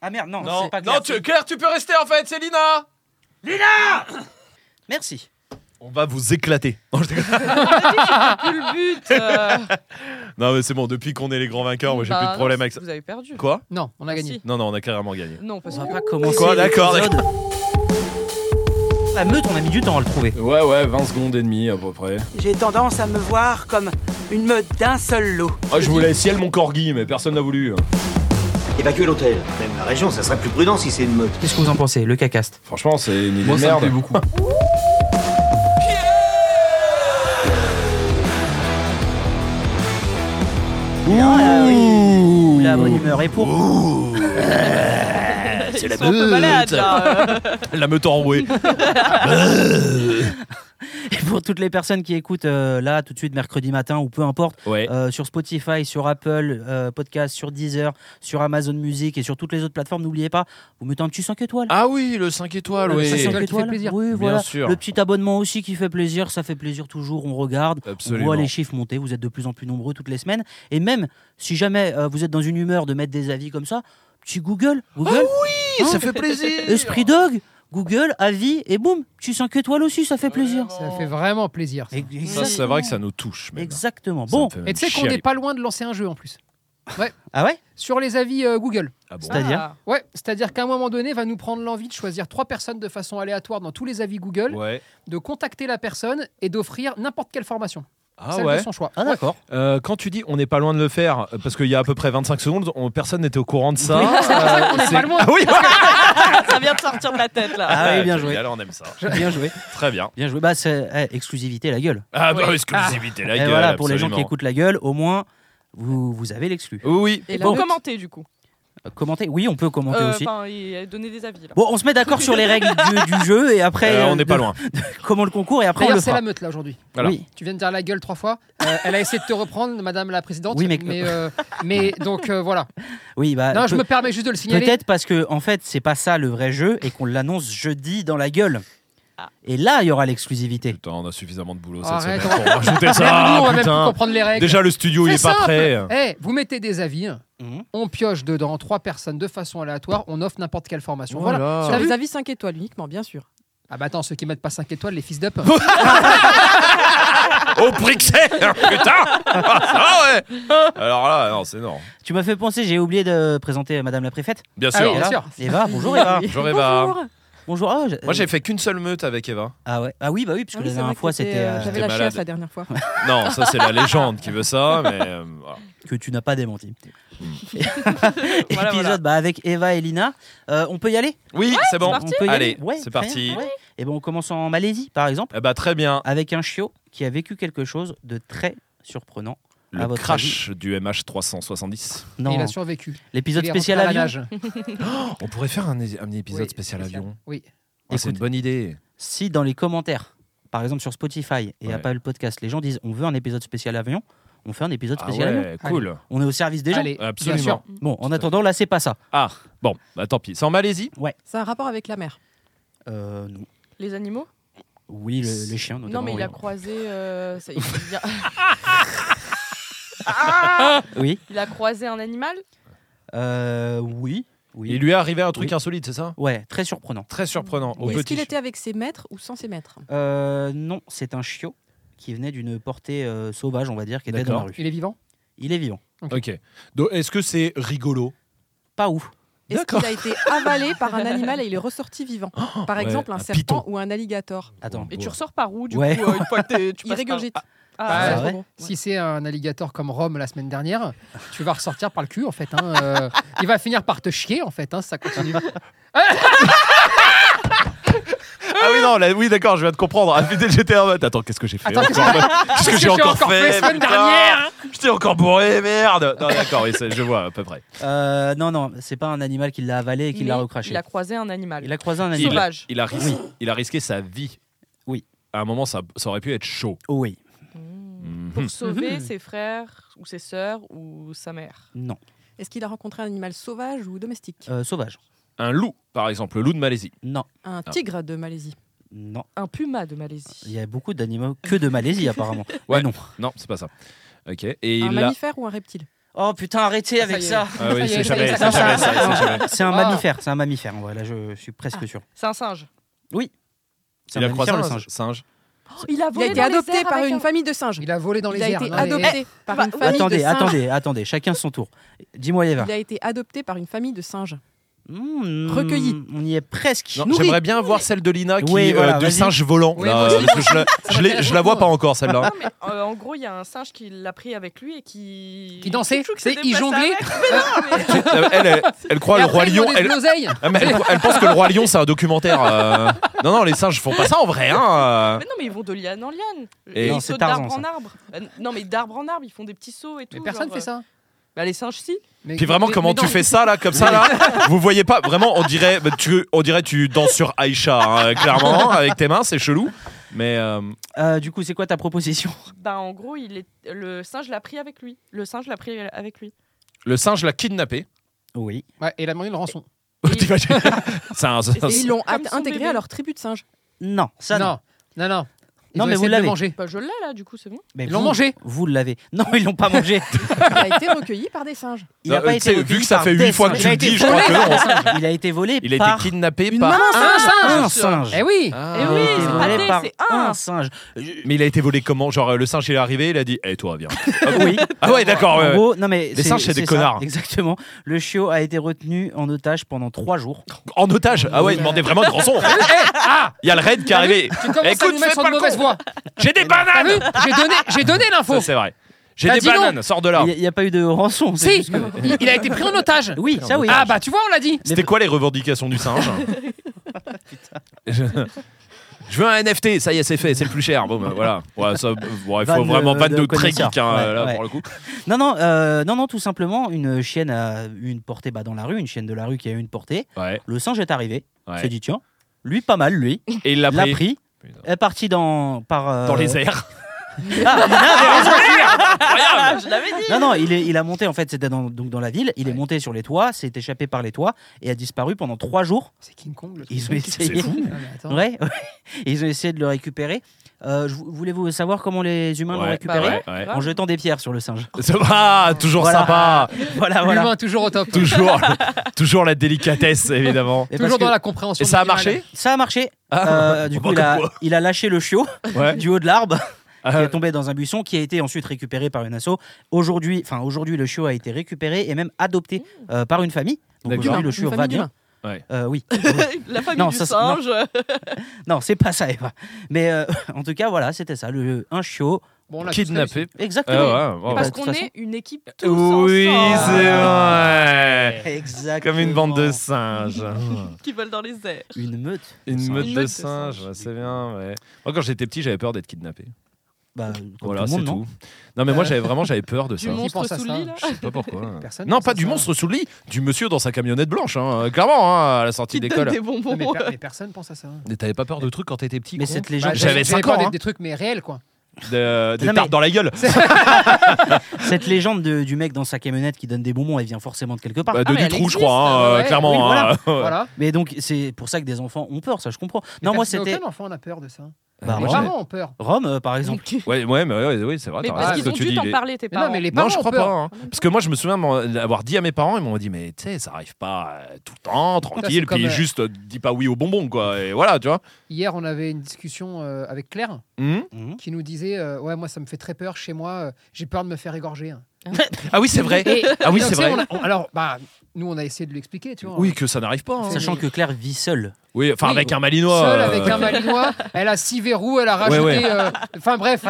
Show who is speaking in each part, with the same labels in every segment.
Speaker 1: Ah merde, non,
Speaker 2: Non,
Speaker 1: c'est pas
Speaker 2: non
Speaker 1: clair.
Speaker 2: tu, Claire, tu peux rester en fait, c'est Lina
Speaker 1: Lina Merci.
Speaker 3: On va vous éclater. Non, je déconne.
Speaker 4: Plus le but. euh,
Speaker 3: Non, mais c'est bon, depuis qu'on est les grands vainqueurs, moi j'ai
Speaker 4: bah
Speaker 3: plus de
Speaker 4: non,
Speaker 3: problème avec ça.
Speaker 4: Vous avez perdu.
Speaker 3: Quoi
Speaker 5: Non, on a
Speaker 4: Ah,
Speaker 5: gagné.
Speaker 4: si.
Speaker 3: Non, non, on a carrément gagné.
Speaker 4: Non, parce
Speaker 1: On
Speaker 4: que
Speaker 1: va pas commencer.
Speaker 3: Quoi, d'accord,
Speaker 1: l'épisode. La meute, on a mis du temps à le trouver.
Speaker 6: Ouais, ouais, 20 secondes et demie à peu près.
Speaker 7: J'ai tendance à me voir comme une meute d'un seul lot.
Speaker 6: Ah, je voulais ciel mon corgi, mais personne n'a voulu.
Speaker 8: Évacuer l'hôtel, même la région, ça serait plus prudent si c'est une meute.
Speaker 1: Qu'est-ce que vous en pensez, le cacaste
Speaker 6: Franchement, c'est une idée
Speaker 5: Moi,
Speaker 6: de
Speaker 5: ça me
Speaker 6: merde.
Speaker 5: plaît beaucoup.
Speaker 1: Ah, Ouh, La bonne humeur est pour.
Speaker 4: c'est la un peu malade, là. euh.
Speaker 3: La meute enrouée.
Speaker 1: Et pour toutes les personnes qui écoutent euh, là, tout de suite, mercredi matin ou peu importe,
Speaker 6: Ouais.
Speaker 1: euh, sur Spotify, sur Apple euh, Podcast, sur Deezer, sur Amazon Music et sur toutes les autres plateformes, n'oubliez pas, vous mettez un petit 5 étoiles.
Speaker 2: Ah oui, le 5 étoiles,
Speaker 1: Le petit
Speaker 5: oui.
Speaker 1: 5
Speaker 5: Ça fait
Speaker 1: étoiles,
Speaker 5: plaisir.
Speaker 1: oui,
Speaker 2: Bien
Speaker 1: voilà.
Speaker 2: sûr.
Speaker 1: Le petit abonnement aussi qui fait plaisir, ça fait plaisir toujours, on regarde. On voit les chiffres monter, vous êtes de plus en plus nombreux toutes les semaines. Et même si jamais euh, vous êtes dans une humeur de mettre des avis comme ça, petit Google, Google,
Speaker 3: Ah
Speaker 2: Oui, ça fait plaisir
Speaker 1: Esprit Dog, Google, avis, et boum, tu sens que étoiles aussi, ça fait plaisir.
Speaker 5: Ça fait vraiment plaisir. ça.
Speaker 3: Ça, c'est vrai que ça nous touche. même.
Speaker 1: Exactement.
Speaker 3: Ça me
Speaker 1: Bon,
Speaker 3: fait même
Speaker 5: Et tu sais qu'on
Speaker 3: chialer.
Speaker 5: n'est pas loin de lancer un jeu en plus.
Speaker 1: ah ouais
Speaker 5: Sur les avis euh, Google.
Speaker 3: Ah bon
Speaker 1: C'est-à-dire
Speaker 4: Ah.
Speaker 5: Ouais, c'est-à-dire qu'à un moment donné, va nous prendre l'envie de choisir trois personnes de façon aléatoire dans tous les avis Google,
Speaker 3: Ouais.
Speaker 5: de contacter la personne et d'offrir n'importe quelle formation,
Speaker 3: Ah
Speaker 5: celle
Speaker 3: ouais.
Speaker 5: de son choix.
Speaker 1: Ah d'accord.
Speaker 3: Euh, quand tu dis on n'est pas loin de le faire, euh, parce qu'il y a à peu près 25 secondes, on- personne n'était au courant de ça.
Speaker 5: Oui, c'est pour ça qu'on
Speaker 3: Euh,
Speaker 5: est
Speaker 3: c'est-
Speaker 5: pas loin.
Speaker 3: Ah oui,
Speaker 4: euh, ça vient de sortir de la tête, là.
Speaker 1: Ah oui, bien
Speaker 3: tu
Speaker 1: joué.
Speaker 3: dis, Alors on aime ça.
Speaker 1: Bien joué.
Speaker 3: Très bien.
Speaker 1: Bien joué. Bah c'est eh, exclusivité la gueule.
Speaker 3: Ah bah
Speaker 5: Ouais.
Speaker 3: exclusivité la
Speaker 1: Et
Speaker 3: gueule,
Speaker 1: voilà, pour les gens qui
Speaker 3: absolument.
Speaker 1: écoutent la gueule, au moins vous, vous avez l'exclu.
Speaker 3: Oui, oui.
Speaker 4: Et
Speaker 1: Bon.
Speaker 4: la commenter, du coup.
Speaker 1: Euh, Commentez. Oui, on peut commenter
Speaker 4: Euh,
Speaker 1: aussi.
Speaker 4: Enfin, il a donné des avis, là.
Speaker 1: Bon, on se met d'accord sur les règles du, du jeu et après
Speaker 3: Euh,
Speaker 1: euh,
Speaker 3: on n'est
Speaker 1: de-
Speaker 3: pas loin.
Speaker 1: Comment le concours et après on
Speaker 5: D'ailleurs,
Speaker 1: le
Speaker 5: c'est
Speaker 1: fera.
Speaker 5: la meute là aujourd'hui.
Speaker 3: Voilà.
Speaker 1: Oui.
Speaker 5: Tu viens de dire la gueule trois fois. Euh, elle a essayé de te reprendre, Madame la Présidente.
Speaker 1: Oui, mais-
Speaker 5: euh, mais donc euh, voilà.
Speaker 1: Oui,
Speaker 3: Ah,
Speaker 1: bah
Speaker 5: non, je
Speaker 1: peut-
Speaker 5: me permets juste de le signaler.
Speaker 1: peut-être parce que en fait, c'est pas ça le vrai jeu et qu'on l'annonce jeudi dans la gueule.
Speaker 4: Ah.
Speaker 1: Et là, il y aura l'exclusivité.
Speaker 3: Putain, on a suffisamment de boulot
Speaker 5: Arrête,
Speaker 3: cette semaine pour
Speaker 5: on-
Speaker 3: rajouter
Speaker 5: Même nous, on
Speaker 3: ça. Ah,
Speaker 5: va même plus
Speaker 3: putain.
Speaker 5: comprendre les règles.
Speaker 3: Déjà le studio il
Speaker 5: C'est
Speaker 3: est pas
Speaker 5: simple.
Speaker 3: prêt.
Speaker 5: Eh, vous mettez des avis, hein.
Speaker 1: Mhm.
Speaker 5: on pioche dedans trois personnes de façon aléatoire, on offre n'importe quelle formation. Voilà.
Speaker 2: Voilà.
Speaker 5: T'as
Speaker 4: Sur
Speaker 5: vu
Speaker 4: les avis 5 étoiles uniquement, bien sûr.
Speaker 5: Ah bah attends, ceux qui mettent pas 5 étoiles, les fils d'up.
Speaker 3: Au prix que c'est Putain Ah ouais Alors là, non, c'est non.
Speaker 1: Tu m'as fait penser, j'ai oublié de présenter Madame la préfète.
Speaker 3: Bien
Speaker 5: Ah
Speaker 3: sûr.
Speaker 5: oui,
Speaker 1: Eva.
Speaker 5: bien sûr.
Speaker 1: Eva, bonjour Eva.
Speaker 3: Bonjour Eva.
Speaker 4: Bonjour.
Speaker 1: Bonjour. Ah, je-
Speaker 3: Moi j'ai fait qu'une seule meute avec Eva.
Speaker 1: Ah ouais. Ah oui, bah oui, parce
Speaker 4: Ah
Speaker 1: que
Speaker 4: oui,
Speaker 1: la
Speaker 4: c'est
Speaker 1: dernière
Speaker 4: vrai que
Speaker 1: fois
Speaker 4: t'étais,
Speaker 1: c'était
Speaker 4: euh,
Speaker 1: euh,
Speaker 4: J'avais la
Speaker 3: t'es
Speaker 4: chiasse
Speaker 3: malade.
Speaker 4: la dernière fois.
Speaker 3: Non, ça c'est la légende qui veut ça, mais euh, voilà.
Speaker 1: que tu n'as pas démenti.
Speaker 4: Voilà,
Speaker 1: Épisode
Speaker 4: voilà.
Speaker 1: bah, avec Eva et Lina. Euh, on peut y aller
Speaker 3: Oui, c'est bon.
Speaker 4: c'est
Speaker 1: On peut y
Speaker 3: Allez,
Speaker 1: aller Ouais,
Speaker 3: c'est parti.
Speaker 1: très bien, ouais. Et ben on commence en Malaisie par exemple
Speaker 3: Eh bah très bien.
Speaker 1: avec un chiot qui a vécu quelque chose de très surprenant. À
Speaker 3: Le
Speaker 1: votre
Speaker 3: crash du MH370.
Speaker 5: Il
Speaker 1: Non,
Speaker 5: a survécu.
Speaker 1: l'épisode
Speaker 5: Il est
Speaker 1: spécial
Speaker 5: rentré à la
Speaker 1: avion.
Speaker 5: nage.
Speaker 3: Oh, On pourrait faire un, é- un épisode
Speaker 5: Oui,
Speaker 3: spécial avion.
Speaker 5: Oui.
Speaker 3: Ah, c'est une bonne idée.
Speaker 1: Si dans les commentaires, par exemple sur Spotify et
Speaker 3: Ouais.
Speaker 1: Apple Podcast, les gens disent on veut un épisode spécial avion, on fait un épisode
Speaker 3: Ah
Speaker 1: spécial avion.
Speaker 3: ouais, cool.
Speaker 1: On est au service des gens.
Speaker 5: Allez,
Speaker 3: Absolument.
Speaker 5: bien sûr.
Speaker 1: Bon, en attendant, là c'est pas ça.
Speaker 3: Ah, bon, bah tant pis. C'est en Malaisie
Speaker 4: C'est un rapport avec la mer.
Speaker 1: Euh, non.
Speaker 4: Les animaux
Speaker 1: Oui, le- les chiens notamment.
Speaker 4: Non, mais il
Speaker 1: oui.
Speaker 4: a croisé. euh, ça- il, il a,
Speaker 1: Oui.
Speaker 4: il a croisé un animal.
Speaker 1: Euh, oui.
Speaker 3: Il
Speaker 1: Oui.
Speaker 3: lui est arrivé un truc
Speaker 1: Oui.
Speaker 3: insolite, c'est ça
Speaker 1: Ouais, très surprenant.
Speaker 3: Très surprenant. Au
Speaker 4: Est-ce
Speaker 3: petit.
Speaker 4: qu'il était avec ses maîtres ou sans ses maîtres
Speaker 1: Euh, non, c'est un chiot qui venait d'une portée euh, sauvage, on va dire, qui était dans la
Speaker 3: D'accord.
Speaker 1: rue.
Speaker 5: Il est vivant
Speaker 1: Il est vivant.
Speaker 3: Ok. Donc, Est-ce que c'est rigolo
Speaker 1: Pas ouf.
Speaker 4: Est-ce
Speaker 3: D'accord. Oh,
Speaker 4: qu'il a été avalé par un animal et il est ressorti vivant Par
Speaker 3: ouais,
Speaker 4: exemple, un,
Speaker 3: un
Speaker 4: serpent
Speaker 3: python.
Speaker 4: ou un alligator.
Speaker 1: Attends.
Speaker 3: Et
Speaker 4: Et
Speaker 3: tu
Speaker 4: tu
Speaker 3: Ouais.
Speaker 4: ressors par où,
Speaker 1: du
Speaker 4: du
Speaker 1: Ouais. coup,
Speaker 4: coup euh, Une fois que
Speaker 2: passes
Speaker 4: tu Il
Speaker 2: par-
Speaker 4: régurgite. c'est
Speaker 5: Ah,
Speaker 1: ouais.
Speaker 4: trop bon.
Speaker 5: Si c'est un alligator comme Rome la semaine dernière, tu vas ressortir par le cul en fait. hein, euh, il va finir par te chier en fait, hein, si ça continue.
Speaker 3: Ah oui, non, là, oui, d'accord, je viens de comprendre. Ah, putain, j'étais en mode. Attends, qu'est-ce que j'ai fait
Speaker 5: Attends,
Speaker 3: encore Qu'est-ce que j'ai encore fait
Speaker 5: semaine
Speaker 3: putain
Speaker 5: dernière hein.
Speaker 3: J'étais encore bourré, merde Non, d'accord, oui, c'est- je vois à peu près.
Speaker 1: Euh, non, non, c'est pas un animal qui l'a avalé et qui l'a
Speaker 4: Mais
Speaker 1: recraché.
Speaker 4: Il a croisé un animal.
Speaker 1: Il a croisé un animal.
Speaker 3: Il,
Speaker 4: Sauvage.
Speaker 3: il a ris- il a risqué sa vie.
Speaker 1: Oui.
Speaker 3: À un moment, ça, ça aurait pu être chaud.
Speaker 1: Oh oui.
Speaker 4: Mmh.
Speaker 3: Mhm.
Speaker 4: Pour sauver
Speaker 1: Mhm.
Speaker 4: ses frères ou ses sœurs ou sa mère.
Speaker 1: Non.
Speaker 9: Est-ce qu'il a rencontré un animal sauvage ou domestique
Speaker 1: Euh, sauvage.
Speaker 3: Un loup, par exemple, le loup de Malaisie.
Speaker 1: Non.
Speaker 3: ah.
Speaker 9: Un tigre de Malaisie.
Speaker 1: Non.
Speaker 4: Un puma de
Speaker 1: Il
Speaker 4: Malaisie.
Speaker 1: y a beaucoup d'animaux que de Malaisie apparemment.
Speaker 3: Ouais.
Speaker 1: Mais non.
Speaker 3: Non, c'est pas ça. Ok. Et
Speaker 9: un
Speaker 3: il a-
Speaker 9: mammifère ou un reptile
Speaker 1: Oh putain, arrêtez
Speaker 5: Ah, ça
Speaker 1: avec
Speaker 5: y est.
Speaker 1: ça.
Speaker 3: Ah oui,
Speaker 5: Ça y
Speaker 3: c'est
Speaker 5: est,
Speaker 3: jamais,
Speaker 5: ça
Speaker 3: c'est
Speaker 1: commence
Speaker 3: jamais,
Speaker 1: à-
Speaker 3: ça, c'est jamais.
Speaker 1: C'est un
Speaker 5: Ah.
Speaker 1: mammifère, c'est un mammifère. Voilà, je suis presque sûr.
Speaker 4: C'est un singe.
Speaker 1: C'est
Speaker 3: Il
Speaker 1: un
Speaker 3: a
Speaker 1: mammifère,
Speaker 3: croisé
Speaker 1: le
Speaker 3: un
Speaker 1: singe.
Speaker 3: singe.
Speaker 9: il a été adopté par une famille de singes.
Speaker 5: Il a volé dans les
Speaker 9: Il a
Speaker 5: airs. hein,
Speaker 9: été
Speaker 5: non, les-
Speaker 9: adopté par
Speaker 4: bah,
Speaker 9: une famille de
Speaker 1: Attendez,
Speaker 9: singes.
Speaker 1: attendez, attendez. Chacun son tour. Dis-moi, Eva.
Speaker 9: Il a été adopté par une famille de singes.
Speaker 1: Hmm,
Speaker 9: Recueilli.
Speaker 1: On y est presque.
Speaker 3: Non,
Speaker 1: Nourri.
Speaker 3: J'aimerais bien voir celle de Lina qui
Speaker 1: Oui,
Speaker 3: euh,
Speaker 1: voilà,
Speaker 3: de
Speaker 1: vas-y.
Speaker 3: singe volant.
Speaker 5: Oui,
Speaker 3: là,
Speaker 5: moi aussi.
Speaker 3: parce que je la- je l'ai- je la vois pas encore celle-là.
Speaker 4: Non, mais euh, en gros, il y a un singe qui l'a pris avec lui et qui.
Speaker 5: Qui dansait,
Speaker 4: Chouchou, qui
Speaker 5: c'est-
Speaker 4: s'est
Speaker 5: il
Speaker 4: déplacé
Speaker 5: jonglait.
Speaker 4: avec. Mais non, mais-
Speaker 3: Euh, elle, elle, elle croit
Speaker 5: Et
Speaker 3: le
Speaker 5: après,
Speaker 3: roi
Speaker 5: ils
Speaker 3: lion.
Speaker 5: volent
Speaker 3: Elle,
Speaker 5: de l'oseille.
Speaker 3: Ah, mais elle, elle pense que le roi lion c'est un documentaire. euh. Non non, les singes font pas ça en vrai. Hein.
Speaker 4: Mais non, mais ils vont de liane en liane.
Speaker 3: Et-
Speaker 4: Et
Speaker 1: Non,
Speaker 4: ils
Speaker 1: c'est
Speaker 4: sautent
Speaker 1: Tarzan,
Speaker 4: d'arbre
Speaker 1: ça.
Speaker 4: en arbre. Euh, non, mais d'arbre en arbre, ils font des petits sauts et tout.
Speaker 5: Mais personne
Speaker 4: genre,
Speaker 5: fait
Speaker 4: euh,
Speaker 5: ça.
Speaker 4: Bah, les singes, si.
Speaker 5: Mais-
Speaker 3: Puis vraiment
Speaker 5: mais-
Speaker 3: comment
Speaker 5: mais
Speaker 3: tu
Speaker 5: non.
Speaker 3: fais ça là comme ça là Vous voyez pas vraiment On dirait bah, tu on dirait tu danses sur Aïcha hein, clairement avec tes mains c'est chelou. Mais euh,
Speaker 1: Euh, du coup, c'est quoi ta proposition
Speaker 4: Bah, en gros, il est... le singe l'a pris avec lui. Le singe l'a pris euh, avec lui.
Speaker 3: le singe l'a kidnappé.
Speaker 1: Oui.
Speaker 5: Ouais, et il a demandé une rançon.
Speaker 4: Et-
Speaker 3: T'imagines C'est un- Oh, c'est un-
Speaker 9: Et ils l'ont
Speaker 4: Comme son
Speaker 9: intégré
Speaker 4: bébé.
Speaker 9: à leur tribu de singes.
Speaker 1: Non, ça non.
Speaker 5: Non, non, non. Ils
Speaker 1: Non,
Speaker 5: ont
Speaker 1: mais
Speaker 5: essayé
Speaker 1: vous
Speaker 5: de le
Speaker 1: l'avez.
Speaker 5: manger.
Speaker 4: Bah, je l'ai là, du coup, c'est bon.
Speaker 1: Mais
Speaker 5: Ils
Speaker 1: vous-
Speaker 5: l'ont mangé.
Speaker 1: Vous l'avez. Non, ils l'ont pas mangé.
Speaker 9: Il a été recueilli par des singes.
Speaker 1: Il a
Speaker 3: Non,
Speaker 1: pas
Speaker 3: euh,
Speaker 1: été
Speaker 3: tu sais,
Speaker 1: recueilli
Speaker 3: vu que ça
Speaker 1: par
Speaker 3: fait
Speaker 1: des
Speaker 3: huit fois que
Speaker 1: singes.
Speaker 3: tu le dis, je crois que non.
Speaker 1: Il a été volé
Speaker 3: Il a été
Speaker 1: par
Speaker 3: kidnappé par.
Speaker 5: Un
Speaker 1: un
Speaker 5: singe
Speaker 1: singe.
Speaker 5: Eh oui
Speaker 3: Ah.
Speaker 4: Ah, Eh
Speaker 1: Il a
Speaker 4: oui,
Speaker 1: été
Speaker 4: c'est pas
Speaker 1: volé
Speaker 4: des,
Speaker 1: par
Speaker 4: c'est un.
Speaker 1: un singe.
Speaker 3: Mais il a été volé comment Genre euh, le singe il est arrivé, il a dit "Eh toi viens."
Speaker 1: Oui.
Speaker 3: Ah ouais d'accord. ouais,
Speaker 1: En
Speaker 3: ouais.
Speaker 1: gros, non mais
Speaker 3: Les singes, c'est
Speaker 1: ça,
Speaker 3: des connards.
Speaker 1: Exactement. Le chiot a été retenu en otage pendant trois jours.
Speaker 3: En otage Ah ouais, il demandait vraiment une rançon.
Speaker 5: Eh,
Speaker 3: Ah Il y a le raid qui est arrivé.
Speaker 5: Tu commences à
Speaker 3: Écoute,
Speaker 5: nous
Speaker 3: fais
Speaker 5: mettre sur
Speaker 3: pas
Speaker 5: de
Speaker 3: le
Speaker 5: mauvaise
Speaker 3: con.
Speaker 5: voie.
Speaker 3: J'ai des
Speaker 5: T'as vu
Speaker 3: bananes
Speaker 5: J'ai donné, j'ai donné l'info.
Speaker 3: Ça, c'est vrai. J'ai
Speaker 5: Bah,
Speaker 3: des
Speaker 5: dis donc.
Speaker 3: bananes, sors de là.
Speaker 1: Il n'y a, pas eu de rançon. c'est
Speaker 5: Si
Speaker 1: juste que-
Speaker 5: il, il a été pris en otage.
Speaker 1: Oui, ça oui.
Speaker 5: Ah bah tu vois, on l'a dit.
Speaker 3: C'était quoi les revendications du singe Je je veux un NFT, ça y est, c'est fait, c'est le plus cher. Bon, bah, voilà. Ouais, ça, euh, bon, il faut
Speaker 1: Vanne,
Speaker 3: vraiment
Speaker 1: euh,
Speaker 3: pas de
Speaker 1: de
Speaker 3: très geek, hein,
Speaker 1: connaisseur. Ouais,
Speaker 3: là,
Speaker 1: ouais.
Speaker 3: pour le coup.
Speaker 1: Non, non, euh, non, non, tout simplement, une chienne a eu une portée bah, dans la rue, une chienne de la rue qui a eu une portée.
Speaker 3: Ouais,
Speaker 1: Le singe est arrivé,
Speaker 3: ouais.
Speaker 1: s'est dit tiens, lui pas mal, lui,
Speaker 3: Et il l'a
Speaker 1: l'a
Speaker 3: pris
Speaker 1: pris,
Speaker 3: Putain.
Speaker 1: est parti dans par euh,
Speaker 3: dans les airs.
Speaker 1: Ah, il a-
Speaker 4: Ah, je l'avais dit.
Speaker 1: non, non, il, est, il a monté en fait, c'était dans, donc dans la ville, il est monté sur les toits, s'est échappé par les toits et a disparu pendant trois jours.
Speaker 5: C'est King Kong. le truc.
Speaker 1: Ils ont essayé.
Speaker 3: fou.
Speaker 5: Non, mais attends.
Speaker 1: Ouais, ouais. ils ont essayé de le récupérer. Euh, je vou- Voulez-vous savoir comment les humains l'ont
Speaker 3: Ouais,
Speaker 1: récupéré
Speaker 4: bah
Speaker 3: ouais, ouais.
Speaker 1: En jetant des pierres sur le singe.
Speaker 3: Ça va, Ah, toujours
Speaker 1: euh, Voilà.
Speaker 3: sympa.
Speaker 1: voilà,
Speaker 5: L'humain
Speaker 1: voilà.
Speaker 5: toujours au top.
Speaker 3: Toujours, toujours la délicatesse, évidemment.
Speaker 1: Et
Speaker 5: toujours
Speaker 1: parce
Speaker 5: dans
Speaker 1: que
Speaker 5: la compréhension.
Speaker 3: Et ça a
Speaker 5: du mal.
Speaker 3: marché
Speaker 1: Ça a marché.
Speaker 3: Ah.
Speaker 1: Euh, du
Speaker 3: Bon,
Speaker 1: coup, il
Speaker 3: bah,
Speaker 1: a,
Speaker 3: comme quoi.
Speaker 1: il a lâché le chiot
Speaker 3: Ouais.
Speaker 1: du haut de l'arbre qui
Speaker 3: Ah,
Speaker 1: est tombé dans un buisson, qui a été ensuite récupéré par une asso. Aujourd'hui, enfin aujourd'hui, le chiot a été récupéré et même adopté euh, par une famille. Donc
Speaker 3: D'accord.
Speaker 1: aujourd'hui, le
Speaker 9: Une
Speaker 1: chiot
Speaker 9: famille
Speaker 1: va bien.
Speaker 9: d'humains.
Speaker 1: Euh, oui.
Speaker 4: La famille
Speaker 1: Non,
Speaker 4: du
Speaker 1: ça, c'est- non.
Speaker 4: singe.
Speaker 1: non, c'est pas ça, Eva. Mais euh, en tout cas, voilà, c'était ça. Le, un chiot.
Speaker 5: Bon, on l'a tous réussi.
Speaker 3: Euh, Kidnappé.
Speaker 1: Exactement.
Speaker 3: Ah ouais, ouais.
Speaker 4: Parce
Speaker 1: de toute
Speaker 4: qu'on
Speaker 1: façon.
Speaker 4: est une équipe tous
Speaker 3: Oui,
Speaker 4: ensemble
Speaker 3: c'est vrai.
Speaker 1: Exactement.
Speaker 3: Comme une bande de singes.
Speaker 4: qui volent dans les airs.
Speaker 1: Une meute.
Speaker 3: Une meute
Speaker 4: Une
Speaker 3: de singes, ouais, c'est bien. ouais. Moi, quand j'étais petit, j'avais peur d'être kidnappé.
Speaker 1: Bah, comme
Speaker 3: Voilà,
Speaker 1: tout
Speaker 3: c'est
Speaker 1: le monde, non
Speaker 3: tout. Non, mais moi, j'avais vraiment, j'avais peur de
Speaker 4: Du
Speaker 3: ça.
Speaker 5: monde.
Speaker 4: monstre
Speaker 5: pense à
Speaker 4: sous
Speaker 5: ça
Speaker 4: le lit, là.
Speaker 3: Je sais pas pourquoi.
Speaker 5: Personne
Speaker 3: Non,
Speaker 5: pense
Speaker 3: pas
Speaker 5: à
Speaker 3: du
Speaker 5: ça.
Speaker 3: monstre sous le lit, du monsieur dans sa camionnette blanche, hein, clairement, hein, à la sortie
Speaker 4: Qui te donne
Speaker 3: d'école.
Speaker 4: des bonbons.
Speaker 5: Non, mais, per- mais personne pense à ça.
Speaker 3: Mais T'avais pas peur de trucs quand t'étais petit
Speaker 1: Mais
Speaker 3: con
Speaker 1: cette légende,
Speaker 5: Bah,
Speaker 3: j'avais
Speaker 5: j'avais
Speaker 3: cinq
Speaker 5: pas
Speaker 3: ans,
Speaker 5: Des,
Speaker 3: hein.
Speaker 5: des trucs mais réels quoi.
Speaker 3: De- Des
Speaker 1: Non, mais-
Speaker 3: tartes dans la gueule
Speaker 1: cette légende de- du mec dans sa camionnette qui donne des bonbons, elle vient forcément de quelque part.
Speaker 3: Bah,
Speaker 4: Ah,
Speaker 3: De
Speaker 4: mais
Speaker 3: du
Speaker 4: elle
Speaker 3: trou, je
Speaker 4: existe,
Speaker 3: crois, hein,
Speaker 5: ouais,
Speaker 3: clairement.
Speaker 1: oui, voilà.
Speaker 3: hein.
Speaker 5: Voilà.
Speaker 1: Mais donc, c'est pour ça que des enfants ont peur, ça je comprends.
Speaker 5: Mais
Speaker 1: non, moi
Speaker 5: personne-
Speaker 1: c'était.
Speaker 5: Aucun enfant n'a peur de ça.
Speaker 1: Bah,
Speaker 5: Les
Speaker 3: Ouais.
Speaker 1: Rome,
Speaker 5: parents ont peur.
Speaker 1: Rome, euh, par exemple.
Speaker 3: Ouais, ouais, mais ouais, ouais, c'est vrai.
Speaker 4: Mais
Speaker 3: t'as
Speaker 4: Ah, parce
Speaker 3: raison,
Speaker 4: qu'ils
Speaker 3: ce
Speaker 4: ont
Speaker 3: que tu
Speaker 4: dû
Speaker 3: dis,
Speaker 4: t'en
Speaker 3: les-
Speaker 4: parler, tes
Speaker 5: Mais non,
Speaker 4: parents.
Speaker 5: mais les parents
Speaker 3: Non, je
Speaker 5: ont
Speaker 3: crois
Speaker 5: peur.
Speaker 3: pas. hein. Parce que moi, je me souviens m'en- l'avoir dit à mes parents, ils m'ont dit, mais tu sais, ça arrive pas euh, tout le temps, tranquille,
Speaker 5: comme,
Speaker 3: puis
Speaker 5: euh,
Speaker 3: juste euh, dis pas oui aux bonbons, quoi. Et voilà, tu vois.
Speaker 5: Hier, on avait une discussion euh, avec Claire
Speaker 3: Hmm
Speaker 1: Mhm.
Speaker 5: qui nous disait euh, Ouais, moi, ça me fait très peur chez moi, euh, j'ai peur de me faire égorger. hein.
Speaker 3: Ah oui, c'est vrai. Ah oui, c'est
Speaker 5: Donc, tu sais,
Speaker 3: vrai.
Speaker 5: on a- on- alors, bah, nous, on a essayé de l'expliquer, tu vois.
Speaker 3: Oui, que ça n'arrive pas. hein.
Speaker 5: C'est-
Speaker 1: Sachant que Claire vit seule.
Speaker 3: Oui, enfin,
Speaker 5: Oui.
Speaker 3: avec un malinois.
Speaker 5: Seule
Speaker 3: euh,
Speaker 5: avec un malinois, elle a six verrous, elle a rajouté.
Speaker 3: ouais.
Speaker 5: euh, Enfin bref,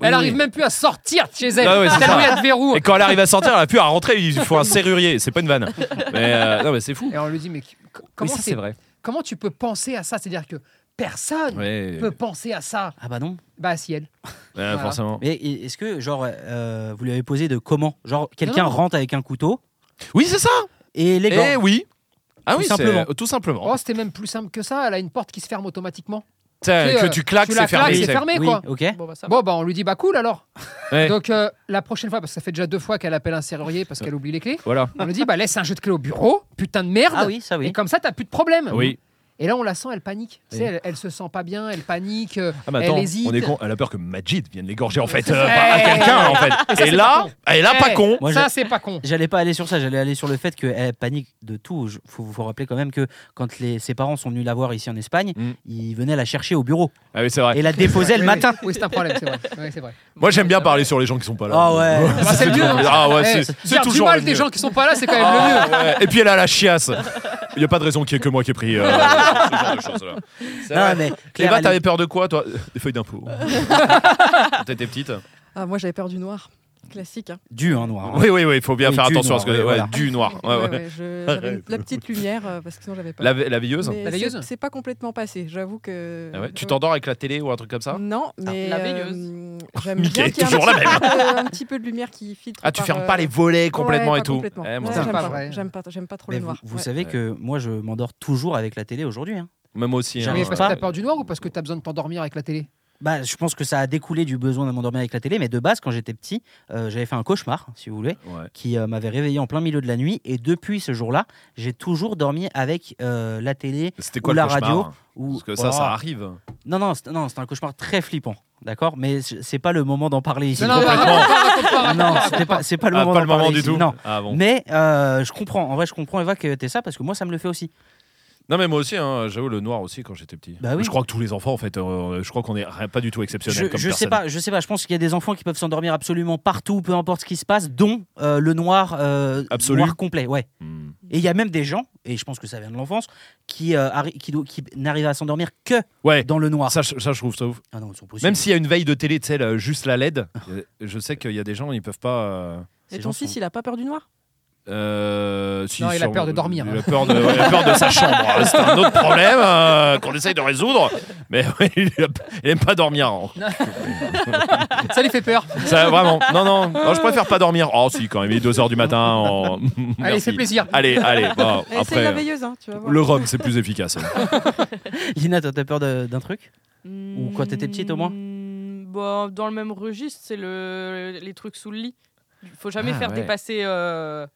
Speaker 5: elle arrive même plus à sortir de chez elle.
Speaker 3: Ah ouais, c'est
Speaker 5: tellement
Speaker 3: ça.
Speaker 5: il y a de verrous.
Speaker 3: Et quand elle arrive à sortir, elle a pu à rentrer, il faut un serrurier. C'est pas une vanne. Mais euh, non, mais c'est fou.
Speaker 5: Et on lui dit Mais c-
Speaker 3: Oui,
Speaker 5: comment,
Speaker 3: ça,
Speaker 5: c'est
Speaker 3: c'est vrai.
Speaker 5: comment tu peux penser à ça C'est-à-dire que personne
Speaker 3: Ouais.
Speaker 5: peut penser à ça.
Speaker 1: Ah bah non.
Speaker 5: Bah, si elle.
Speaker 3: Ouais, forcément.
Speaker 1: Mais e- est-ce que, genre, euh, vous lui avez posé de comment Genre, quelqu'un
Speaker 5: Non.
Speaker 1: rentre avec un couteau
Speaker 3: Oui, c'est ça.
Speaker 1: et les
Speaker 3: Eh
Speaker 1: gants.
Speaker 3: oui. Ah
Speaker 1: Tout
Speaker 3: oui,
Speaker 1: simplement.
Speaker 3: simplement. Tout simplement.
Speaker 5: Oh, c'était même plus simple que ça. Elle a une porte qui se ferme automatiquement.
Speaker 3: T'sais,
Speaker 5: tu sais,
Speaker 3: Ah, que
Speaker 5: euh,
Speaker 3: tu claques,
Speaker 5: tu la
Speaker 3: c'est fermé.
Speaker 5: claques, c'est
Speaker 3: c'est-
Speaker 5: fermé,
Speaker 1: oui,
Speaker 5: quoi.
Speaker 1: ok.
Speaker 4: Bon, bah, ça va.
Speaker 5: Bon, bah, on lui dit Bah, cool alors.
Speaker 3: Ah. Ouais.
Speaker 5: Donc, euh, la prochaine fois, parce que ça fait déjà deux fois qu'elle appelle un serrurier parce qu'elle oublie les clés,
Speaker 3: Voilà.
Speaker 5: on lui dit Bah, laisse un jeu de clés au bureau, putain de merde.
Speaker 1: Ah oui, ça oui.
Speaker 5: Et comme ça, t'as plus de problème.
Speaker 3: Oui.
Speaker 5: Et là, on la sent, elle panique. Tu sais,
Speaker 3: Oui.
Speaker 5: elle, elle se sent pas bien, elle panique, euh,
Speaker 3: Ah, mais attends,
Speaker 5: elle hésite.
Speaker 3: on est con. Elle a peur que Majid vienne l'égorger en fait
Speaker 5: c'est
Speaker 3: euh,
Speaker 5: ça.
Speaker 3: par- à
Speaker 5: Eh,
Speaker 3: quelqu'un en
Speaker 5: et
Speaker 3: fait.
Speaker 5: ça,
Speaker 3: Et
Speaker 5: c'est
Speaker 3: là,
Speaker 5: pas con.
Speaker 3: elle a pas
Speaker 5: Eh.
Speaker 3: con.
Speaker 1: Moi,
Speaker 5: ça,
Speaker 1: je-
Speaker 5: c'est pas con.
Speaker 1: J'allais pas aller sur ça, j'allais aller sur le fait qu'elle panique de tout. Il faut vous rappeler quand même que quand les, ses parents sont venus la voir ici en Espagne,
Speaker 3: Mm.
Speaker 1: ils venaient la chercher au bureau
Speaker 3: Ah oui, c'est vrai.
Speaker 1: et la déposaient le
Speaker 5: Oui,
Speaker 1: matin.
Speaker 5: Oui, c'est un problème, c'est vrai. Oui, c'est vrai.
Speaker 3: Moi, j'aime bien parler sur les gens qui sont pas là.
Speaker 1: Ah ouais.
Speaker 3: Ça,
Speaker 5: Bah, c'est le
Speaker 3: toujours
Speaker 5: mieux, hein.
Speaker 3: Ah ouais, c'est-
Speaker 5: Eh,
Speaker 3: c'est
Speaker 5: dire du
Speaker 3: toujours
Speaker 5: mal
Speaker 3: le
Speaker 5: des
Speaker 3: mieux.
Speaker 5: gens qui sont pas là, c'est quand même le mieux.
Speaker 3: Ah ouais. Et puis elle a la chiasse. Il n'y a pas de raison qu'il n'y ait que moi qui ai pris euh, ce genre de choses-là. C'est
Speaker 1: Non,
Speaker 3: vrai.
Speaker 1: mais Claire,
Speaker 3: Eva,
Speaker 1: elle-
Speaker 3: t'avais peur de quoi, toi Des feuilles d'impôt. Quand t'étais petite
Speaker 9: Ah, moi, j'avais peur du noir. Classique. hein.
Speaker 1: du hein, noir.
Speaker 3: Oui, oui, oui, il faut bien
Speaker 1: Oui,
Speaker 3: faire
Speaker 1: du
Speaker 3: attention à ce que.
Speaker 1: noir,
Speaker 3: ouais,
Speaker 1: oui, voilà.
Speaker 3: Du noir. Ouais, ouais.
Speaker 9: Ouais, ouais, je- j'avais une- la petite lumière, euh, parce que sinon, j'avais pas.
Speaker 3: La, ve- la veilleuse
Speaker 9: Mais
Speaker 5: La veilleuse
Speaker 9: c'est- C'est pas complètement passé, j'avoue que.
Speaker 3: Ah ouais. Tu
Speaker 1: euh,
Speaker 9: Ouais.
Speaker 3: t'endors avec la télé ou un truc comme ça
Speaker 5: Ah,
Speaker 9: Non, mais.
Speaker 4: La
Speaker 9: euh, J'aime
Speaker 3: Mickey
Speaker 9: bien
Speaker 3: est
Speaker 9: qu'il y ait
Speaker 3: toujours la hein.
Speaker 9: un, petit peu, un petit peu de lumière qui filtre.
Speaker 3: Ah, tu
Speaker 9: par,
Speaker 3: fermes
Speaker 9: euh,
Speaker 3: pas les volets
Speaker 9: ouais,
Speaker 3: complètement
Speaker 9: pas
Speaker 3: et tout.
Speaker 9: complètement.
Speaker 3: Eh, mon Dieu.
Speaker 9: Ouais,
Speaker 5: c'est
Speaker 9: j'aime
Speaker 5: pas
Speaker 9: pas,
Speaker 5: vrai.
Speaker 9: J'aime pas, j'aime pas trop
Speaker 1: Mais
Speaker 9: le
Speaker 1: vous
Speaker 9: noir.
Speaker 1: vous
Speaker 9: Ouais.
Speaker 1: savez que moi, je m'endors toujours avec la télé aujourd'hui. hein.
Speaker 3: Même aussi. hein.
Speaker 5: Mais parce
Speaker 1: pas.
Speaker 5: que t'as peur du noir ou parce que t'as besoin de t'endormir avec la télé
Speaker 1: Bah, je pense que ça a découlé du besoin de m'endormir avec la télé, mais de base, quand j'étais petit, euh, j'avais fait un cauchemar, si vous voulez,
Speaker 3: Ouais.
Speaker 1: qui euh, m'avait réveillé en plein milieu de la nuit. Et depuis ce jour-là, j'ai toujours dormi avec euh, la télé
Speaker 3: C'était quoi
Speaker 1: Ou
Speaker 3: le
Speaker 1: la
Speaker 3: cauchemar
Speaker 1: radio. ou.
Speaker 3: Parce que ça, ça
Speaker 1: Oh.
Speaker 3: arrive.
Speaker 1: Non, non, c'est- non, c'est un cauchemar très flippant, d'accord Mais c- c'est pas le moment d'en parler ici.
Speaker 5: Non, non,
Speaker 3: complètement.
Speaker 5: raconte pas, raconte pas, raconte
Speaker 1: Non,
Speaker 5: pas.
Speaker 1: c'était pas, c'est pas le
Speaker 3: Ah,
Speaker 1: moment.
Speaker 3: pas
Speaker 1: d'en
Speaker 3: le moment
Speaker 1: parler
Speaker 3: du
Speaker 1: ici,
Speaker 3: tout.
Speaker 1: Non.
Speaker 3: Ah, bon.
Speaker 1: Mais euh, je comprends. En vrai, je comprends Eva que t'es ça parce que moi, ça me le fait aussi.
Speaker 3: Non mais moi aussi, hein, j'avoue le noir aussi quand j'étais petit.
Speaker 1: Bah oui.
Speaker 3: Je crois que tous les enfants en fait, euh, je crois qu'on est rien- pas du tout exceptionnel
Speaker 1: Je,
Speaker 3: comme
Speaker 1: je sais
Speaker 3: personne.
Speaker 1: pas, je sais pas. Je pense qu'il y a des enfants qui peuvent s'endormir absolument partout, peu importe ce qui se passe, dont euh, le noir, euh,
Speaker 3: Absolu.
Speaker 1: noir complet, ouais.
Speaker 3: Hmm.
Speaker 1: Et il y a même des gens, et je pense que ça vient de l'enfance, qui, euh, arri- qui, do- qui n'arrivent à s'endormir que
Speaker 3: Ouais.
Speaker 1: dans le noir.
Speaker 3: Ça, je- ça, je trouve ça ouf.
Speaker 1: Ah non, ils sont possibles.
Speaker 3: Même s'il y a une veille de télé, tu sais, là, juste la LED, euh, je sais qu'il y a des gens, ils peuvent pas. euh,
Speaker 1: Ces
Speaker 9: Et
Speaker 1: gens
Speaker 9: ton fils,
Speaker 1: sont-
Speaker 9: il a pas peur du noir
Speaker 3: euh, si,
Speaker 5: Non, il a
Speaker 3: sûrement,
Speaker 5: peur de dormir. hein.
Speaker 3: Il a peur de, il a peur de sa chambre. hein. C'est un autre problème euh, qu'on essaye de résoudre. Mais ouais, il, a- il aime pas dormir. hein.
Speaker 5: Ça lui fait peur.
Speaker 3: Ça, vraiment. Non, non, non, Je préfère pas dormir. Oh, si, quand même. Il est 2h du matin. en-
Speaker 5: Allez,
Speaker 3: Merci. Ah
Speaker 5: fais plaisir. Ah,
Speaker 3: Allez, allez. bon,
Speaker 9: Et Eh, C'est
Speaker 3: après,
Speaker 9: la
Speaker 3: euh,
Speaker 9: veilleuse, hein, tu vas voir.
Speaker 3: le rhum, c'est plus efficace. hein.
Speaker 1: Lina, toi, t'as peur de- d'un truc Ou quand t'étais petite, au moins
Speaker 4: Hmm, bon, Dans le même registre, c'est le... les trucs sous le lit. Faut jamais
Speaker 3: Ah,
Speaker 4: faire
Speaker 3: ouais.
Speaker 4: dépasser. euh,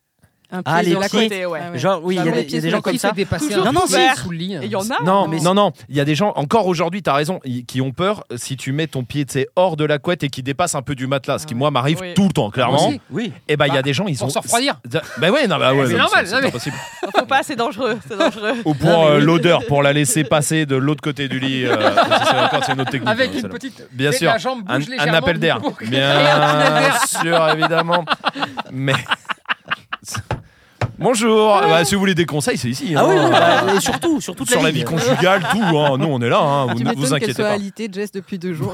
Speaker 9: Un
Speaker 1: Ah,
Speaker 9: pied
Speaker 1: les
Speaker 9: sur la
Speaker 1: petits.
Speaker 9: côté, ouais. Ah ouais.
Speaker 1: Genre, oui, il y a
Speaker 5: Bah
Speaker 9: Vraiment,
Speaker 1: des,
Speaker 9: les
Speaker 1: il y a
Speaker 9: pieds
Speaker 1: des
Speaker 9: sous
Speaker 1: gens
Speaker 9: le
Speaker 1: comme
Speaker 5: Qui
Speaker 1: ça.
Speaker 5: fait dépasser
Speaker 4: Toujours
Speaker 5: un
Speaker 1: Non, non,
Speaker 5: pied
Speaker 4: ouvert.
Speaker 5: sous le lit.
Speaker 4: Et il y en a.
Speaker 3: Non,
Speaker 4: hein.
Speaker 3: mais non, non. Il y a des gens encore aujourd'hui, t'as raison, y- qui ont peur si tu mets ton pied tu sais, hors de la couette et qui dépasse un peu du matelas, ce qui
Speaker 9: Ah ouais.
Speaker 3: moi m'arrive
Speaker 4: Oui.
Speaker 3: tout le temps, clairement.
Speaker 5: Aussi.
Speaker 1: Oui.
Speaker 3: Et bah il y a des gens, ils
Speaker 5: Pour
Speaker 3: ont.
Speaker 5: se refroidir.
Speaker 3: Bah ouais, non, bah ouais,
Speaker 5: C'est
Speaker 3: non,
Speaker 5: normal, non, mais-
Speaker 3: impossible.
Speaker 4: hein, Faut pas, c'est dangereux. C'est dangereux.
Speaker 3: Ou pour euh, l'odeur, pour la laisser passer de l'autre côté du lit. euh, ça, c'est encore- c'est une autre technique. hein,
Speaker 5: Avec une
Speaker 3: celle-là.
Speaker 5: petite.
Speaker 3: Bien
Speaker 5: c'est
Speaker 3: sûr.
Speaker 5: La jambe
Speaker 3: Un,
Speaker 5: bouge
Speaker 3: un
Speaker 5: légèrement
Speaker 3: appel d'air.
Speaker 5: pour créer un appel
Speaker 3: Bien
Speaker 5: d'air.
Speaker 3: sûr, évidemment. Mais. Bonjour. Bah, si vous voulez des conseils, c'est ici.
Speaker 1: Ah oui,
Speaker 3: hein.
Speaker 1: non, bah, et surtout, surtout
Speaker 3: Sur la vie conjugale, tout. hein. Nous, on est là. hein. Vous
Speaker 9: Tu
Speaker 3: ne vous
Speaker 9: m'étonnes qu'elle
Speaker 3: inquiétez
Speaker 9: soit
Speaker 3: pas.
Speaker 9: alitée, Jess, depuis deux jours.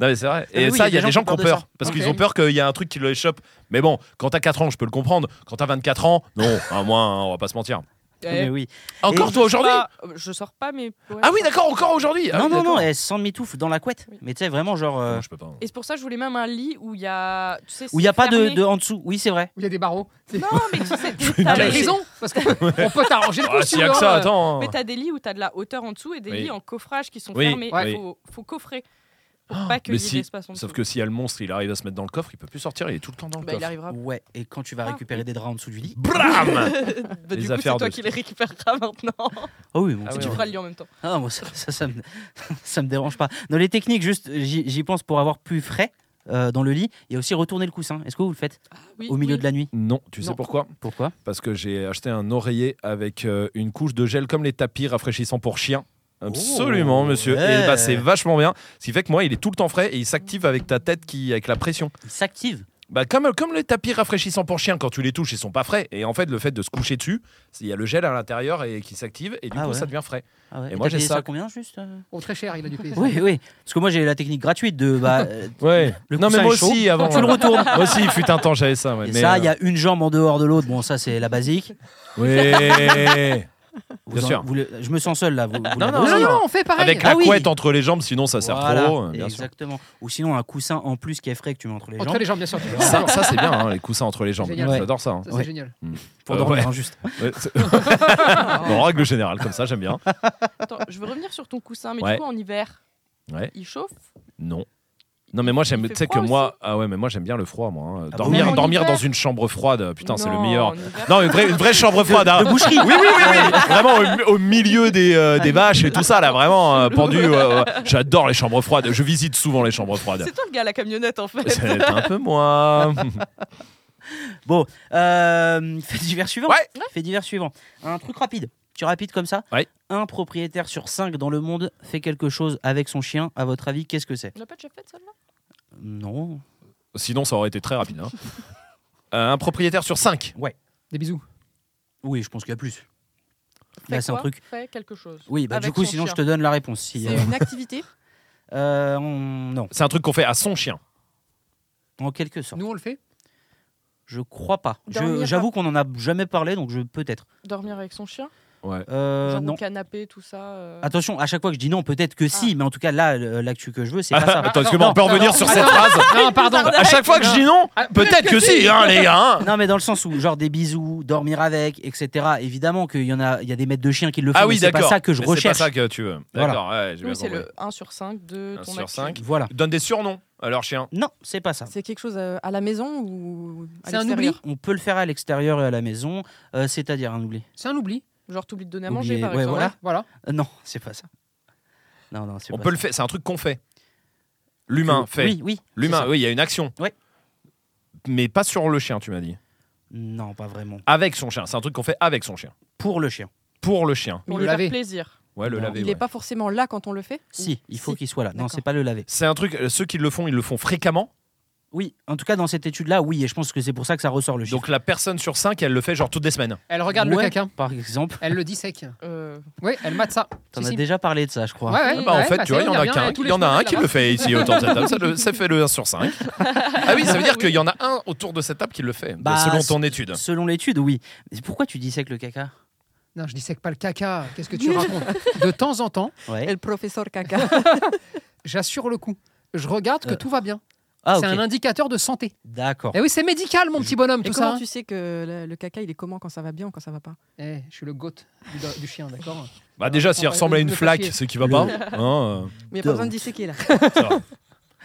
Speaker 3: non mais c'est vrai.
Speaker 1: Ah
Speaker 3: Et
Speaker 1: oui,
Speaker 3: ça, il y a des gens qui ont
Speaker 1: de
Speaker 3: peur.
Speaker 1: ça.
Speaker 3: Parce
Speaker 5: Ok.
Speaker 3: qu'ils ont peur qu'il y a un truc qui le échappe. Mais bon, quand t'as 4 ans, je peux le comprendre. Quand t'as 24 ans, non, à moins, hein, on va pas se mentir.
Speaker 4: Eh,
Speaker 3: Ah,
Speaker 1: Mais oui.
Speaker 3: Encore
Speaker 1: Et-
Speaker 3: toi aujourd'hui
Speaker 4: Pas- Euh, Je sors pas, mais. ouais.
Speaker 3: Ah oui, d'accord, encore aujourd'hui Ah
Speaker 1: non,
Speaker 3: oui,
Speaker 1: non, non,
Speaker 3: d'accord.
Speaker 1: elle s'en mitouffe dans la couette.
Speaker 4: Oui.
Speaker 1: Mais tu sais, vraiment, genre. euh,
Speaker 3: Non, je peux pas.
Speaker 4: Et c'est pour ça que je voulais même un lit où il y a. Tu sais,
Speaker 1: où il n'y a
Speaker 4: c'est
Speaker 1: pas de,
Speaker 4: fermé.
Speaker 1: de en dessous. Oui, c'est vrai.
Speaker 5: Où il y a des barreaux. C'est-
Speaker 4: Non, mais tu sais,
Speaker 5: T'as
Speaker 4: t'as-
Speaker 5: raison, parce qu'on peut t'arranger le coup.
Speaker 3: Ah,
Speaker 5: si
Speaker 3: s'il y a
Speaker 5: tu
Speaker 3: que
Speaker 5: veux,
Speaker 3: ça,
Speaker 5: hein.
Speaker 3: attends.
Speaker 4: euh, Mais t'as des lits où t'as de la hauteur en dessous et des
Speaker 3: Oui.
Speaker 4: lits en coffrage qui sont
Speaker 3: Oui,
Speaker 4: fermés.
Speaker 3: ouais.
Speaker 4: Faut, faut coffrer pour pas qu'il
Speaker 3: mais
Speaker 4: y ait
Speaker 3: si.
Speaker 4: d'espace en dessous.
Speaker 3: Sauf que si y a le monstre, il arrive à se mettre dans le coffre, il peut plus sortir, il est tout le temps dans le
Speaker 4: Bah, il
Speaker 3: coffre.
Speaker 4: arrivera.
Speaker 1: Ouais, et quand tu vas
Speaker 4: Ah.
Speaker 1: récupérer des draps en dessous du lit.
Speaker 3: Bram
Speaker 4: Bah,
Speaker 3: Les
Speaker 4: du coup, c'est
Speaker 3: affaires
Speaker 4: toi
Speaker 3: de-
Speaker 4: qui les récupéreras maintenant.
Speaker 1: Oh oui, bon,
Speaker 3: Ah
Speaker 1: c'est
Speaker 3: oui,
Speaker 4: tu
Speaker 1: dur.
Speaker 4: feras le lit en même temps.
Speaker 1: Ah, moi, ça, ça, ça me, ça me dérange pas. Dans les techniques, juste, j'y j'y pense pour avoir plus frais euh, dans le lit. Il y a aussi retourner le coussin. Est-ce que vous le faites
Speaker 4: Oui,
Speaker 1: au milieu
Speaker 4: oui.
Speaker 1: de la nuit
Speaker 3: Non, tu sais
Speaker 1: Non.
Speaker 3: pourquoi
Speaker 1: Pourquoi
Speaker 3: Parce que j'ai acheté un oreiller avec euh, une couche de gel comme les tapis rafraîchissants pour chiens. Absolument,
Speaker 1: Oh,
Speaker 3: monsieur.
Speaker 1: ouais.
Speaker 3: Et bah, c'est vachement bien. Ce qui fait que moi, il est tout le temps frais et il s'active avec ta tête qui, avec la pression.
Speaker 1: Il s'active.
Speaker 3: Bah, comme, comme les tapis rafraîchissants pour chiens, quand tu les touches, ils sont pas frais. Et en fait, le fait de se coucher dessus, il y a le gel à l'intérieur et qui s'active et du
Speaker 1: Ah
Speaker 3: coup,
Speaker 1: ouais.
Speaker 3: ça devient frais.
Speaker 1: Ah ouais.
Speaker 3: Et moi,
Speaker 1: t'as
Speaker 3: j'ai
Speaker 1: payé
Speaker 3: ça.
Speaker 1: combien juste euh
Speaker 5: Oh, très cher, il a dû payer. ça.
Speaker 1: Oui, oui. Parce que moi, j'ai la technique gratuite de. Bah, euh,
Speaker 3: Ouais.
Speaker 1: Le
Speaker 3: non, mais
Speaker 1: coussin
Speaker 3: moi
Speaker 1: est chaud.
Speaker 3: aussi, avant. euh,
Speaker 1: tu le retournes.
Speaker 3: Moi aussi, il fut un temps, j'avais ça. ouais.
Speaker 1: Et
Speaker 3: Mais,
Speaker 1: ça,
Speaker 3: euh,
Speaker 1: il y a une jambe en dehors de l'autre. Bon, ça, c'est la basique.
Speaker 3: Oui.
Speaker 1: Vous
Speaker 3: Bien
Speaker 1: en-
Speaker 3: sûr.
Speaker 1: vous le- je me sens seul là. Vous, vous l'avez
Speaker 3: non,
Speaker 1: aussi
Speaker 5: Non, non, on fait pareil.
Speaker 3: Avec
Speaker 1: Ah
Speaker 3: la
Speaker 1: oui.
Speaker 3: couette entre les jambes, sinon ça sert
Speaker 1: Voilà,
Speaker 3: trop. euh, bien sûr.
Speaker 1: exactement. Ou sinon un coussin en plus qui est frais que tu mets entre les jambes
Speaker 5: Entre les jambes, bien sûr.
Speaker 3: Ça,
Speaker 5: Ça,
Speaker 3: ça, c'est bien, hein, les coussins entre les jambes.
Speaker 5: Génial.
Speaker 1: Ouais.
Speaker 3: J'adore ça. hein.
Speaker 5: c'est
Speaker 1: Ouais.
Speaker 5: génial.
Speaker 1: pour
Speaker 3: Euh,
Speaker 1: dormir
Speaker 3: ouais.
Speaker 1: hein, juste.
Speaker 3: Ouais, c'est- en règle générale, comme ça, j'aime bien.
Speaker 4: Attends, je veux revenir sur ton coussin, mais
Speaker 3: Ouais.
Speaker 4: du coup, en hiver,
Speaker 3: Ouais.
Speaker 4: il chauffe.
Speaker 3: Non. Non mais moi
Speaker 4: Il
Speaker 3: j'aime
Speaker 4: fait
Speaker 3: tu sais que
Speaker 4: froid
Speaker 3: moi ah ouais mais moi j'aime bien le froid moi hein.
Speaker 1: Ah
Speaker 3: dormir
Speaker 1: bon
Speaker 3: dormir
Speaker 4: En
Speaker 3: dans
Speaker 4: hiver
Speaker 3: une chambre froide putain c'est le
Speaker 4: Non,
Speaker 3: meilleur
Speaker 4: en hiver.
Speaker 3: non une vraie, une vraie chambre froide hein.
Speaker 1: de boucherie.
Speaker 3: oui, oui, oui, oui. vraiment au, mi- au milieu des,
Speaker 1: Ah,
Speaker 3: euh, des vaches et tout ça là vraiment euh, pendu euh, ouais. j'adore les chambres froides je visite souvent les chambres froides
Speaker 4: C'est toi le gars à la camionnette en fait.
Speaker 3: c'est un peu moi
Speaker 1: Bon, euh, fait divers suivant.
Speaker 3: Ouais.
Speaker 1: Fait divers suivant. Un truc rapide. Tu rapides comme ça.
Speaker 3: Ouais.
Speaker 1: Un propriétaire sur cinq dans le monde fait quelque chose avec son chien. À votre avis, qu'est-ce que c'est
Speaker 4: On l'a pas déjà fait celle-là
Speaker 1: Non.
Speaker 3: sinon ça aurait été très rapide hein. Euh, un propriétaire sur 5
Speaker 5: Des bisous.
Speaker 1: Oui, je pense qu'il y a plus.
Speaker 4: Fait
Speaker 1: Là, Bah, c'est un
Speaker 4: quoi
Speaker 1: truc.
Speaker 4: Fait quelque chose.
Speaker 1: Oui, bah, du
Speaker 4: Ah, Avec
Speaker 1: coup,
Speaker 4: son
Speaker 1: sinon, je te
Speaker 4: chien.
Speaker 1: donne la réponse. Si,
Speaker 9: C'est une activité.
Speaker 1: euh, on- non,
Speaker 3: c'est un truc qu'on fait à son chien
Speaker 1: en quelque sorte.
Speaker 5: Nous, on le fait
Speaker 1: Je crois pas. Je-
Speaker 4: Dormir
Speaker 1: J'avoue qu'on en a jamais parlé, donc je peut-être.
Speaker 4: Dormir avec son chien
Speaker 1: Euh,
Speaker 4: Genre
Speaker 1: non.
Speaker 4: au canapé, tout ça. euh.
Speaker 1: Attention, à chaque fois que je dis non, peut-être
Speaker 4: Ah.
Speaker 1: que si, mais en tout cas là, euh, l'actu que je veux, c'est pas ça.
Speaker 3: attends
Speaker 5: non,
Speaker 3: excuse-moi on peut
Speaker 5: non,
Speaker 3: revenir
Speaker 5: non,
Speaker 3: sur
Speaker 5: non,
Speaker 3: cette
Speaker 5: non.
Speaker 3: phrase
Speaker 5: Non, pardon.
Speaker 3: à chaque fois que je dis non
Speaker 5: Ah,
Speaker 3: peut-être que si hein, les gars hein.
Speaker 1: Non, mais dans le sens où, genre des bisous, dormir avec, etc. Évidemment qu'il y en a, il y a des maîtres de chiens qui le font.
Speaker 3: ah
Speaker 1: mais
Speaker 3: oui
Speaker 1: c'est
Speaker 3: d'accord
Speaker 1: pas ça que je
Speaker 3: Mais c'est pas
Speaker 1: recherche.
Speaker 3: ça que tu veux
Speaker 1: Voilà.
Speaker 3: d'accord ouais, j'ai bien
Speaker 4: Oui, c'est
Speaker 3: compris.
Speaker 4: le 1 sur 5 de
Speaker 3: Un
Speaker 4: ton
Speaker 3: sur
Speaker 4: actu.
Speaker 3: cinq.
Speaker 1: Voilà.
Speaker 3: donne des surnoms à leurs chiens.
Speaker 1: Non, c'est pas ça.
Speaker 9: C'est quelque chose euh, à la maison ou à
Speaker 5: C'est un
Speaker 9: l'extérieur
Speaker 5: oubli.
Speaker 1: On peut le faire à l'extérieur et à la maison, euh, c'est-à-dire un oubli.
Speaker 5: C'est un oubli.
Speaker 4: Genre, t'oublies de donner à
Speaker 1: Oublier-
Speaker 4: manger par
Speaker 1: ouais,
Speaker 4: exemple.
Speaker 1: voilà.
Speaker 5: Voilà.
Speaker 1: Euh, non, c'est pas ça. Non, non, c'est
Speaker 3: On
Speaker 1: pas
Speaker 3: peut
Speaker 1: ça.
Speaker 3: le faire, c'est un truc qu'on fait. L'humain fait.
Speaker 1: Oui, oui. c'est
Speaker 3: L'humain,
Speaker 1: ça.
Speaker 3: oui, il y a une action.
Speaker 1: Ouais.
Speaker 3: Mais pas sur le chien, tu m'as dit.
Speaker 1: Non, pas vraiment.
Speaker 3: Avec son chien, c'est un truc qu'on fait avec son chien.
Speaker 1: Pour le chien.
Speaker 3: Pour le chien.
Speaker 4: Pour
Speaker 5: Le
Speaker 4: lui faire
Speaker 5: laver.
Speaker 4: plaisir.
Speaker 3: Ouais, le
Speaker 1: Non.
Speaker 3: laver.
Speaker 9: Il
Speaker 3: ouais.
Speaker 9: n'est pas forcément là quand on le fait
Speaker 1: Si, il faut
Speaker 9: Si.
Speaker 1: qu'il soit là. Non,
Speaker 9: D'accord.
Speaker 1: c'est pas le laver.
Speaker 3: C'est un truc, euh, ceux qui le font, ils le font fréquemment.
Speaker 1: Oui, en tout cas dans cette étude-là, oui, et je pense que c'est pour ça que ça ressort le chiffre.
Speaker 3: Donc la personne sur cinq, elle le fait genre toutes les semaines.
Speaker 5: Elle regarde
Speaker 1: Ouais,
Speaker 5: le caca.
Speaker 1: Par exemple,
Speaker 5: Elle le dissèque.
Speaker 4: Euh,
Speaker 5: Oui, elle mate ça.
Speaker 1: t'en
Speaker 5: Si,
Speaker 1: as
Speaker 5: si.
Speaker 1: déjà parlé de ça, je crois.
Speaker 5: Ouais, ouais,
Speaker 4: Ah
Speaker 3: Bah, en
Speaker 5: ouais,
Speaker 3: fait,
Speaker 5: bah,
Speaker 3: tu vois,
Speaker 5: c'est-
Speaker 3: il y en
Speaker 5: on
Speaker 3: a
Speaker 5: revient
Speaker 3: qu'un
Speaker 5: à tous
Speaker 3: il
Speaker 5: les
Speaker 3: y en a
Speaker 5: semaines,
Speaker 3: un qui
Speaker 5: là.
Speaker 3: le fait ici autour de cette table. Ça, le- ça fait le 1 sur 5. Ah oui, ça veut dire qu'il y en a un autour de cette table qui le fait,
Speaker 1: Bah,
Speaker 3: selon
Speaker 1: c'est-
Speaker 3: ton étude.
Speaker 1: Selon l'étude, oui. Mais pourquoi tu dissèques le caca
Speaker 5: Non, je dissèque pas le caca. Qu'est-ce que tu racontes De temps en temps,
Speaker 1: Ouais.
Speaker 9: Et le professeur caca.
Speaker 5: j'assure le coup. Je regarde que
Speaker 1: Euh,
Speaker 5: tout va bien.
Speaker 1: Ah, ok.
Speaker 5: C'est un indicateur de santé.
Speaker 1: D'accord.
Speaker 5: Eh oui, c'est médical, mon petit bonhomme,
Speaker 9: Et
Speaker 5: tout
Speaker 9: comment
Speaker 5: ça. hein.
Speaker 9: tu sais que le, le caca, il est comment quand ça va bien ou quand ça va pas
Speaker 5: Eh, je suis le goat du, do- du chien, d'accord
Speaker 3: Bah déjà,
Speaker 5: on
Speaker 3: s'il
Speaker 5: va-
Speaker 3: ressemble à
Speaker 5: le-
Speaker 3: une
Speaker 5: le
Speaker 3: flaque,
Speaker 5: papier.
Speaker 3: c'est qui va
Speaker 1: Le-
Speaker 3: pas. Hein,
Speaker 9: Mais il n'y
Speaker 1: Don't.
Speaker 9: a pas besoin de disséquer là.
Speaker 3: euh, ça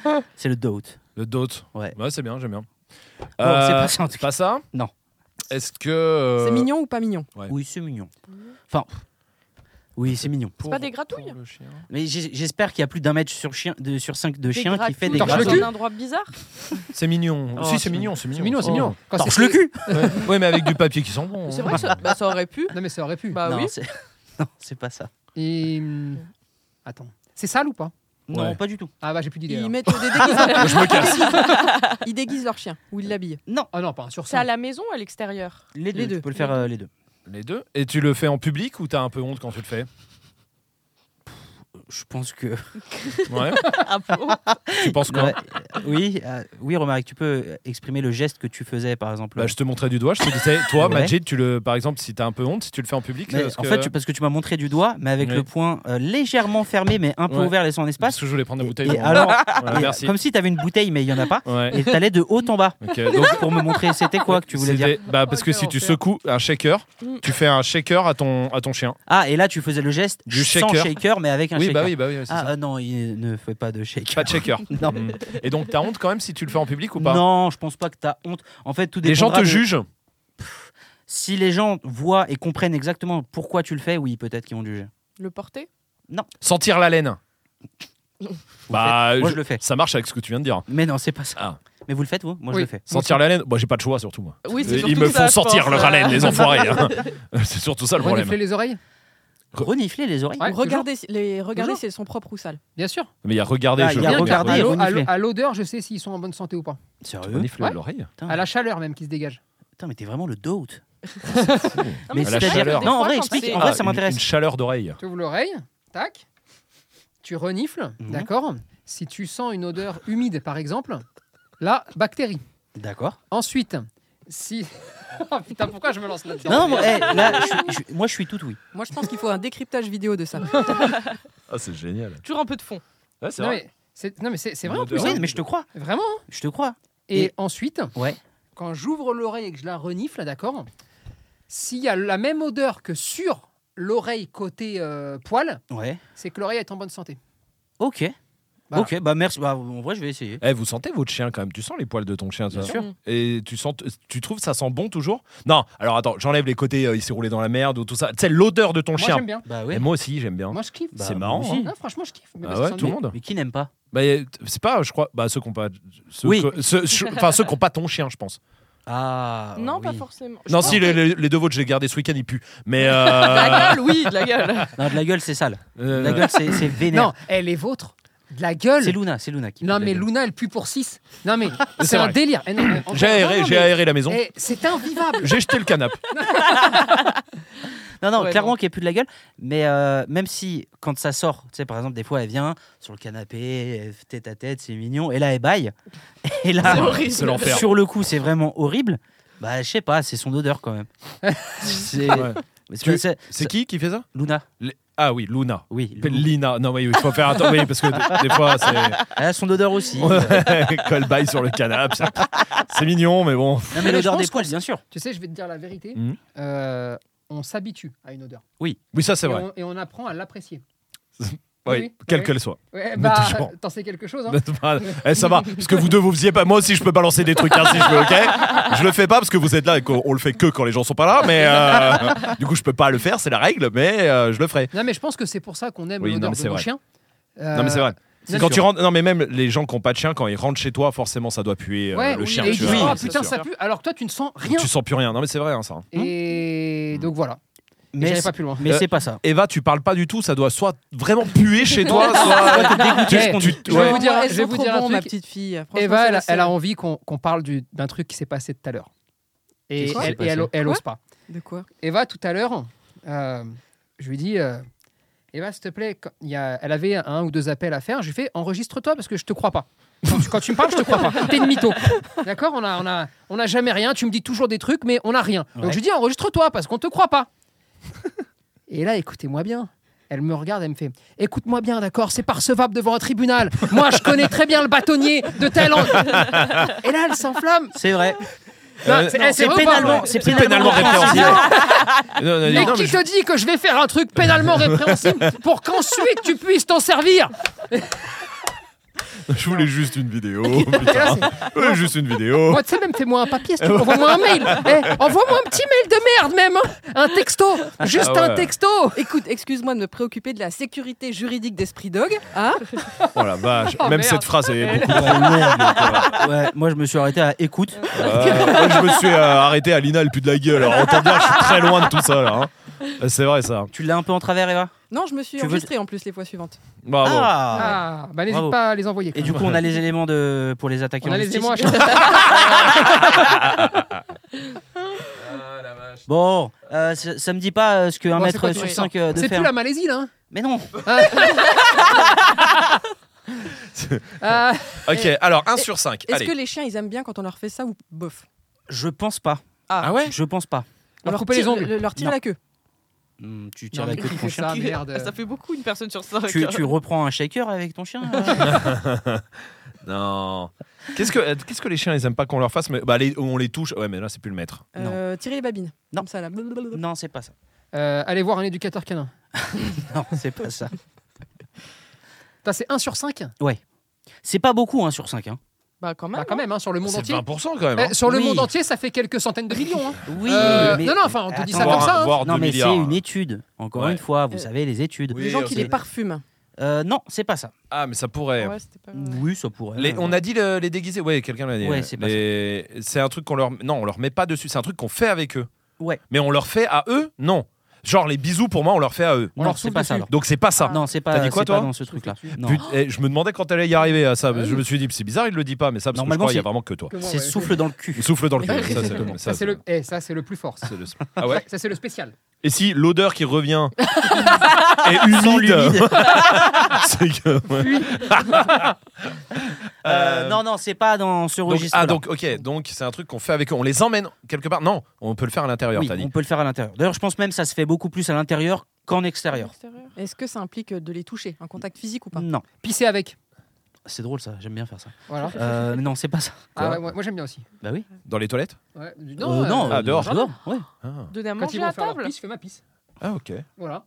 Speaker 3: va.
Speaker 1: C'est le dote.
Speaker 3: Le dot.
Speaker 1: Ouais.
Speaker 3: c'est bien, j'aime bien.
Speaker 1: Bon,
Speaker 3: Euh,
Speaker 1: c'est pas ça en tout
Speaker 3: c'est
Speaker 1: cas.
Speaker 3: pas ça
Speaker 1: Non.
Speaker 3: Est-ce que. euh,
Speaker 9: C'est mignon ou pas mignon
Speaker 1: Oui, c'est mignon. Enfin, oui, c'est mignon.
Speaker 4: C'est pas des gratouilles
Speaker 3: le chien.
Speaker 1: Mais j'ai- j'espère qu'il y a plus d'un mètre sur, chien, de, sur cinq de chiens qui fait des
Speaker 5: Torche le
Speaker 1: gratouilles.
Speaker 5: cul.
Speaker 4: dans un endroit bizarre.
Speaker 3: C'est mignon.
Speaker 1: Oh,
Speaker 3: si,
Speaker 1: c'est
Speaker 3: c'est mignon, c'est mignon.
Speaker 5: C'est mignon, c'est
Speaker 3: Oh.
Speaker 5: mignon. Quand
Speaker 1: Torche
Speaker 5: c'est-
Speaker 1: le cul
Speaker 3: Ouais. Ouais, mais avec du papier qui sent bon.
Speaker 4: C'est
Speaker 3: hein.
Speaker 4: vrai que ça, bah, ça aurait pu.
Speaker 5: Non, mais ça aurait pu.
Speaker 4: Bah
Speaker 1: non,
Speaker 4: oui.
Speaker 1: c'est... non, c'est pas ça.
Speaker 5: Et. hum, Attends. C'est sale ou pas
Speaker 1: Non,
Speaker 3: Ouais.
Speaker 1: pas du tout.
Speaker 5: Ah, bah, j'ai plus d'idée.
Speaker 9: Ils
Speaker 5: alors.
Speaker 9: mettent des déguisements.
Speaker 3: Je me casse.
Speaker 9: Ils déguisent leur chien ou ils l'habillent.
Speaker 5: Ah non, pas un sur
Speaker 4: C'est à
Speaker 5: ça.
Speaker 4: la maison ou à l'extérieur
Speaker 1: Les deux.
Speaker 9: Les deux.
Speaker 1: Tu peux le faire euh, les deux.
Speaker 3: Les deux. Et tu le fais en public ou t'as un peu honte quand tu le fais
Speaker 1: Je pense que.
Speaker 3: Ouais.
Speaker 4: Ah bon
Speaker 3: tu penses quoi
Speaker 1: Ouais. Oui, euh, oui, Romaric, tu peux exprimer le geste que tu faisais, par exemple.
Speaker 3: Bah, je te montrais du doigt, je te disais, toi,
Speaker 1: Ouais.
Speaker 3: Majid, tu le, par exemple, si t'as un peu honte, si tu le fais en public,
Speaker 1: Mais
Speaker 3: parce
Speaker 1: en
Speaker 3: que-
Speaker 1: fait, tu- parce que tu m'as montré du doigt, mais avec
Speaker 3: Ouais.
Speaker 1: le point euh, légèrement fermé, mais un peu
Speaker 3: Ouais.
Speaker 1: ouvert, laissant un
Speaker 3: parce
Speaker 1: espace.
Speaker 3: que je voulais prendre la bouteille.
Speaker 1: Et
Speaker 3: vraiment.
Speaker 1: alors,
Speaker 3: Voilà,
Speaker 1: et
Speaker 3: merci.
Speaker 1: comme si t'avais une bouteille, mais il y en a pas.
Speaker 3: Ouais.
Speaker 1: Et t'allais de haut en bas
Speaker 3: Ok, donc,
Speaker 1: pour me montrer c'était quoi que tu voulais dire.
Speaker 3: c'était- Bah, parce que
Speaker 4: Ok,
Speaker 3: si
Speaker 4: on
Speaker 3: tu
Speaker 4: fait.
Speaker 3: secoues un shaker,
Speaker 4: Mm.
Speaker 3: tu fais un shaker à ton, à ton chien.
Speaker 1: Ah, et là, tu faisais le geste
Speaker 3: Du
Speaker 1: sans
Speaker 3: shaker.
Speaker 1: shaker, mais avec un
Speaker 3: oui,
Speaker 1: shaker.
Speaker 3: bah oui, bah oui, c'est
Speaker 1: ah
Speaker 3: ça.
Speaker 1: euh, non, il ne fait pas de shaker.
Speaker 3: Pas de shaker.
Speaker 1: Non.
Speaker 3: Mm. Et donc, t'as honte quand même si tu le fais en public ou pas
Speaker 1: Non, je pense pas que t'as honte. En fait, tout
Speaker 3: Les gens
Speaker 1: dépendra
Speaker 3: te
Speaker 1: de-
Speaker 3: jugent
Speaker 1: Si les gens voient et comprennent exactement pourquoi tu le fais, oui, peut-être qu'ils vont te juger.
Speaker 4: Le porter
Speaker 3: Sentir la laine.
Speaker 1: Vous le
Speaker 3: Bah,
Speaker 1: faites Moi,
Speaker 3: je-
Speaker 1: je le fais.
Speaker 3: Ça marche avec ce que tu viens de dire.
Speaker 1: Mais non, c'est pas ça.
Speaker 3: Ah.
Speaker 1: Mais vous le faites, vous Moi,
Speaker 5: Oui.
Speaker 1: je le fais.
Speaker 3: Sentir la laine, bah, j'ai pas de choix surtout. moi.
Speaker 4: Oui, c'est
Speaker 3: Euh, Ils
Speaker 4: surtout
Speaker 3: me
Speaker 4: ça,
Speaker 3: font
Speaker 4: je
Speaker 3: sortir
Speaker 4: pense,
Speaker 3: leur
Speaker 4: euh.
Speaker 3: haleine, les enfoirés. hein. C'est surtout ça le
Speaker 5: Renifler
Speaker 3: problème.
Speaker 5: les oreilles
Speaker 1: Renifler les oreilles.
Speaker 5: Ouais,
Speaker 9: Ou regarder si- les regarder
Speaker 5: Toujours.
Speaker 9: si elles sont propres ou sales.
Speaker 5: Bien sûr.
Speaker 3: Mais il y a regardé,
Speaker 1: Ah,
Speaker 3: je
Speaker 1: il y a
Speaker 3: regarde.
Speaker 1: regardé,
Speaker 5: À
Speaker 1: et
Speaker 5: l'o- à
Speaker 1: renifler.
Speaker 5: l'o- à l'odeur, je sais s'ils sont en bonne santé ou pas.
Speaker 1: Sérieux
Speaker 3: Renifler
Speaker 5: Ouais.
Speaker 3: l'oreille.
Speaker 1: Putain,
Speaker 5: À la chaleur même qui se dégage.
Speaker 1: Putain, mais t'es vraiment le dote.
Speaker 4: Non,
Speaker 1: Mais
Speaker 4: c'est
Speaker 3: la
Speaker 4: à dire que
Speaker 3: chaleur.
Speaker 4: des
Speaker 1: Non, en
Speaker 4: fois,
Speaker 1: vrai,
Speaker 4: quand
Speaker 1: explique,
Speaker 4: c'est-
Speaker 1: en vrai.
Speaker 3: Ah,
Speaker 1: ça
Speaker 3: une-
Speaker 1: m'intéresse.
Speaker 3: Une chaleur d'oreille.
Speaker 5: Tu ouvres l'oreille, tac. Tu renifles,
Speaker 1: Mhm.
Speaker 5: d'accord Si tu sens une odeur humide, par exemple, là, bactérie.
Speaker 1: D'accord.
Speaker 5: Ensuite, si. Oh, putain, pourquoi je me lance là-dedans
Speaker 1: Non, moi, eh, là, je suis- je- moi, je suis tout oui.
Speaker 9: Moi, je pense qu'il faut un décryptage vidéo de ça.
Speaker 3: Ah, c'est génial.
Speaker 4: Toujours un peu de fond.
Speaker 3: Ouais, c'est
Speaker 1: eh,
Speaker 5: Non,
Speaker 3: vrai.
Speaker 5: mais c'est- non, mais c'est c'est vrai
Speaker 3: Une
Speaker 5: en plus.
Speaker 3: odeur.
Speaker 5: hein.
Speaker 1: Oui, mais je te crois.
Speaker 5: Vraiment. hein.
Speaker 1: Je te crois.
Speaker 5: Et,
Speaker 1: Et-
Speaker 5: ensuite,
Speaker 1: Ouais.
Speaker 5: quand j'ouvre l'oreille et que je la renifle, d'accord S'il y a la même odeur que sur l'oreille côté euh, poil,
Speaker 1: Ouais.
Speaker 5: c'est que l'oreille est en bonne santé.
Speaker 1: Ok.
Speaker 5: Voilà.
Speaker 1: Ok, bah merci. Bah, en vrai, je vais essayer.
Speaker 3: Eh, vous sentez votre chien quand même. Tu sens les poils de ton chien, ça
Speaker 1: Bien sûr.
Speaker 3: Et tu sens, tu trouves ça sent bon toujours Non. Alors attends, j'enlève les côtés. euh, il s'est roulé dans la merde ou tout ça. C'est l'odeur de ton
Speaker 5: Moi,
Speaker 3: chien.
Speaker 5: j'aime bien.
Speaker 1: Bah
Speaker 3: Et
Speaker 1: ouais.
Speaker 3: moi aussi, j'aime bien.
Speaker 5: Moi, je kiffe. hein.
Speaker 1: Bah,
Speaker 3: c'est
Speaker 1: moi
Speaker 3: marrant,
Speaker 1: aussi.
Speaker 5: Non, franchement, je kiffe. Mais
Speaker 3: Ah
Speaker 5: parce que
Speaker 3: ouais,
Speaker 5: c'est
Speaker 3: tout le
Speaker 5: ennuyeux.
Speaker 3: monde.
Speaker 1: Mais qui n'aime pas
Speaker 3: Bah, euh, c'est pas, je crois, bah, ceux qui n'ont pas, ceux
Speaker 1: Oui.
Speaker 3: que- ceux- ceux- enfin ceux qui n'ont pas ton chien, je pense.
Speaker 1: Ah.
Speaker 4: non,
Speaker 1: oui.
Speaker 4: pas forcément. Je
Speaker 3: non,
Speaker 4: pense
Speaker 3: si
Speaker 4: que-
Speaker 3: les, les- les deux vôtres, j'ai gardé ce week-end, ils puent. Mais euh,
Speaker 4: De la gueule, oui, de la gueule.
Speaker 1: Non, de la gueule, c'est sale. De
Speaker 3: euh,
Speaker 1: la gueule, c'est c'est vénère.
Speaker 5: Non, elle est vôtre. De la gueule.
Speaker 1: C'est Luna, c'est Luna qui.
Speaker 5: Non,
Speaker 1: fait de la
Speaker 5: mais
Speaker 1: gueule.
Speaker 5: Luna, elle pue pour 6. Non, mais
Speaker 3: C'est
Speaker 5: c'est un
Speaker 3: vrai.
Speaker 5: délire. Eh non, mais encore-
Speaker 3: j'ai aéré,
Speaker 5: non,
Speaker 3: j'ai
Speaker 5: mais-
Speaker 3: aéré la maison.
Speaker 5: eh, C'est invivable.
Speaker 3: J'ai jeté le canapé.
Speaker 1: Non, non,
Speaker 4: Ouais,
Speaker 1: clairement
Speaker 4: non.
Speaker 1: qu'il n'y ait plus de la gueule. Mais euh, même si, quand ça sort, tu sais, par exemple, des fois, elle vient sur le canapé, elle fait tête à tête, c'est mignon, et là, elle baille. Et
Speaker 4: C'est
Speaker 1: là,
Speaker 4: horrible.
Speaker 3: C'est l'enfer.
Speaker 1: sur le coup, c'est vraiment horrible. Bah, je sais pas, c'est son odeur quand même. c'est.
Speaker 3: Ouais.
Speaker 1: c'est-
Speaker 3: Tu-
Speaker 1: c'est-
Speaker 3: C'est qui qui fait ça
Speaker 1: Luna,
Speaker 3: Les- Ah oui, Luna.
Speaker 1: oui. Luna.
Speaker 3: Lina. Non, mais il faut faire attention, oui, parce que des- des fois, c'est.
Speaker 1: Elle a son odeur aussi. non,
Speaker 3: Col bail sur le canapé. ça- C'est mignon, mais bon.
Speaker 1: mais
Speaker 5: Mais là, je
Speaker 1: l'odeur des
Speaker 5: pense
Speaker 1: poils, bien sûr.
Speaker 5: tu sais, je vais te dire la vérité.
Speaker 3: Mhm.
Speaker 5: Euh, on s'habitue à une odeur.
Speaker 3: Oui, ça, c'est
Speaker 5: Et
Speaker 3: vrai.
Speaker 5: on, et on apprend à l'apprécier.
Speaker 3: Oui,
Speaker 5: oui,
Speaker 3: quelle
Speaker 5: oui.
Speaker 3: qu'elle soit.
Speaker 5: Ouais,
Speaker 3: Mais
Speaker 5: bah,
Speaker 3: toujours.
Speaker 5: t'en sais quelque chose. hein.
Speaker 3: Eh, ça va, parce que vous deux vous faisiez pas. Moi aussi, je peux balancer des trucs hein, si je veux, ok Je le fais pas parce que vous êtes là et qu'on on le fait que quand les gens sont pas là, mais euh, du coup, je peux pas le faire, c'est la règle, mais euh, je le ferai.
Speaker 5: Non, mais je pense que c'est pour ça qu'on aime
Speaker 3: Oui, non,
Speaker 5: l'odeur
Speaker 3: mais
Speaker 5: de
Speaker 3: c'est
Speaker 5: nos
Speaker 3: vrai.
Speaker 5: chiens.
Speaker 3: Non, mais c'est vrai.
Speaker 5: C'est
Speaker 3: Euh, Quand
Speaker 5: sûr.
Speaker 3: tu rentres, non, mais même les gens qui ont pas de chien, quand ils rentrent chez toi, forcément, ça doit puer euh,
Speaker 5: Ouais,
Speaker 3: le
Speaker 5: oui,
Speaker 3: chien.
Speaker 5: et ils
Speaker 3: tu
Speaker 5: disent,
Speaker 3: vois.
Speaker 5: ah putain, ça pue. Alors que toi, tu ne sens rien.
Speaker 3: Tu sens plus rien. Non, mais c'est vrai, hein, ça.
Speaker 5: Et donc voilà. Mais
Speaker 1: Mais,
Speaker 5: j'allais pas plus loin.
Speaker 1: mais
Speaker 3: Euh,
Speaker 1: c'est pas ça.
Speaker 3: Eva, tu parles pas du tout, ça doit soit vraiment puer chez toi,
Speaker 1: Toi,
Speaker 3: soit.
Speaker 1: t'es dégoûté de ce
Speaker 5: Eh,
Speaker 1: qu'on dit.
Speaker 5: Je vais vous
Speaker 9: Oh,
Speaker 5: dire, je vais vous dire un
Speaker 9: bon, ma
Speaker 5: truc.
Speaker 9: petite fille. Franchement,
Speaker 5: Eva,
Speaker 9: c'est
Speaker 5: elle,
Speaker 9: la
Speaker 5: a- elle a
Speaker 9: seule.
Speaker 5: envie qu'on qu'on parle du- d'un truc qui s'est passé tout à l'heure. Et
Speaker 1: Qu'est-ce qui
Speaker 5: elle,
Speaker 1: s'est
Speaker 5: et elle,
Speaker 1: passé
Speaker 5: elle
Speaker 9: Quoi
Speaker 5: ose pas.
Speaker 9: De quoi
Speaker 5: Eva, tout à l'heure, euh, je lui dis euh, Eva, s'il te plaît, quand- il y a- elle avait un ou deux appels à faire. J'ai fait Enregistre-toi parce que je te crois pas. Quand tu, quand tu me parles, je te crois pas. T'es une mytho. D'accord On a, on, a, on a jamais rien. Tu me dis toujours des trucs, mais on a rien. Donc
Speaker 1: Ouais.
Speaker 5: je lui dis Enregistre-toi parce qu'on te croit pas. Et là, écoutez-moi bien. Elle me regarde, elle me fait Écoute-moi bien, d'accord C'est pas recevable devant un tribunal. Moi, je connais très bien le bâtonnier de tel endroit. Et là, elle s'enflamme.
Speaker 1: C'est vrai.
Speaker 5: Non,
Speaker 3: Euh,
Speaker 5: eh,
Speaker 1: Euh, C'est
Speaker 5: vrai ou pas
Speaker 1: pénalement, c'est
Speaker 3: C'est
Speaker 1: pénalement répréhensible.
Speaker 3: Non, non,
Speaker 5: mais
Speaker 3: non,
Speaker 5: qui
Speaker 3: mais je-
Speaker 5: te dit que je vais faire un truc pénalement répréhensible pour qu'ensuite tu puisses t'en servir
Speaker 3: je voulais juste une vidéo. putain. Ouais, juste une vidéo.
Speaker 5: Moi, tu sais, même fais-moi un papier, si tu veux. envoie-moi un mail. Eh, envoie-moi un petit mail de merde, même. hein. Un texto. Juste
Speaker 3: Ah ouais.
Speaker 5: un texto.
Speaker 9: Écoute, excuse-moi de me préoccuper de la sécurité juridique d'Esprit Dog. Hein
Speaker 3: Oh la vache.
Speaker 5: Oh,
Speaker 3: Même
Speaker 5: merde.
Speaker 3: cette phrase est beaucoup.
Speaker 1: Ouais, moi je me suis arrêté à écoute.
Speaker 3: Euh, moi, je me suis euh, arrêté à Lina, elle pue de la gueule. Alors, entends bien, je suis très loin de tout ça là. hein. Euh, C'est vrai ça.
Speaker 1: Tu l'as un peu en travers, Eva
Speaker 9: Non, je me suis
Speaker 1: Tu veux-
Speaker 9: enregistrée en plus les fois suivantes.
Speaker 3: Bravo.
Speaker 1: Ah.
Speaker 5: Ah, bah, n'hésite
Speaker 1: Bravo.
Speaker 5: pas à les envoyer.
Speaker 1: Et du coup, on a les éléments de... pour les attaquer
Speaker 5: on
Speaker 1: en
Speaker 5: a les
Speaker 1: justice.
Speaker 5: émois.
Speaker 10: Ah la vache.
Speaker 1: Bon, euh, ça, ça me dit pas euh, ce que un
Speaker 5: Bon, c'est
Speaker 1: mètre
Speaker 5: pas
Speaker 1: sur
Speaker 5: tout.
Speaker 1: 5 de
Speaker 5: C'est
Speaker 1: faire.
Speaker 5: plus la Malaisie, là. hein.
Speaker 1: Mais non,
Speaker 5: Ah,
Speaker 3: Ok, alors 1 sur 5.
Speaker 9: Est-ce
Speaker 3: Allez.
Speaker 9: que les chiens, ils aiment bien quand on leur fait ça ou bof
Speaker 1: je pense pas.
Speaker 3: Ah ouais
Speaker 1: Je pense pas.
Speaker 5: leur
Speaker 9: On leur
Speaker 5: couper les
Speaker 9: tire-
Speaker 5: ongles.
Speaker 9: le- leur tire
Speaker 1: Non.
Speaker 9: la queue.
Speaker 1: Hmm, tu tires
Speaker 5: Non,
Speaker 1: la
Speaker 5: mais
Speaker 1: queue de
Speaker 5: qui
Speaker 1: ton
Speaker 5: fait
Speaker 1: chien.
Speaker 5: ça, merde.
Speaker 4: Ah, Ça fait beaucoup une personne sur cinq.
Speaker 1: Tu, tu reprends un shaker avec ton chien euh
Speaker 3: Non. Qu'est-ce que, euh, qu'est-ce que les chiens, ils aiment pas qu'on leur fasse mais, bah, les- On les touche. Ouais, mais là, c'est plus le maître.
Speaker 9: Euh, tirer les babines.
Speaker 1: Non.
Speaker 9: Comme ça, là.
Speaker 1: Non, c'est pas ça.
Speaker 5: Euh, allez voir un éducateur canin.
Speaker 1: Non, c'est pas ça.
Speaker 5: Putain, c'est 1 sur 5
Speaker 1: C'est pas beaucoup, hein, sur 5.
Speaker 9: Bah, quand même.
Speaker 5: Bah, quand même, hein, sur le monde
Speaker 3: Ah, C'est
Speaker 5: entier.
Speaker 3: 20% quand même. hein.
Speaker 5: Eh, sur le
Speaker 1: Oui.
Speaker 5: monde entier, ça fait quelques centaines de millions. hein.
Speaker 1: Oui,
Speaker 5: Euh, non, non, enfin, on te dit ça
Speaker 1: attends.
Speaker 5: comme
Speaker 3: Voire-
Speaker 5: ça, hein.
Speaker 3: voire
Speaker 1: Non,
Speaker 3: deux
Speaker 1: mais c'est
Speaker 3: milliards.
Speaker 1: une étude. Encore
Speaker 3: Ouais.
Speaker 1: une fois, vous
Speaker 9: Euh,
Speaker 1: savez, les études.
Speaker 9: Les gens qui
Speaker 1: c'est-
Speaker 9: les parfument.
Speaker 1: Euh, non, c'est pas ça.
Speaker 3: Ah, mais ça pourrait.
Speaker 4: Ouais, c'était pas...
Speaker 1: Oui, ça pourrait.
Speaker 3: Les- on a dit le- les déguisés. Ouais, quelqu'un l'a dit.
Speaker 1: Ah, Ouais, c'est pas
Speaker 3: Les- c'est un truc qu'on leur. Non, on leur met pas dessus. C'est un truc qu'on fait avec eux.
Speaker 1: Ouais.
Speaker 3: Mais on leur fait à eux Non. Genre les bisous pour moi, on leur fait à eux.
Speaker 1: Non,
Speaker 5: leur
Speaker 1: c'est
Speaker 5: souffle
Speaker 1: pas ça
Speaker 5: dessus.
Speaker 1: alors.
Speaker 3: Donc c'est pas ça.
Speaker 1: Non, c'est pas,
Speaker 3: T'as dit quoi,
Speaker 1: c'est pas
Speaker 3: toi
Speaker 1: dans ce truc-là. Non.
Speaker 3: Put- eh, je me demandais quand elle allait y arriver à ça. parce que
Speaker 5: Ah
Speaker 3: Je me suis dit, c'est bizarre, il le dit pas, mais ça, parce que je
Speaker 1: Normalement,
Speaker 3: crois qu'il y a
Speaker 1: c'est-
Speaker 3: vraiment que toi.
Speaker 5: Que moi,
Speaker 1: C'est
Speaker 5: ouais.
Speaker 1: souffle dans le cul.
Speaker 3: Souffle dans le cul. ça, c'est
Speaker 5: Exactement.
Speaker 3: le-
Speaker 5: Ça, c'est le... eh, ça, c'est le plus fort. ça.
Speaker 3: c'est le- Ah ouais
Speaker 5: Ça, c'est le spécial.
Speaker 3: Et si l'odeur qui revient est humide,
Speaker 1: l'humide.
Speaker 3: c'est que. ouais.
Speaker 1: Euh, non, non, c'est pas dans ce
Speaker 3: Donc-
Speaker 1: registre.
Speaker 3: ah donc ok donc c'est un truc qu'on fait avec eux on les emmène quelque part non on peut le faire à l'intérieur
Speaker 1: oui,
Speaker 3: t'as dit
Speaker 1: on peut le faire à l'intérieur. D'ailleurs, je pense même que ça se fait beaucoup plus à l'intérieur qu'en extérieur.
Speaker 4: Extérieur.
Speaker 9: Est-ce que ça implique de les toucher Un contact physique ou pas
Speaker 1: Non,
Speaker 5: Pisser avec.
Speaker 1: Ah. c'est drôle ça. J'aime bien faire ça.
Speaker 5: Voilà.
Speaker 1: Euh, non, c'est pas ça.
Speaker 5: Ah
Speaker 3: Quoi
Speaker 5: ouais, moi, moi, j'aime bien aussi.
Speaker 1: Bah oui.
Speaker 3: dans les toilettes
Speaker 5: Ouais. du-
Speaker 1: Euh,
Speaker 5: euh,
Speaker 1: non,
Speaker 3: ah,
Speaker 1: euh,
Speaker 3: dehors.
Speaker 1: Dehors. ouais.
Speaker 3: ah.
Speaker 4: De la
Speaker 5: Quand ils
Speaker 4: manger
Speaker 5: vont
Speaker 4: à
Speaker 5: faire leur
Speaker 4: table.
Speaker 5: pisse, je fais ma pisse.
Speaker 3: Ah, ok
Speaker 5: Voilà.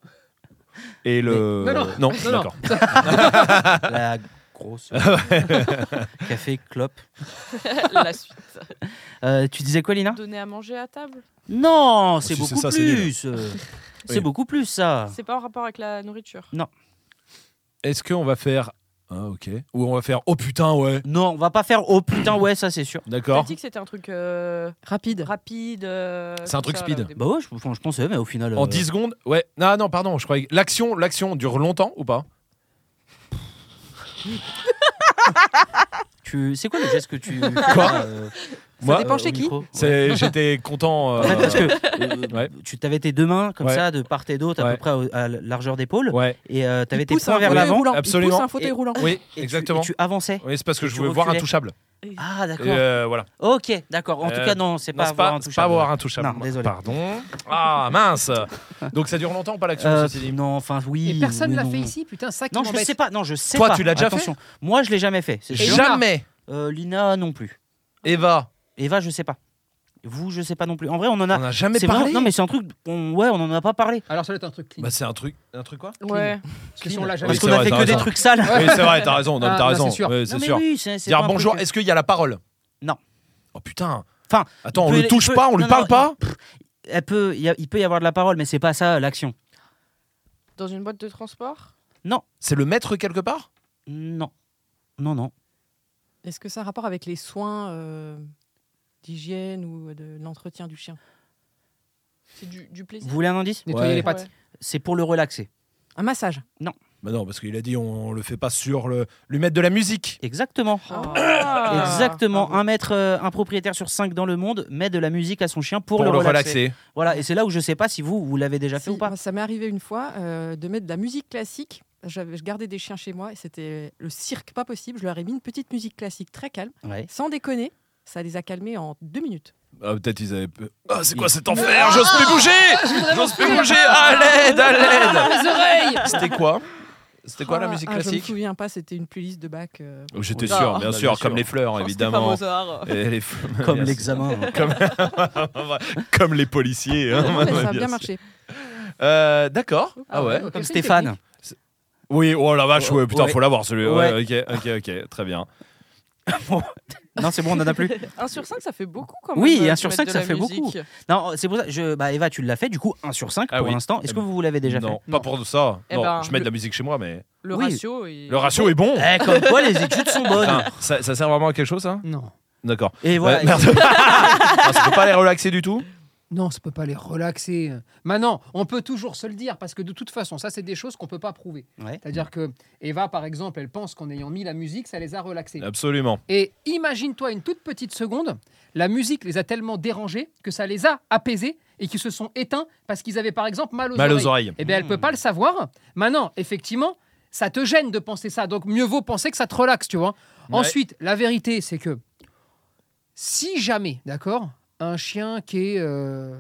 Speaker 3: et le
Speaker 1: Euh,
Speaker 5: Non, non.
Speaker 3: non,
Speaker 5: Non, non.
Speaker 1: Ah.
Speaker 3: d'accord
Speaker 1: La grosse. Café, clope.
Speaker 4: La suite.
Speaker 1: Euh, tu disais quoi, Lina Oh,
Speaker 4: Donner à manger à table
Speaker 1: Non, c'est
Speaker 3: Si c'est
Speaker 1: beaucoup
Speaker 3: ça, c'est nul.
Speaker 1: plus. euh, C'est
Speaker 3: Oui.
Speaker 1: beaucoup plus
Speaker 3: Ah.
Speaker 1: ça.
Speaker 4: C'est pas en rapport avec la nourriture.
Speaker 3: Est-ce qu'on va faire. Ah, ok. Ou on va faire. Oh putain, ouais.
Speaker 1: Non, on va pas faire oh putain ouais ça c'est sûr.
Speaker 4: T'as
Speaker 3: D'accord.
Speaker 4: dit que c'était un truc euh,
Speaker 9: Rapide.
Speaker 4: rapide. euh,
Speaker 3: C'est un
Speaker 4: comme
Speaker 3: truc
Speaker 4: ça,
Speaker 3: speed.
Speaker 4: là, au début.
Speaker 1: Bah ouais, je, enfin, je pensais mais au final.
Speaker 3: En
Speaker 1: euh,
Speaker 3: 10 secondes Ouais. Non, non, pardon, je croyais. que- L'action, l'action dure longtemps ou pas
Speaker 1: tu c'est quoi le geste que tu
Speaker 3: Quoi
Speaker 1: euh,
Speaker 3: Moi,
Speaker 9: dépend
Speaker 1: euh,
Speaker 9: chez
Speaker 1: au
Speaker 9: qui.
Speaker 1: micro
Speaker 3: c'est- j'étais content. euh,
Speaker 1: En fait, parce que euh,
Speaker 3: ouais.
Speaker 1: tu t'avais tes deux mains comme
Speaker 3: Ouais.
Speaker 1: ça de part et d'autre à
Speaker 3: Ouais.
Speaker 1: peu près au- à, la largeur d'épaule
Speaker 3: Ouais.
Speaker 1: et euh, t'avais
Speaker 9: Il
Speaker 1: tes
Speaker 9: pousse
Speaker 5: hein.
Speaker 1: poings
Speaker 9: un
Speaker 1: vers
Speaker 9: fauteuil
Speaker 1: l'avant
Speaker 9: roulant. Il
Speaker 3: absolument.
Speaker 9: pousse un fauteuil
Speaker 1: Et-
Speaker 9: roulant.
Speaker 3: Oui,
Speaker 1: et tu-
Speaker 3: exactement.
Speaker 1: et tu, avançais.
Speaker 3: Oui, c'est parce que
Speaker 1: et
Speaker 3: je
Speaker 1: tu
Speaker 3: voulais voir un
Speaker 1: reculais.
Speaker 3: touchable.
Speaker 1: Ah d'accord.
Speaker 3: Euh, voilà.
Speaker 1: Ok, d'accord. En tout
Speaker 3: euh,
Speaker 1: cas non, c'est
Speaker 3: Non,
Speaker 1: pas
Speaker 3: c'est pas,
Speaker 1: avoir un
Speaker 3: c'est
Speaker 1: touchable.
Speaker 3: pas avoir un touchable.
Speaker 1: Non, désolé.
Speaker 3: Pardon. Ah mince. Donc ça dure longtemps ou pas l'action
Speaker 1: Euh,
Speaker 3: ceci dit
Speaker 1: non, enfin oui.
Speaker 5: Et personne
Speaker 1: oui,
Speaker 5: l'a
Speaker 1: non.
Speaker 5: fait ici, putain, ça qui
Speaker 1: Non, je
Speaker 5: m'embête.
Speaker 1: sais pas. Non, je sais
Speaker 3: Toi,
Speaker 1: pas.
Speaker 3: tu l'as déjà fait
Speaker 1: Attention. Moi, je l'ai jamais fait. C'est sûr.
Speaker 3: Jamais.
Speaker 1: Euh, Lina non plus.
Speaker 3: Eva,
Speaker 1: Eva, je sais pas. Vous, je sais pas non plus. En vrai, on en
Speaker 3: on
Speaker 1: a.
Speaker 3: n'a jamais
Speaker 1: c'est vraiment-
Speaker 3: parlé.
Speaker 1: Non, mais c'est un truc. on- Ouais, on en a pas parlé.
Speaker 5: Alors ça doit être un truc clean.
Speaker 3: Bah, c'est un truc. Un truc quoi
Speaker 4: Ouais.
Speaker 5: parce que si on l'a jamais
Speaker 1: Parce
Speaker 3: Oui,
Speaker 1: qu'on
Speaker 3: c'est
Speaker 1: a
Speaker 3: vrai,
Speaker 1: fait
Speaker 3: t'as
Speaker 1: que des
Speaker 3: raison.
Speaker 1: trucs sales.
Speaker 3: Oui, c'est vrai, t'as raison. Non, mais
Speaker 5: Ah,
Speaker 3: t'as
Speaker 5: bah,
Speaker 3: raison.
Speaker 5: c'est sûr.
Speaker 3: Oui,
Speaker 1: Non,
Speaker 3: c'est
Speaker 1: mais
Speaker 3: sûr.
Speaker 1: oui, c'est- c'est
Speaker 3: Dire
Speaker 1: pas un truc,
Speaker 3: bonjour,
Speaker 1: euh,
Speaker 3: est-ce qu'il y a la parole
Speaker 1: Non.
Speaker 3: Oh putain.
Speaker 1: Enfin,
Speaker 3: Attends, on
Speaker 1: peut-
Speaker 3: le touche
Speaker 1: il peut-
Speaker 3: pas, on
Speaker 1: non,
Speaker 3: lui
Speaker 1: non,
Speaker 3: parle
Speaker 1: il-
Speaker 3: pas
Speaker 1: elle peut- il y a- il peut y avoir de la parole, mais c'est pas ça l'action.
Speaker 4: Dans une boîte de transport
Speaker 3: C'est le maître quelque part
Speaker 1: Non, non, non.
Speaker 9: Est-ce que ça a un rapport avec les soins euh, d'hygiène ou de l'entretien du chien
Speaker 4: C'est du, du plaisir.
Speaker 1: Vous voulez un indice
Speaker 5: Nettoyer
Speaker 3: Ouais.
Speaker 5: les pattes.
Speaker 4: Ouais.
Speaker 1: C'est pour le relaxer.
Speaker 9: Un massage.
Speaker 3: Bah non, parce qu'il a dit on le fait pas sur le. Lui mettre de la musique.
Speaker 1: Exactement.
Speaker 4: Ah.
Speaker 1: Exactement. Un maître, euh, un propriétaire sur cinq dans le monde met de la musique à son chien pour,
Speaker 3: Pour, le relaxer.
Speaker 1: Voilà, et c'est là où je sais pas si vous, vous l'avez déjà fait
Speaker 9: Si,
Speaker 1: ou pas.
Speaker 9: moi, ça m'est arrivé une fois euh, de mettre de la musique classique. J'avais, je gardais des chiens chez moi et c'était le cirque pas possible. Je leur ai mis une petite musique classique très calme,
Speaker 1: Ouais.
Speaker 9: sans déconner. Ça les a calmés en deux minutes.
Speaker 11: Ah, peut-être ils avaient.
Speaker 3: Ah, c'est quoi cet enfer J'ose plus bouger J'ose plus bouger À l'aide, à l'aide
Speaker 5: Les oreilles
Speaker 3: C'était quoi C'était quoi la
Speaker 9: Ah,
Speaker 3: musique
Speaker 9: ah, Je me
Speaker 3: classique
Speaker 9: souviens pas, c'était une playlist de bac. euh,
Speaker 3: Oh, J'étais
Speaker 4: Ah. Oh,
Speaker 3: sûr, bien
Speaker 11: Bah,
Speaker 3: sûr,
Speaker 11: bien
Speaker 3: comme
Speaker 11: sûr.
Speaker 3: les fleurs,
Speaker 4: Pas
Speaker 3: évidemment.
Speaker 4: Mozart.
Speaker 3: Et les fleurs,
Speaker 1: Comme
Speaker 3: bien
Speaker 1: l'examen. hein.
Speaker 3: Comme... Comme les policiers. hein.
Speaker 9: non, mais ça a
Speaker 3: Bien
Speaker 9: bien
Speaker 3: sûr.
Speaker 9: marché.
Speaker 3: Euh, D'accord. Ah ouais.
Speaker 5: ok,
Speaker 1: Comme
Speaker 5: c'est
Speaker 1: Stéphane.
Speaker 3: Oui, oh la vache, ouais, putain,
Speaker 1: Ouais.
Speaker 3: faut l'avoir celui-là. Ouais,
Speaker 1: Ouais.
Speaker 3: ok, ok, ok, très bien.
Speaker 1: Non, c'est bon, on en a plus.
Speaker 4: 1 sur 5, ça fait beaucoup quand même.
Speaker 1: Oui,
Speaker 4: euh,
Speaker 1: un
Speaker 4: de
Speaker 1: sur
Speaker 4: mettre
Speaker 1: cinq,
Speaker 4: de
Speaker 1: ça
Speaker 4: la
Speaker 1: fait beaucoup.
Speaker 4: musique.
Speaker 1: Non, c'est pour ça. Je, bah Eva, tu l'as fait, du coup, 1 sur 5
Speaker 3: Ah
Speaker 1: pour
Speaker 3: oui.
Speaker 1: l'instant. Est-ce que vous, vous l'avez déjà
Speaker 3: non,
Speaker 1: fait
Speaker 3: pas pour ça.
Speaker 4: Eh
Speaker 3: non,
Speaker 4: ben,
Speaker 3: je mets de
Speaker 4: le-
Speaker 3: la musique chez moi, mais
Speaker 4: Le
Speaker 1: Oui.
Speaker 4: ratio. est-
Speaker 3: le ratio est bon.
Speaker 1: Eh, comme quoi, les études sont bonnes.
Speaker 3: Putain, ça, ça sert vraiment à quelque chose, ça
Speaker 5: technique. Non.
Speaker 3: D'accord.
Speaker 1: Et
Speaker 3: Ah. Ouais,
Speaker 1: voilà.
Speaker 3: merde. Ah, ça peut pas les relaxer du tout
Speaker 5: Non, ça peut pas les relaxer. Maintenant, on peut toujours se le dire parce que de toute façon, ça c'est des choses qu'on peut pas prouver.
Speaker 1: Ouais.
Speaker 5: C'est-à-dire que Eva, par exemple, elle pense qu'en ayant mis la musique, ça les a relaxés.
Speaker 3: Absolument.
Speaker 5: Et imagine-toi une toute petite seconde, la musique les a tellement dérangés que ça les a apaisés et qu'ils se sont éteints parce qu'ils avaient par exemple mal aux
Speaker 3: Mal aux
Speaker 5: oreilles.
Speaker 3: oreilles.
Speaker 5: Eh bien, elle peut pas le savoir. Maintenant, effectivement, ça te gêne de penser ça. Donc, mieux vaut penser que ça te relaxe, tu vois.
Speaker 3: Ouais.
Speaker 5: Ensuite, la vérité, c'est que si jamais, d'accord, un chien qui est, euh,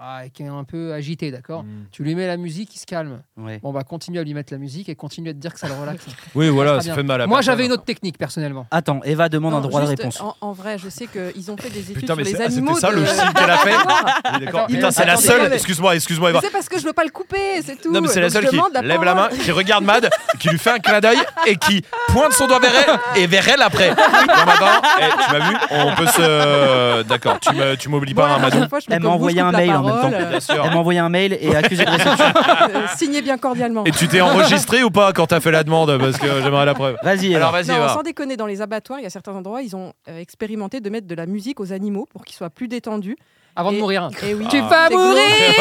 Speaker 5: ah, qui est un peu agité, d'accord,
Speaker 3: Mm.
Speaker 5: tu lui mets la musique, il se calme.
Speaker 1: Ouais.
Speaker 5: Bon, bah, continue à lui mettre la musique et continue à te dire que ça le relaxe.
Speaker 3: Oui, voilà,
Speaker 5: Très
Speaker 3: ça
Speaker 5: bien.
Speaker 3: fait mal à
Speaker 5: Moi,
Speaker 3: personne.
Speaker 5: j'avais une autre technique, personnellement.
Speaker 1: Attends, Eva demande un
Speaker 9: Non,
Speaker 1: droit de
Speaker 9: juste,
Speaker 1: réponse.
Speaker 9: En, en vrai, je sais qu'ils ont fait des études
Speaker 3: Putain, mais
Speaker 9: sur les
Speaker 3: c'est- ah, c'était
Speaker 9: animaux.
Speaker 3: ça
Speaker 9: de- Ah,
Speaker 3: le signe qu'elle a fait Oui,
Speaker 5: Attends,
Speaker 3: D'accord. Putain,
Speaker 5: il-
Speaker 3: c'est la
Speaker 9: attendez,
Speaker 3: seule.
Speaker 9: attendez.
Speaker 3: Excuse-moi, excuse-moi,
Speaker 9: Mais
Speaker 3: Eva.
Speaker 9: C'est parce que je veux pas le couper, c'est
Speaker 3: Eh
Speaker 9: tout.
Speaker 3: ben. Non, mais c'est la
Speaker 9: Donc,
Speaker 3: seule
Speaker 9: je
Speaker 3: qui
Speaker 9: demande la
Speaker 3: lève la
Speaker 9: parole.
Speaker 3: main, qui regarde Mad, qui lui fait un clin d'œil et qui pointe son doigt vers elle et vers elle après. Non, maintenant, eh, tu m'as vu On peut se. D'accord, tu me- tu m'oublies pas,
Speaker 9: Bon,
Speaker 3: hein,
Speaker 9: la prochaine
Speaker 3: Madou
Speaker 9: fois, je me
Speaker 1: Elle m'a
Speaker 9: coupe,
Speaker 1: envoyé
Speaker 9: je coupe
Speaker 1: un
Speaker 9: la
Speaker 1: mail en même
Speaker 9: parole,
Speaker 1: temps.
Speaker 9: euh,
Speaker 3: Bien sûr.
Speaker 1: Elle m'a envoyé un mail et accusé de réception.
Speaker 9: euh, signez bien cordialement.
Speaker 3: Et tu t'es enregistré ou pas quand t'as fait la demande Parce que j'aimerais la preuve.
Speaker 1: Vas-y, Eva.
Speaker 3: Alors vas-y,
Speaker 9: Non,
Speaker 3: Eva.
Speaker 9: sans déconner, dans les abattoirs, il y a certains endroits, ils ont euh, expérimenté de mettre de la musique aux animaux pour qu'ils soient plus détendus.
Speaker 5: Avant de
Speaker 9: Et-
Speaker 5: mourir.
Speaker 9: Et oui,
Speaker 3: Tu vas
Speaker 9: c'est glauque.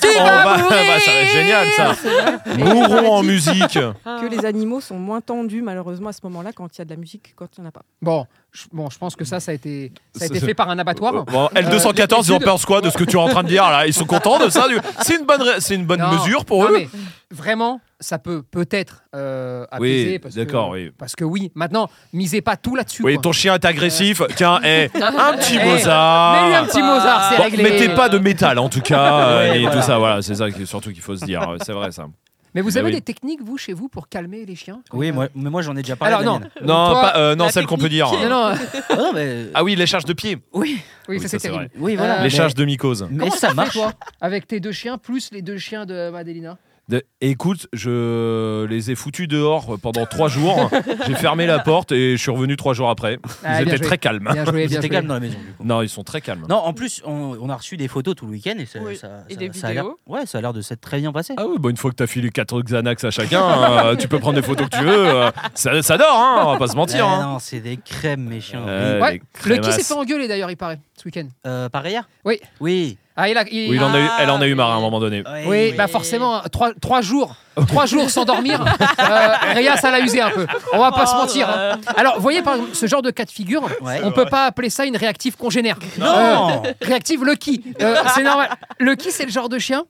Speaker 3: Tu vas Bah, Ça va être génial ça. Mourons en musique.
Speaker 9: Que les animaux sont moins tendus malheureusement à ce moment-là quand il y a de la musique, quand il n'y en a pas.
Speaker 5: Bon, je, bon, je pense que ça, ça a été, ça a
Speaker 3: Ça,
Speaker 5: été
Speaker 3: c'est-
Speaker 5: fait par un abattoir.
Speaker 3: Bon, L214,
Speaker 5: Euh,
Speaker 3: ils en pensent quoi de ce que tu es en train de dire là Ils sont contents de ça du- C'est une bonne, ré- c'est une bonne
Speaker 5: Non,
Speaker 3: mesure pour
Speaker 5: non,
Speaker 3: eux.
Speaker 5: mais vraiment, ça peut peut-être euh,
Speaker 3: Oui,
Speaker 5: apaiser. parce que-
Speaker 3: d'accord, oui.
Speaker 5: Parce que oui, maintenant, misez pas tout là-dessus.
Speaker 3: Oui,
Speaker 5: quoi. Euh.
Speaker 3: ton chien est agressif. Tiens, eh, un petit
Speaker 5: Eh,
Speaker 3: Mozart.
Speaker 5: Mets-lui un petit Mozart, c'est
Speaker 3: Bon,
Speaker 5: réglé.
Speaker 3: mettez pas de métal en tout cas euh,
Speaker 1: Ouais,
Speaker 3: et
Speaker 1: voilà.
Speaker 3: tout ça voilà c'est ça qui- surtout qu'il faut se dire euh, c'est vrai ça
Speaker 5: Mais vous
Speaker 3: Bah
Speaker 5: avez
Speaker 3: oui.
Speaker 5: des techniques, vous, chez vous, pour calmer les chiens
Speaker 1: Oui, moi, mais moi j'en ai déjà parlé.
Speaker 5: Alors,
Speaker 1: de la
Speaker 5: non.
Speaker 1: mienne.
Speaker 3: non
Speaker 5: Toi,
Speaker 3: pas, euh, non
Speaker 4: la
Speaker 3: celle qu'on peut dire
Speaker 5: Non, non, euh,
Speaker 1: Ah non, mais-
Speaker 3: ah oui les charges de pied
Speaker 1: Oui,
Speaker 5: oui,
Speaker 3: Oui,
Speaker 5: ça,
Speaker 3: ça,
Speaker 5: c'est
Speaker 3: c'est
Speaker 5: terrible.
Speaker 1: oui, voilà.
Speaker 5: Euh,
Speaker 3: les
Speaker 1: mais-
Speaker 3: charges de mycose
Speaker 1: Mais
Speaker 5: Comment
Speaker 1: ça
Speaker 5: tu fais,
Speaker 1: marche.
Speaker 5: toi, avec tes deux chiens, plus les deux chiens de Madelina
Speaker 3: de- écoute, je les ai foutus dehors pendant trois jours. J'ai fermé la porte et je suis revenu trois jours après. Ils
Speaker 5: Ah, bien
Speaker 3: étaient
Speaker 5: joué.
Speaker 3: très hein. calmes.
Speaker 5: Bien joué,
Speaker 1: Ils
Speaker 5: bien
Speaker 1: étaient
Speaker 5: joué.
Speaker 1: calmes dans la maison, du coup.
Speaker 3: Non, ils sont très calmes.
Speaker 1: Non, en plus, on, on a reçu des photos tout le week-end et ça,
Speaker 4: Oui,
Speaker 1: ça-
Speaker 4: et
Speaker 1: ça-
Speaker 4: des
Speaker 1: ça a l'air-
Speaker 4: vidéos.
Speaker 1: Ouais, ça a l'air de s'être très bien passé.
Speaker 3: Ah oui, bah une fois que t'as filé 4 Xanax à chacun, euh, tu peux prendre des photos que tu veux. euh, ça, ça dort, hein, on va pas se
Speaker 1: Eh
Speaker 3: mentir. hein.
Speaker 1: Non, c'est des crèmes, mes chiens.
Speaker 3: Euh,
Speaker 5: Ouais,
Speaker 3: les
Speaker 5: Le qui s'est
Speaker 3: crémasses.
Speaker 5: fait engueuler d'ailleurs, il paraît, ce week-end.
Speaker 1: Euh, par ailleurs
Speaker 5: Oui.
Speaker 1: Oui.
Speaker 5: Ah, il a, il-
Speaker 3: Oui, il en a eu- elle en a eu marre à un
Speaker 4: Ah,
Speaker 3: moment donné.
Speaker 1: Ouais,
Speaker 5: Oui, bah
Speaker 4: oui.
Speaker 5: forcément, trois, trois jours, trois jours sans dormir, euh, Réa, ça l'a usé un peu. On va pas
Speaker 3: Oh
Speaker 5: se mentir. hein. Alors, vous voyez, par exemple, ce genre de cas de figure,
Speaker 1: Ouais.
Speaker 5: on peut pas appeler ça une réactive congénère.
Speaker 1: Non
Speaker 5: Euh, réactive le qui. Euh, c'est normal. Le qui, c'est le genre de chien.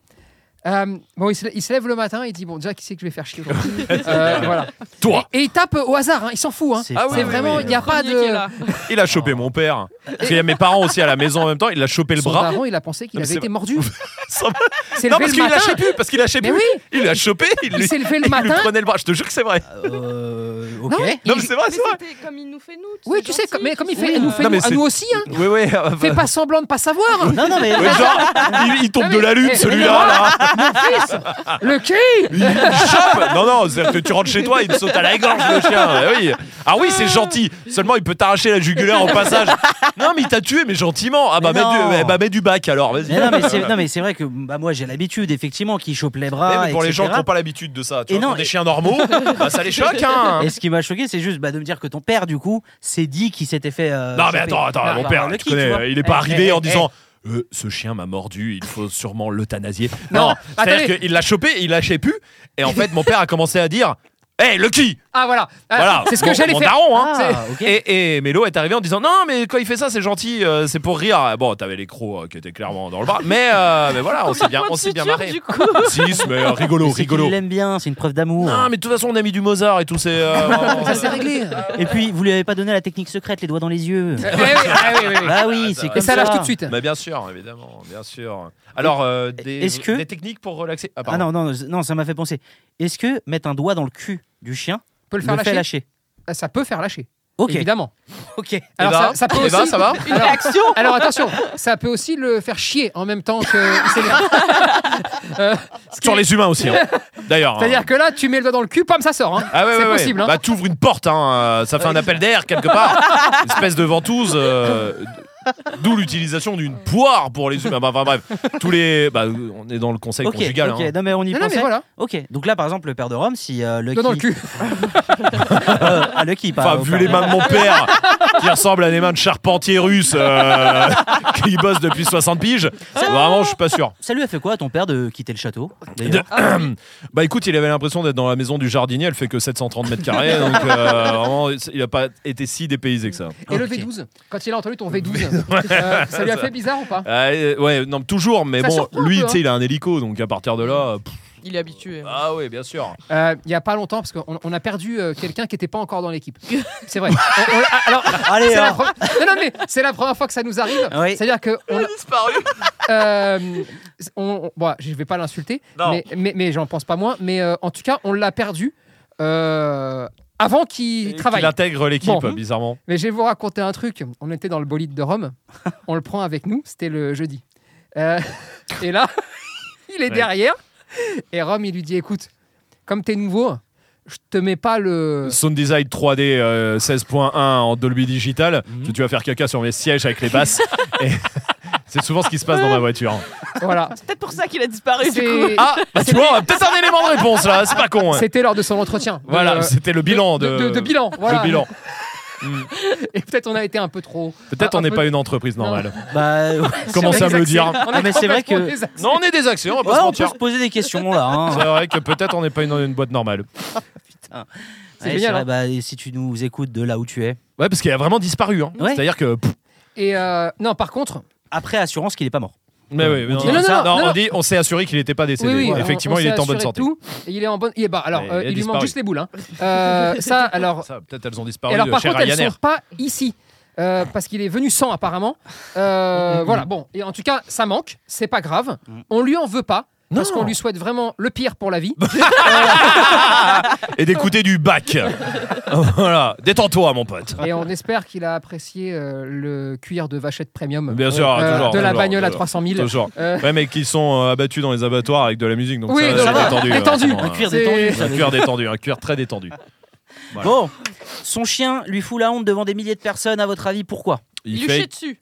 Speaker 5: euh, bon, il se, il se lève le matin, il dit bon déjà qui c'est que je vais faire chier aujourd'hui Euh, voilà.
Speaker 3: Toi.
Speaker 5: Et, et il tape au hasard, hein, il s'en fout. hein.
Speaker 4: Ah
Speaker 1: C'est
Speaker 5: C'est
Speaker 1: pas
Speaker 5: vraiment,
Speaker 1: vrai.
Speaker 5: il n'y a pas
Speaker 4: Premier qui est
Speaker 5: de.
Speaker 4: là.
Speaker 3: Il a chopé mon père. Parce qu'il y a mes parents aussi à la maison en même temps. Il a chopé le
Speaker 5: Son
Speaker 3: bras.
Speaker 5: daron, il a pensé qu'il
Speaker 3: Non, mais
Speaker 5: avait
Speaker 3: c'est
Speaker 5: été mordu.
Speaker 3: Sans-
Speaker 5: C'est
Speaker 3: Non, parce
Speaker 5: levé le
Speaker 3: qu'il
Speaker 5: matin.
Speaker 3: lâchait plus. Parce qu'il lâchait
Speaker 5: Mais
Speaker 3: plus.
Speaker 5: oui,
Speaker 3: Il l'a chopé. Il
Speaker 5: il
Speaker 3: lui,
Speaker 5: s'est levé
Speaker 3: il
Speaker 5: le
Speaker 3: lui
Speaker 5: matin.
Speaker 3: prenait le bras. Je te jure que c'est vrai.
Speaker 1: Euh, ok.
Speaker 5: Non,
Speaker 3: Non,
Speaker 5: il-
Speaker 3: mais c'est vrai,
Speaker 4: Mais
Speaker 3: c'est vrai.
Speaker 4: c'était comme il nous fait nous.
Speaker 5: Oui,
Speaker 4: c'est
Speaker 5: tu sais,
Speaker 4: gentil,
Speaker 5: comme- mais comme il
Speaker 4: tu
Speaker 5: fait,
Speaker 4: sais,
Speaker 5: il nous
Speaker 4: euh,
Speaker 5: fait
Speaker 3: Non, mais
Speaker 5: nous- à
Speaker 3: c'est-
Speaker 5: nous aussi, hein.
Speaker 3: Oui, oui. euh,
Speaker 5: Fais pas semblant de pas savoir. hein.
Speaker 1: Non, non, mais.
Speaker 3: ouais, genre, il, il tombe de la lune,
Speaker 5: Eh,
Speaker 3: celui-là. là.
Speaker 5: Fils, le qui
Speaker 3: Il, il chope. Non, non, c'est-à-dire que tu rentres chez toi, il te saute à la gorge, le chien. Eh oui. Ah oui, c'est gentil. Seulement, il peut t'arracher la jugulaire au passage. Non, mais il t'a tué, mais gentiment. Ah bah,
Speaker 1: Mais
Speaker 3: mets
Speaker 1: non.
Speaker 3: du, eh bah, mets du bac alors, vas-y.
Speaker 1: Mais non, mais c'est- non, mais c'est vrai que bah, moi j'ai l'habitude effectivement qu'ils chopent les
Speaker 3: Mais
Speaker 1: bras.
Speaker 3: pour les gens
Speaker 1: etc.
Speaker 3: qui n'ont pas l'habitude de ça, tu
Speaker 1: Et
Speaker 3: vois, qui
Speaker 1: non,
Speaker 3: ont des
Speaker 1: et-
Speaker 3: chiens normaux, bah, ça les choque. Hein.
Speaker 1: Et ce qui m'a choqué, c'est juste bah, de me dire que ton père, du coup, s'est dit qu'il s'était fait. euh,
Speaker 3: Non
Speaker 1: choper.
Speaker 3: mais attends,
Speaker 1: Bah,
Speaker 3: attends, mon
Speaker 1: bah,
Speaker 3: père,
Speaker 1: le
Speaker 3: tu
Speaker 1: qui,
Speaker 3: connais, euh,
Speaker 1: vois.
Speaker 3: il n'est pas
Speaker 1: Eh,
Speaker 3: arrivé
Speaker 1: eh,
Speaker 3: en
Speaker 1: eh,
Speaker 3: disant Euh, ce chien m'a mordu, il faut sûrement l'euthanasier.
Speaker 5: Non,
Speaker 3: Non,
Speaker 5: attendez.
Speaker 3: c'est-à-dire qu'il l'a chopé, il lâchait plus, et en fait mon père a commencé à dire Hé, le qui
Speaker 5: Ah voilà, Ah,
Speaker 3: Voilà,
Speaker 5: c'est ce que
Speaker 3: mon-
Speaker 5: j'allais
Speaker 3: mon
Speaker 5: faire.
Speaker 3: daron, hein.
Speaker 1: Ah, ok.
Speaker 3: Et, et Mélo est arrivé en disant Non, mais quand il fait ça, c'est gentil, euh, c'est pour rire. Bon, t'avais les crocs euh, qui étaient clairement dans le bras, mais, euh, mais voilà, on s'est bien,
Speaker 4: Point de
Speaker 3: on s'est bien
Speaker 4: suture,
Speaker 3: marré.
Speaker 4: Du coup,
Speaker 3: Six, mais euh, rigolo,
Speaker 1: Mais c'est
Speaker 3: rigolo.
Speaker 1: qu'il l'aime bien, c'est une preuve d'amour.
Speaker 3: Non, mais de toute façon, on a mis du Mozart et tout, c'est. euh, vraiment,
Speaker 5: Ah, Ça
Speaker 3: euh,
Speaker 5: s'est réglé.
Speaker 1: Et puis, vous lui avez pas donné la technique secrète, les doigts dans les yeux.
Speaker 5: Eh oui, eh oui, oui, oui.
Speaker 1: bah oui, c'est
Speaker 3: Et
Speaker 1: comme
Speaker 5: Et
Speaker 1: ça.
Speaker 5: ça lâche tout de suite.
Speaker 3: Mais bien sûr, évidemment, bien sûr. Alors, euh, des,
Speaker 1: Est-ce que-
Speaker 3: des techniques pour relaxer. Ah,
Speaker 1: Ah
Speaker 3: pardon.
Speaker 1: non, non, non, ça m'a fait penser. Est-ce que mettre un doigt dans le cul du chien
Speaker 5: Peut le faire
Speaker 1: fait
Speaker 5: lâcher.
Speaker 1: lâcher
Speaker 5: Ah, Ça peut faire lâcher,
Speaker 1: Ok,
Speaker 5: évidemment.
Speaker 1: ok.
Speaker 5: Alors
Speaker 3: Eva,
Speaker 5: ça, ça peut
Speaker 3: Eva,
Speaker 5: aussi.
Speaker 3: ben, eh ça va
Speaker 4: une réaction.
Speaker 5: Alors attention, ça peut aussi le faire chier en même temps que. il s'énerve. Euh, ce qui-
Speaker 3: Sur les humains aussi, hein. d'ailleurs. hein.
Speaker 5: C'est-à-dire que là, tu mets le doigt dans le cul, pam, ça sort. hein.
Speaker 3: Ah ouais,
Speaker 5: c'est
Speaker 3: ouais, ouais.
Speaker 5: possible, hein.
Speaker 3: Bah, t'ouvres une porte, hein. euh, ça fait un appel d'air quelque part. Une espèce de ventouse. euh, D'où l'utilisation d'une poire pour les humains. Bah, Enfin bref, tous les. Bah, on est dans le conseil
Speaker 1: Ok,
Speaker 3: conjugal.
Speaker 1: ok.
Speaker 3: hein.
Speaker 1: non mais on y
Speaker 5: Non, non,
Speaker 1: pensait.
Speaker 5: mais voilà,
Speaker 1: Ok, donc là par exemple le père de Rome, si euh, Lucky,
Speaker 5: doigt dans le cul.
Speaker 1: Euh, ah, Lucky, pas.
Speaker 3: Enfin,
Speaker 1: au
Speaker 3: vu
Speaker 1: père.
Speaker 3: les mains de mon père, qui ressemblent à des mains de charpentier russe euh, qui bosse depuis 60 piges, vraiment, je suis pas sûr.
Speaker 1: Ça lui a fait quoi à ton père de quitter le château d'ailleurs
Speaker 3: De- bah écoute, il avait l'impression d'être dans la maison du jardinier, elle fait que 730 mètres carrés, donc euh, vraiment, il n'a pas été si dépaysé que ça.
Speaker 5: Et le
Speaker 1: Ok.
Speaker 5: V12, quand il a entendu ton V12, euh, ça lui a fait bizarre ou pas
Speaker 3: Euh, ouais, non, toujours, mais
Speaker 5: Ça
Speaker 3: bon,
Speaker 5: surprend un
Speaker 3: lui,
Speaker 5: peu, hein.
Speaker 3: tu sais, il a un hélico, donc à partir de là. pff,
Speaker 4: Il est habitué.
Speaker 3: ah oui, bien sûr.
Speaker 5: Euh, Il y a pas longtemps, parce qu'on on a perdu euh, quelqu'un qui n'était pas encore dans l'équipe. C'est vrai. On- on- alors,
Speaker 1: Allez,
Speaker 5: Ah, c'est la,
Speaker 1: hein. Ah
Speaker 5: pre- non, non, mais c'est la première fois que ça nous arrive.
Speaker 1: Oui.
Speaker 5: C'est-à-dire que on,
Speaker 2: disparu.
Speaker 5: euh, on- on- bon, je vais pas l'insulter,
Speaker 3: Non.
Speaker 5: mais, mais, mais j'en pense pas moins. Mais euh, en tout cas, on l'a perdu euh, avant qu'il travaille.
Speaker 3: Il intègre l'équipe,
Speaker 5: Bon.
Speaker 3: bizarrement.
Speaker 5: Mais je vais vous raconter un truc. On était dans le bolide de Rome. On le prend avec nous. C'était le jeudi. Euh, et là, il
Speaker 3: Ouais.
Speaker 5: est derrière. Et Rome, il lui dit écoute, comme t'es nouveau, je te mets pas le.
Speaker 3: Sound Design 3D euh, 16.1 en Dolby Digital,
Speaker 5: Mhm.
Speaker 3: que tu vas faire caca sur mes sièges avec les basses. Et C'est souvent ce qui se passe dans ma voiture.
Speaker 5: Voilà.
Speaker 4: C'est peut-être pour ça qu'il a disparu du coup.
Speaker 5: C'est-
Speaker 3: Ah, bah tu vois, on a peut-être un élément de réponse là, c'est pas con. hein.
Speaker 5: C'était lors de son entretien. Euh, de-
Speaker 3: Voilà, c'était le bilan de.
Speaker 5: de, de- de bilan. Voilà.
Speaker 3: Le bilan.
Speaker 5: Et peut-être on a été un peu trop.
Speaker 3: Peut-être
Speaker 5: Un- un
Speaker 3: on n'est
Speaker 5: peu-
Speaker 3: pas une entreprise normale.
Speaker 1: Bah, ouais.
Speaker 3: Commencez à me le dire.
Speaker 5: On
Speaker 1: Ah,
Speaker 5: a
Speaker 1: mais c'est vrai que-
Speaker 5: complètement désaxé.
Speaker 3: Non, on est des actions, on va
Speaker 1: Ouais,
Speaker 3: pas se
Speaker 1: on peut
Speaker 3: mentir.
Speaker 1: se poser des questions là. hein.
Speaker 3: C'est vrai que peut-être on n'est pas une, une boîte normale.
Speaker 5: C'est
Speaker 1: Ouais,
Speaker 5: génial,
Speaker 1: vrai,
Speaker 5: hein.
Speaker 1: bah, et si tu nous écoutes de là où tu es.
Speaker 3: Ouais, parce qu'il a vraiment disparu. Hein.
Speaker 1: Ouais.
Speaker 3: C'est-à-dire que. pff,
Speaker 5: Et euh, non, par contre,
Speaker 1: Après assurance qu'il est pas mort.
Speaker 3: mais oui, mais
Speaker 1: On dit-
Speaker 5: Non, non,
Speaker 3: ça-
Speaker 5: non, non,
Speaker 3: on
Speaker 5: non.
Speaker 3: dit, on s'est assuré qu'il n'était pas décédé.
Speaker 5: oui, oui, on-
Speaker 3: Effectivement,
Speaker 5: on
Speaker 3: il
Speaker 5: s'est
Speaker 3: est en bonne
Speaker 5: assuré
Speaker 3: santé.
Speaker 5: tout, et il est en bonne. il est- bah, alors,
Speaker 3: Mais il
Speaker 5: euh,
Speaker 3: a
Speaker 5: il, lui
Speaker 3: disparu.
Speaker 5: manque juste les boules. hein. Euh, ça, alors,
Speaker 3: Ça, peut-être elles ont
Speaker 5: Et
Speaker 3: disparu
Speaker 5: alors,
Speaker 3: de
Speaker 5: par
Speaker 3: chez
Speaker 5: contre, elles
Speaker 3: Ryanair.
Speaker 5: sont pas ici. Euh, parce qu'il est venu sans apparemment. Euh, voilà, bon. Et en tout cas, ça manque. C'est pas grave. On lui en veut pas. parce
Speaker 3: Non.
Speaker 5: qu'on lui souhaite vraiment le pire pour la vie.
Speaker 3: Et d'écouter du bac. voilà. Détends-toi, mon pote.
Speaker 5: Et on espère qu'il a apprécié euh, le cuir de vachette premium
Speaker 3: Bien sûr, toujours,
Speaker 5: euh, de la
Speaker 3: toujours,
Speaker 5: bagnole à
Speaker 3: toujours.
Speaker 5: 300 000.
Speaker 3: Toujours.
Speaker 5: Euh,
Speaker 3: Ouais, mais qui sont euh, abattus dans les abattoirs avec de la musique. Donc
Speaker 5: Oui,
Speaker 3: ça,
Speaker 5: donc ça
Speaker 3: c'est
Speaker 5: va.
Speaker 3: détendu.
Speaker 5: Détendu.
Speaker 3: vraiment,
Speaker 1: Un
Speaker 3: hein.
Speaker 1: cuir
Speaker 5: C'est-
Speaker 1: détendu. ça
Speaker 3: Un
Speaker 1: veut
Speaker 3: cuir détendu, un cuir très détendu. Voilà.
Speaker 1: Bon, son chien lui fout la honte devant des milliers de personnes, à votre avis, pourquoi
Speaker 4: Il, lui chie dessus.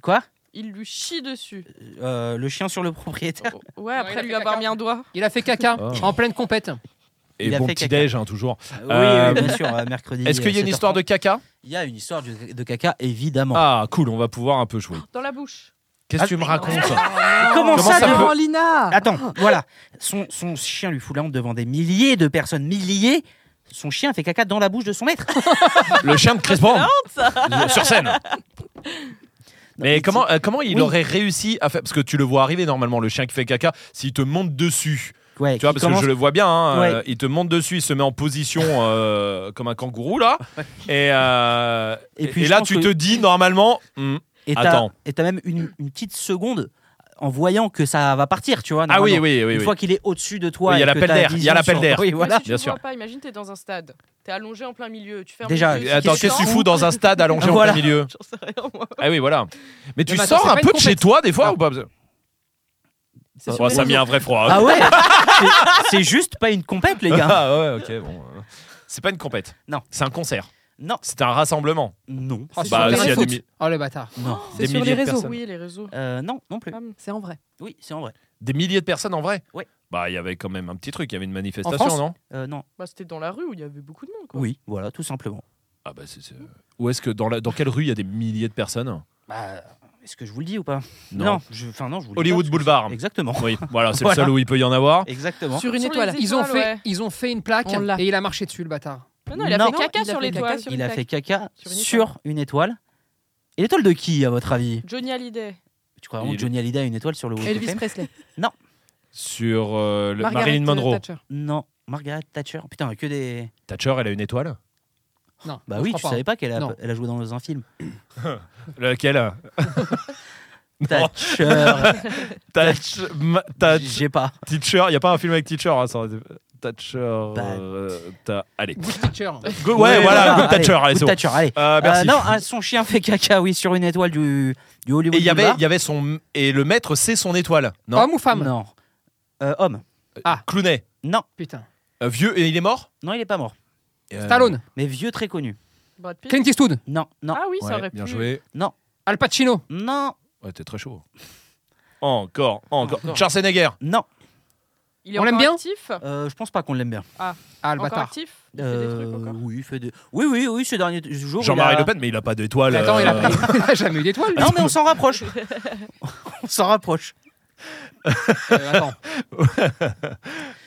Speaker 1: Quoi
Speaker 4: Il lui chie dessus.
Speaker 1: Euh, Le chien sur le propriétaire.
Speaker 4: Ouais,
Speaker 5: il a
Speaker 4: après
Speaker 5: fait
Speaker 4: lui avoir
Speaker 5: caca.
Speaker 4: mis un doigt.
Speaker 5: Il a fait caca
Speaker 3: Oh.
Speaker 5: en pleine compète. Ah,
Speaker 3: Et
Speaker 1: Il a
Speaker 3: bon
Speaker 1: fait
Speaker 3: petit
Speaker 1: caca.
Speaker 3: déj, hein, toujours.
Speaker 1: Oui,
Speaker 3: Euh,
Speaker 1: oui, bien sûr, euh, mercredi.
Speaker 3: Est-ce qu'il y a
Speaker 1: euh,
Speaker 3: une histoire de caca
Speaker 1: 7h30. Il y a une histoire de, de caca, évidemment.
Speaker 3: Ah, cool, on va pouvoir un peu jouer.
Speaker 4: Dans la bouche.
Speaker 3: Qu'est-ce que tu
Speaker 1: Ah,
Speaker 3: me racontes
Speaker 1: Comment,
Speaker 3: Ah, Comment
Speaker 1: ça,
Speaker 3: ça
Speaker 1: tu-
Speaker 3: peut-
Speaker 9: Laurent Lina
Speaker 1: Attends, voilà. Son, son chien lui fout la honte devant des milliers de personnes. Milliers Son chien fait caca dans la bouche de son maître.
Speaker 3: Le chien de Chris
Speaker 1: Ah,
Speaker 3: Brown Sur scène
Speaker 1: mais
Speaker 3: mais comment, euh, comment il
Speaker 1: Oui.
Speaker 3: aurait réussi à faire Parce que tu le vois arriver normalement, le chien qui fait caca, s'il te monte dessus,
Speaker 1: Ouais,
Speaker 3: tu vois,
Speaker 1: qui
Speaker 3: parce
Speaker 1: commence-
Speaker 3: que je le vois bien, hein,
Speaker 1: Ouais.
Speaker 3: euh, il te monte dessus, il se met en position euh, comme un kangourou là, et, euh,
Speaker 1: Et
Speaker 3: et,
Speaker 1: puis,
Speaker 3: et
Speaker 1: je
Speaker 3: là
Speaker 1: pense
Speaker 3: tu
Speaker 1: que-
Speaker 3: te dis normalement, hmm,
Speaker 1: Et t'as
Speaker 3: Attends.
Speaker 1: et t'as même une, une petite seconde en voyant que ça va partir, tu vois.
Speaker 3: ah oui,
Speaker 1: normalement.
Speaker 3: oui, oui,
Speaker 1: Une
Speaker 3: oui.
Speaker 1: fois qu'il est au-dessus de toi.
Speaker 3: Oui, il y a
Speaker 1: et que
Speaker 3: l'appel
Speaker 1: t'as
Speaker 3: d'air, il y a
Speaker 1: vision
Speaker 3: l'appel
Speaker 1: sur-
Speaker 3: d'air.
Speaker 1: Oui, voilà.
Speaker 4: Même si tu
Speaker 3: bien
Speaker 4: le vois
Speaker 3: sûr.
Speaker 4: pas, imagine t'es dans un stade. T'es allongé en plein milieu, tu fermes
Speaker 1: Déjà,
Speaker 4: les yeux.
Speaker 3: Attends,
Speaker 4: tu
Speaker 3: qu'est-ce que tu
Speaker 4: sors.
Speaker 3: fous dans un stade allongé
Speaker 1: Voilà.
Speaker 3: en plein milieu
Speaker 4: J'en sais rien moi.
Speaker 3: Ah oui, voilà. Mais tu
Speaker 5: mais attends,
Speaker 3: sors
Speaker 5: c'est
Speaker 3: un
Speaker 5: pas
Speaker 3: peu
Speaker 5: une
Speaker 3: de chez
Speaker 5: compète.
Speaker 3: toi des fois ou pas
Speaker 4: C'est sur
Speaker 3: Ouais,
Speaker 4: les
Speaker 3: Ça a mis
Speaker 4: réseaux.
Speaker 3: un vrai froid.
Speaker 1: Ah ouais C'est- C'est juste pas une compète, les gars.
Speaker 3: Ah ouais, ok, bon. euh, C'est pas une compète.
Speaker 1: Non.
Speaker 3: C'est un concert.
Speaker 1: Non.
Speaker 3: C'est un rassemblement.
Speaker 1: Non. Ah,
Speaker 5: Oh,
Speaker 9: C'est
Speaker 5: sur
Speaker 9: sur
Speaker 5: les
Speaker 9: les
Speaker 3: s'il y a
Speaker 5: réseaux.
Speaker 3: des
Speaker 9: réseaux.
Speaker 3: mi-
Speaker 5: Oh le bâtard.
Speaker 1: Non.
Speaker 9: C'est
Speaker 3: Des
Speaker 9: sur les
Speaker 3: milliers de
Speaker 9: réseaux.
Speaker 3: personnes.
Speaker 4: Oui, les réseaux.
Speaker 1: Euh, non, non plus.
Speaker 9: C'est en vrai.
Speaker 1: Oui, c'est en vrai.
Speaker 3: Des milliers de personnes en vrai
Speaker 1: Ouais.
Speaker 3: Bah, il y avait quand même un petit truc. Il y avait une
Speaker 5: En
Speaker 3: manifestation,
Speaker 5: France
Speaker 3: non
Speaker 1: Euh, non.
Speaker 4: Bah, c'était dans la rue où il y avait beaucoup de monde. Quoi.
Speaker 1: Oui, voilà, tout simplement.
Speaker 3: Ah bah, c'est. c'est- Où est-ce que. Dans, la- dans quelle rue il y a des milliers de personnes
Speaker 1: Bah, est-ce que je vous le dis ou pas
Speaker 3: Non.
Speaker 1: je... Enfin, non, je vous le dis
Speaker 3: Hollywood
Speaker 1: pas,
Speaker 3: Boulevard.
Speaker 1: parce que- Exactement.
Speaker 3: Oui, voilà, c'est
Speaker 1: Voilà.
Speaker 3: le seul où il peut y en avoir.
Speaker 1: Exactement.
Speaker 9: Sur une
Speaker 4: Sur les
Speaker 9: étoile.
Speaker 4: étoiles.
Speaker 5: Ils ont, fait,
Speaker 4: ouais.
Speaker 5: ils ont fait une plaque
Speaker 9: On l'a.
Speaker 5: et il a marché dessus, le bâtard.
Speaker 4: Non, non, il a
Speaker 1: Non.
Speaker 4: fait caca
Speaker 9: Il a
Speaker 4: sur
Speaker 9: fait
Speaker 4: les
Speaker 9: caca
Speaker 4: toits.
Speaker 9: sur
Speaker 4: sur
Speaker 1: Il
Speaker 4: les
Speaker 1: a
Speaker 4: plaques.
Speaker 1: fait caca
Speaker 4: Sur une
Speaker 1: sur une étoile. Et l'étoile de qui, à votre avis
Speaker 4: Johnny Hallyday.
Speaker 1: Tu crois vraiment
Speaker 3: Il-
Speaker 1: que Johnny Hallyday a une étoile sur le Walk of
Speaker 9: Elvis
Speaker 1: Fame
Speaker 9: Presley.
Speaker 3: Sur euh, le-
Speaker 9: Margaret
Speaker 3: Marilyn Monroe.
Speaker 9: Thatcher.
Speaker 1: Non. Margaret Thatcher. Putain, que des.
Speaker 3: Thatcher, elle a une étoile
Speaker 5: Non.
Speaker 1: Bah
Speaker 5: je
Speaker 1: oui,
Speaker 5: crois
Speaker 1: tu savais pas qu'elle a,
Speaker 5: Non.
Speaker 1: elle a joué dans un film.
Speaker 3: Oh. Laquelle Non.
Speaker 1: Thatcher.
Speaker 3: Thatcher. ma- ta-
Speaker 1: J'ai pas.
Speaker 3: Teacher. Il n'y a pas un film avec Teacher. hein, ça aurait été- Thatcher. euh, ta- Allez.
Speaker 5: Good teacher.
Speaker 3: Go- Ouais, voilà, Good
Speaker 1: allez,
Speaker 3: Thatcher. Allez,
Speaker 1: Good
Speaker 3: c'est bon.
Speaker 1: Thatcher, allez.
Speaker 3: Euh,
Speaker 1: Euh,
Speaker 3: Merci.
Speaker 1: non, ah, son chien fait caca, oui, sur une étoile du, du Hollywood.
Speaker 3: Et il y avait,
Speaker 1: Boulevard.
Speaker 3: il y avait son et le maître c'est son étoile. Non,
Speaker 5: Homme ou femme
Speaker 1: Non. Euh, homme.
Speaker 3: Clooney.
Speaker 1: Non.
Speaker 5: Putain.
Speaker 3: Euh, vieux et il est mort.
Speaker 1: Non, il est pas mort.
Speaker 3: Euh,
Speaker 5: Stallone.
Speaker 1: Mais vieux, très connu.
Speaker 4: Brad Pitt.
Speaker 5: Clint Eastwood.
Speaker 1: Non, non,
Speaker 4: Ah oui,
Speaker 3: ouais,
Speaker 4: ça aurait
Speaker 3: bien
Speaker 4: pu.
Speaker 3: joué.
Speaker 5: Al Pacino.
Speaker 1: non,
Speaker 3: Ouais, t'es très chaud. Encore, encore.
Speaker 5: Encore.
Speaker 3: Schwarzenegger.
Speaker 1: non.
Speaker 4: Il est
Speaker 5: On l'aime
Speaker 4: encore
Speaker 5: bien
Speaker 4: actif.
Speaker 1: Euh, je pense pas qu'on l'aime bien.
Speaker 5: Ah, le
Speaker 4: Encore
Speaker 5: bâtard.
Speaker 4: actif. Il fait des trucs
Speaker 1: Euh,
Speaker 4: encore.
Speaker 1: oui, il fait des- oui, oui, oui, ce dernier jour.
Speaker 3: Jean-Marie
Speaker 1: il a-
Speaker 3: Le Pen, mais il a pas d'étoile.
Speaker 5: Attends, il a,
Speaker 3: euh,
Speaker 5: il a jamais eu d'étoile. lui.
Speaker 1: Non, mais on s'en rapproche. on s'en rapproche.
Speaker 5: Euh, attends.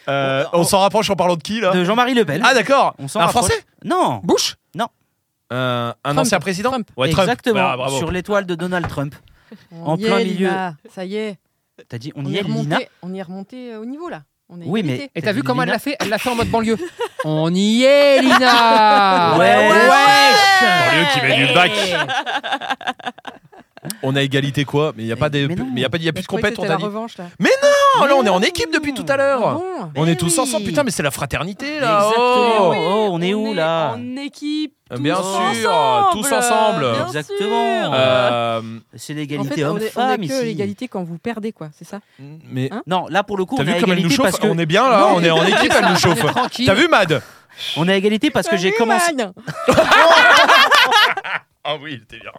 Speaker 3: euh, on s'en rapproche en parlant de qui là
Speaker 1: De Jean-Marie Le Pen.
Speaker 3: Ah d'accord.
Speaker 1: On s'en
Speaker 3: Un
Speaker 1: rapproche.
Speaker 3: Français
Speaker 1: Non,
Speaker 5: Bush
Speaker 3: Euh, Un
Speaker 9: Trump.
Speaker 3: ancien président
Speaker 9: Trump.
Speaker 3: Ouais, Trump.
Speaker 1: exactement.
Speaker 3: Bah, bravo.
Speaker 1: sur l'étoile de Donald Trump.
Speaker 9: On
Speaker 1: En
Speaker 9: y
Speaker 1: plein
Speaker 9: est,
Speaker 1: milieu.
Speaker 9: Lina. Ça y est.
Speaker 1: T'as dit, on
Speaker 9: On,
Speaker 1: y
Speaker 9: est
Speaker 1: est, Lina.
Speaker 9: remonté, on y est remonté euh, au niveau là. On est
Speaker 1: Oui, mais-
Speaker 9: égalité.
Speaker 5: Et
Speaker 1: T'as
Speaker 5: t'as vu
Speaker 1: vu
Speaker 5: comment elle
Speaker 1: Lina
Speaker 5: l'a fait Elle l'a fait en mode banlieue. On y est, Lina
Speaker 1: Ouais,
Speaker 3: Dans le lieu qui met du
Speaker 1: Eh,
Speaker 3: bac. On a égalité quoi Mais il y a pas
Speaker 1: Mais
Speaker 3: des,
Speaker 1: non.
Speaker 3: il y a pas, il y a plus
Speaker 9: Je
Speaker 3: de
Speaker 9: croyais que
Speaker 3: compète. On
Speaker 9: c'était
Speaker 3: a
Speaker 9: la
Speaker 3: dit.
Speaker 9: revanche là.
Speaker 3: Non, là on est en équipe depuis tout à
Speaker 9: Ah
Speaker 3: l'heure.
Speaker 9: bon
Speaker 3: On
Speaker 1: Mais
Speaker 3: est tous
Speaker 1: oui.
Speaker 3: ensemble, putain, mais c'est la fraternité là.
Speaker 1: Exactement.
Speaker 3: oh.
Speaker 1: Oh, on est où là
Speaker 4: En équipe. tous
Speaker 3: Bien sûr,
Speaker 4: ensemble.
Speaker 3: tous ensemble.
Speaker 4: Bien
Speaker 1: Exactement.
Speaker 4: sûr.
Speaker 3: Euh,
Speaker 1: C'est
Speaker 9: En fait,
Speaker 1: l'égalité
Speaker 9: on est, on est
Speaker 1: homme-femme
Speaker 9: que
Speaker 1: ici.
Speaker 9: l'égalité quand vous perdez quoi, c'est ça
Speaker 3: mais
Speaker 9: Hein
Speaker 1: Non, là pour le coup,
Speaker 3: t'as
Speaker 1: on a
Speaker 3: vu comme elle nous
Speaker 1: égalité
Speaker 3: chauffe hein,
Speaker 1: parce que
Speaker 3: On est bien là,
Speaker 5: Non,
Speaker 3: on est en équipe, elle nous chauffe.
Speaker 5: Tranquille.
Speaker 3: T'as vu Mad
Speaker 1: on a égalité parce que j'ai commencé.
Speaker 3: Ah oui, il était bien.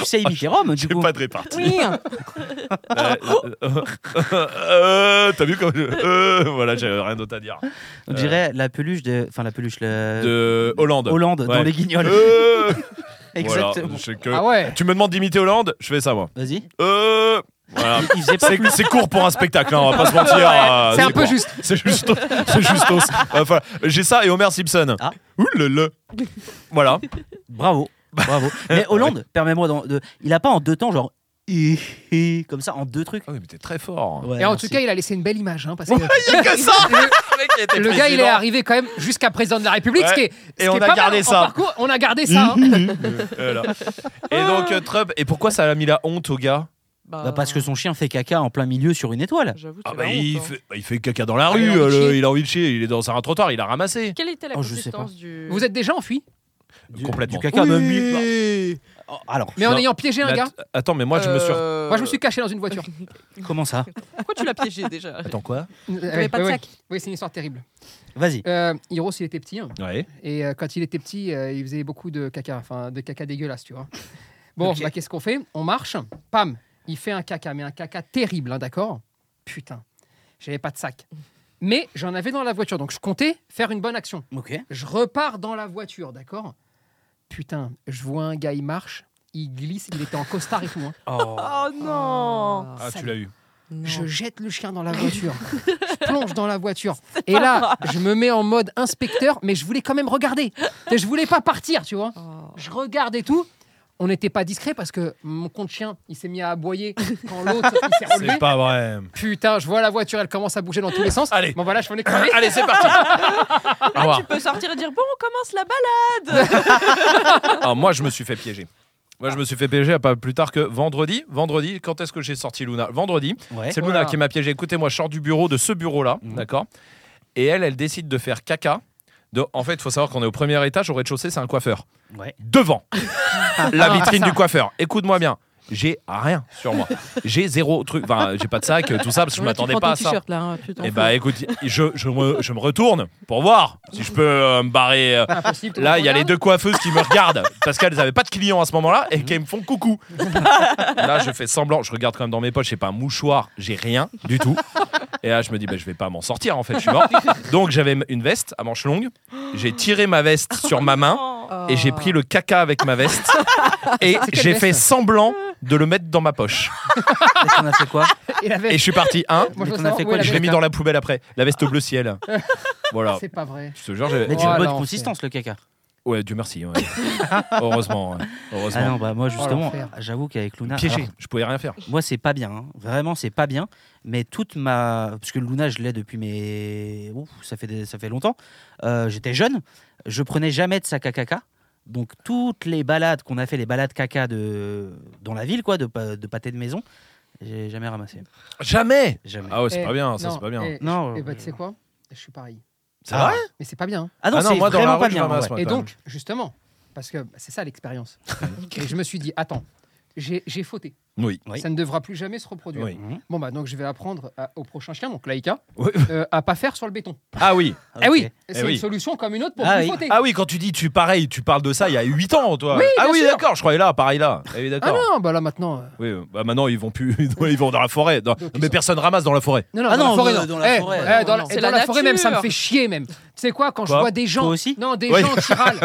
Speaker 1: Tu sais imiter Rome du
Speaker 3: J'ai
Speaker 1: coup.
Speaker 3: pas de répartie.
Speaker 9: Oui.
Speaker 3: Euh, euh, euh, T'as vu comme je- euh, Voilà, j'avais rien d'autre à dire.
Speaker 1: On dirait la peluche de, enfin la peluche
Speaker 5: Euh,
Speaker 1: le
Speaker 3: euh, De Hollande.
Speaker 1: Hollande dans
Speaker 3: Ouais.
Speaker 1: les Guignols.
Speaker 3: Euh, voilà,
Speaker 1: Exactement.
Speaker 3: je sais que-
Speaker 5: Ah ouais
Speaker 3: Tu me demandes d'imiter Hollande, je fais ça moi.
Speaker 1: Vas-y.
Speaker 3: Euh, voilà.
Speaker 1: Il faisait pas
Speaker 3: C'est
Speaker 1: plus.
Speaker 3: c'est court pour un spectacle, hein, on va pas se mentir. euh,
Speaker 5: C'est un peu
Speaker 3: court.
Speaker 5: juste.
Speaker 3: C'est juste, c'est juste os. Enfin, j'ai ça et Homer Simpson.
Speaker 1: Ah.
Speaker 3: Oulala. Voilà.
Speaker 1: Bravo. Bravo. Mais Hollande, permets-moi d'en- de- il a pas en deux temps genre hi, hi, comme ça en deux trucs.
Speaker 3: Ah oui, mais t'es très fort.
Speaker 1: Ouais,
Speaker 5: Et en
Speaker 1: merci.
Speaker 5: tout cas, il a laissé une belle image. hein, parce que
Speaker 3: que ça
Speaker 5: le gars, il est arrivé quand même jusqu'à président de la République,
Speaker 3: Ouais.
Speaker 5: ce qui est,
Speaker 3: Et
Speaker 5: ce qui
Speaker 3: on
Speaker 5: est
Speaker 3: a
Speaker 5: pas
Speaker 3: gardé
Speaker 5: mal en
Speaker 3: ça. Mhm.
Speaker 5: parcours. On
Speaker 3: mm,
Speaker 5: a gardé ça. hein.
Speaker 3: Et donc euh, Trump, et pourquoi ça a mis la honte au gars
Speaker 9: Bah,
Speaker 1: Bah, parce que son chien fait caca en plein milieu sur une étoile.
Speaker 9: J'avoue, tu
Speaker 3: Ah
Speaker 9: l'as
Speaker 3: bah, il,
Speaker 9: honte, hein.
Speaker 3: fait, bah, il fait caca dans la rue,
Speaker 9: il a envie de
Speaker 3: euh, le-
Speaker 9: chier.
Speaker 3: il a envie de chier, il est dans un trottoir, il a ramassé.
Speaker 4: Quelle était la
Speaker 1: Oh, je sais
Speaker 4: consistance du.
Speaker 5: Vous êtes déjà enfui,
Speaker 1: Du-
Speaker 3: Complètement.
Speaker 1: Du caca,
Speaker 3: Oui.
Speaker 1: même lui- bah, oh, Alors,
Speaker 5: mais en
Speaker 3: Non. Euh,
Speaker 5: ayant piégé un
Speaker 3: Mais
Speaker 5: gars.
Speaker 3: att- Attends, mais moi je me suis.
Speaker 4: Euh,
Speaker 5: Moi, je me suis caché dans une voiture.
Speaker 1: comment ça
Speaker 4: Pourquoi tu l'as piégé déjà
Speaker 3: Attends quoi
Speaker 5: Vous
Speaker 9: avait pas de sac.
Speaker 5: Oui, c'est une histoire terrible.
Speaker 1: Vas-y.
Speaker 5: Euh, Hiros, il était petit. hein,
Speaker 3: Ouais.
Speaker 5: et euh, quand il était petit, euh, il faisait beaucoup de caca, enfin de caca dégueulasse, tu vois. Bon, bah, qu'est-ce qu'on fait On marche, pam, il fait un caca, mais un caca terrible, hein, d'accord Putain, j'avais pas de sac. Mais j'en avais dans la voiture, donc je comptais faire une bonne action.
Speaker 1: Ok.
Speaker 5: Je repars dans la voiture, d'accord Putain, je vois un gars, il marche, il glisse, il était en costard et tout. hein.
Speaker 4: Oh non
Speaker 3: Ah, tu l'as eu.
Speaker 9: Non.
Speaker 5: Je jette le chien dans la voiture. je plonge dans la voiture. Et là, je me mets en mode inspecteur, mais je voulais quand même regarder. Et Je voulais pas partir, tu vois.
Speaker 9: Oh.
Speaker 5: Je regarde et tout. On n'était pas discret parce que mon compte chien, il s'est mis à aboyer quand l'autre il s'est relevé.
Speaker 3: C'est pas vrai.
Speaker 5: Putain, je vois la voiture, elle commence à bouger dans tous les sens.
Speaker 3: Allez.
Speaker 5: Bon voilà, je venais crever.
Speaker 3: Allez, c'est parti. Au revoir.
Speaker 4: Tu peux sortir et dire bon, on commence la balle
Speaker 3: Alors Ah, moi, je me suis fait piéger. Moi, je me suis fait piéger à pas plus tard que vendredi. Vendredi, quand est-ce que j'ai sorti Luna Vendredi.
Speaker 9: Eh,
Speaker 1: Ouais.
Speaker 9: oh
Speaker 3: C'est
Speaker 5: Voilà.
Speaker 3: Luna qui m'a piégé. Écoutez-moi, je sors du bureau de ce bureau-là,
Speaker 9: Mhm.
Speaker 3: d'accord Et elle, elle décide de faire caca. De... En fait, il faut savoir qu'on est au premier étage, au rez-de-chaussée, c'est un coiffeur.
Speaker 1: Ouais.
Speaker 3: Devant la vitrine du coiffeur. Écoute-moi bien. J'ai rien sur moi. J'ai zéro truc. Enfin, j'ai pas de sac, euh, tout ça, parce que je
Speaker 9: Là, tu
Speaker 3: m'attendais
Speaker 9: prends
Speaker 3: pas
Speaker 9: ton
Speaker 3: à ça.
Speaker 9: t-shirt, là, hein, tu t'en
Speaker 3: Eh
Speaker 9: fous.
Speaker 3: bah écoute, je, je, me, je me retourne pour voir si je peux euh, me barrer. euh,
Speaker 9: Ah,
Speaker 5: Impossible, tout le
Speaker 3: Là,
Speaker 5: monde
Speaker 3: il y a les
Speaker 5: regarde.
Speaker 3: deux coiffeuses qui me regardent parce qu'elles n'avaient pas de clients à ce moment-là et qu'elles me font coucou. Là, je fais semblant, je regarde quand même dans mes poches, j'ai pas un mouchoir, j'ai rien du tout. Et là, je me dis, bah, je vais pas m'en sortir en fait, je suis mort. Donc, j'avais une veste à manches longues, j'ai tiré ma veste sur ma main
Speaker 4: Oh.
Speaker 9: Oh.
Speaker 3: et j'ai pris le caca avec ma veste et
Speaker 5: C'est quelle
Speaker 3: j'ai
Speaker 5: veste
Speaker 3: fait semblant de le mettre dans ma poche.
Speaker 1: Et t'en as fait quoi
Speaker 5: Et la veste.
Speaker 3: Et je suis parti, hein,
Speaker 1: Mais
Speaker 5: Moi, je veux
Speaker 1: t'en as
Speaker 5: savoir
Speaker 1: fait
Speaker 5: où
Speaker 1: quoi,
Speaker 5: est la
Speaker 3: je l'ai mis
Speaker 5: veste,
Speaker 3: dans la poubelle après, la veste bleu ciel.
Speaker 5: hein.
Speaker 3: Voilà.
Speaker 5: C'est pas vrai.
Speaker 3: Je te jure, j'avais-
Speaker 1: Mais
Speaker 5: Oh,
Speaker 1: c'est une bonne
Speaker 5: l'enfer.
Speaker 1: consistance le caca.
Speaker 3: Ouais, Dieu merci. ouais. heureusement. ouais. Heureusement.
Speaker 1: Ah non, bah moi justement,
Speaker 5: l'enfer.
Speaker 1: j'avoue qu'avec Luna.
Speaker 3: Piégé,
Speaker 1: alors,
Speaker 3: Ah, je pouvais rien faire.
Speaker 1: Moi, c'est pas bien. hein. Vraiment, c'est pas bien. Mais toute ma. Parce que Luna, je l'ai depuis mes. Ouf, ça fait, des- ça fait longtemps. Euh, J'étais jeune. Je prenais jamais de sac à caca. Donc, toutes les balades qu'on a fait, les balades caca de... dans la ville, quoi, de, pa- de pâté de maison, j'ai jamais ramassé.
Speaker 3: Jamais
Speaker 1: Jamais.
Speaker 3: Ah ouais, c'est
Speaker 5: Eh,
Speaker 3: pas bien, ça
Speaker 5: non,
Speaker 3: c'est pas bien.
Speaker 5: eh,
Speaker 1: Non,
Speaker 5: eh bah,
Speaker 1: euh,
Speaker 5: tu sais quoi Je suis pareil.
Speaker 3: C'est
Speaker 1: Ah.
Speaker 3: vrai
Speaker 5: Mais c'est pas bien. hein.
Speaker 1: Ah non,
Speaker 3: Ah non,
Speaker 1: c'est
Speaker 3: moi, dans la
Speaker 1: vraiment
Speaker 3: rue,
Speaker 1: pas
Speaker 3: je
Speaker 1: bien.
Speaker 3: ramasse,
Speaker 1: ouais.
Speaker 3: moi. Ouais,
Speaker 5: Et
Speaker 3: quand
Speaker 5: donc, justement, parce que c'est ça l'expérience. et je me suis dit, attends, j'ai j'ai fauté.
Speaker 3: Oui.
Speaker 1: Oui.
Speaker 5: Ça ne devra plus jamais se reproduire.
Speaker 3: Oui.
Speaker 1: Mhm.
Speaker 5: Bon, bah, donc je vais apprendre à- au prochain chien, donc Laïka,
Speaker 3: Oui.
Speaker 5: euh, à pas faire sur le béton.
Speaker 3: Ah oui.
Speaker 5: Eh oui,
Speaker 1: Ok.
Speaker 5: c'est
Speaker 3: Eh oui.
Speaker 5: une solution comme une autre pour
Speaker 1: Ah
Speaker 5: plus
Speaker 1: oui.
Speaker 5: fauter.
Speaker 3: Ah oui, quand tu dis tu pareil, tu parles de ça il y a 8 ans toi.
Speaker 5: Oui,
Speaker 3: ah
Speaker 5: bien
Speaker 3: oui,
Speaker 5: sûr.
Speaker 3: d'accord, je croyais là, pareil là. Ah oui,
Speaker 5: Ah
Speaker 3: d'accord.
Speaker 5: non, bah là maintenant. euh,
Speaker 3: oui, euh, bah maintenant ils vont plus ils vont dans la forêt. Non,
Speaker 5: Donc, ils
Speaker 3: mais
Speaker 5: sont-
Speaker 3: personne ramasse dans la forêt.
Speaker 5: Non, non,
Speaker 1: Ah
Speaker 5: dans,
Speaker 1: non,
Speaker 5: la forêt,
Speaker 1: euh,
Speaker 5: non.
Speaker 1: dans la
Speaker 5: Eh,
Speaker 1: forêt,
Speaker 5: eh,
Speaker 1: euh,
Speaker 5: dans la,
Speaker 1: non.
Speaker 5: et
Speaker 4: C'est
Speaker 5: dans
Speaker 4: la
Speaker 5: la forêt même, ça me
Speaker 4: nature.
Speaker 5: fait chier même. Tu sais quoi, quand
Speaker 3: Quoi
Speaker 5: je vois des gens.
Speaker 1: Toi aussi
Speaker 5: Non, des
Speaker 3: Oui.
Speaker 5: gens qui râlent.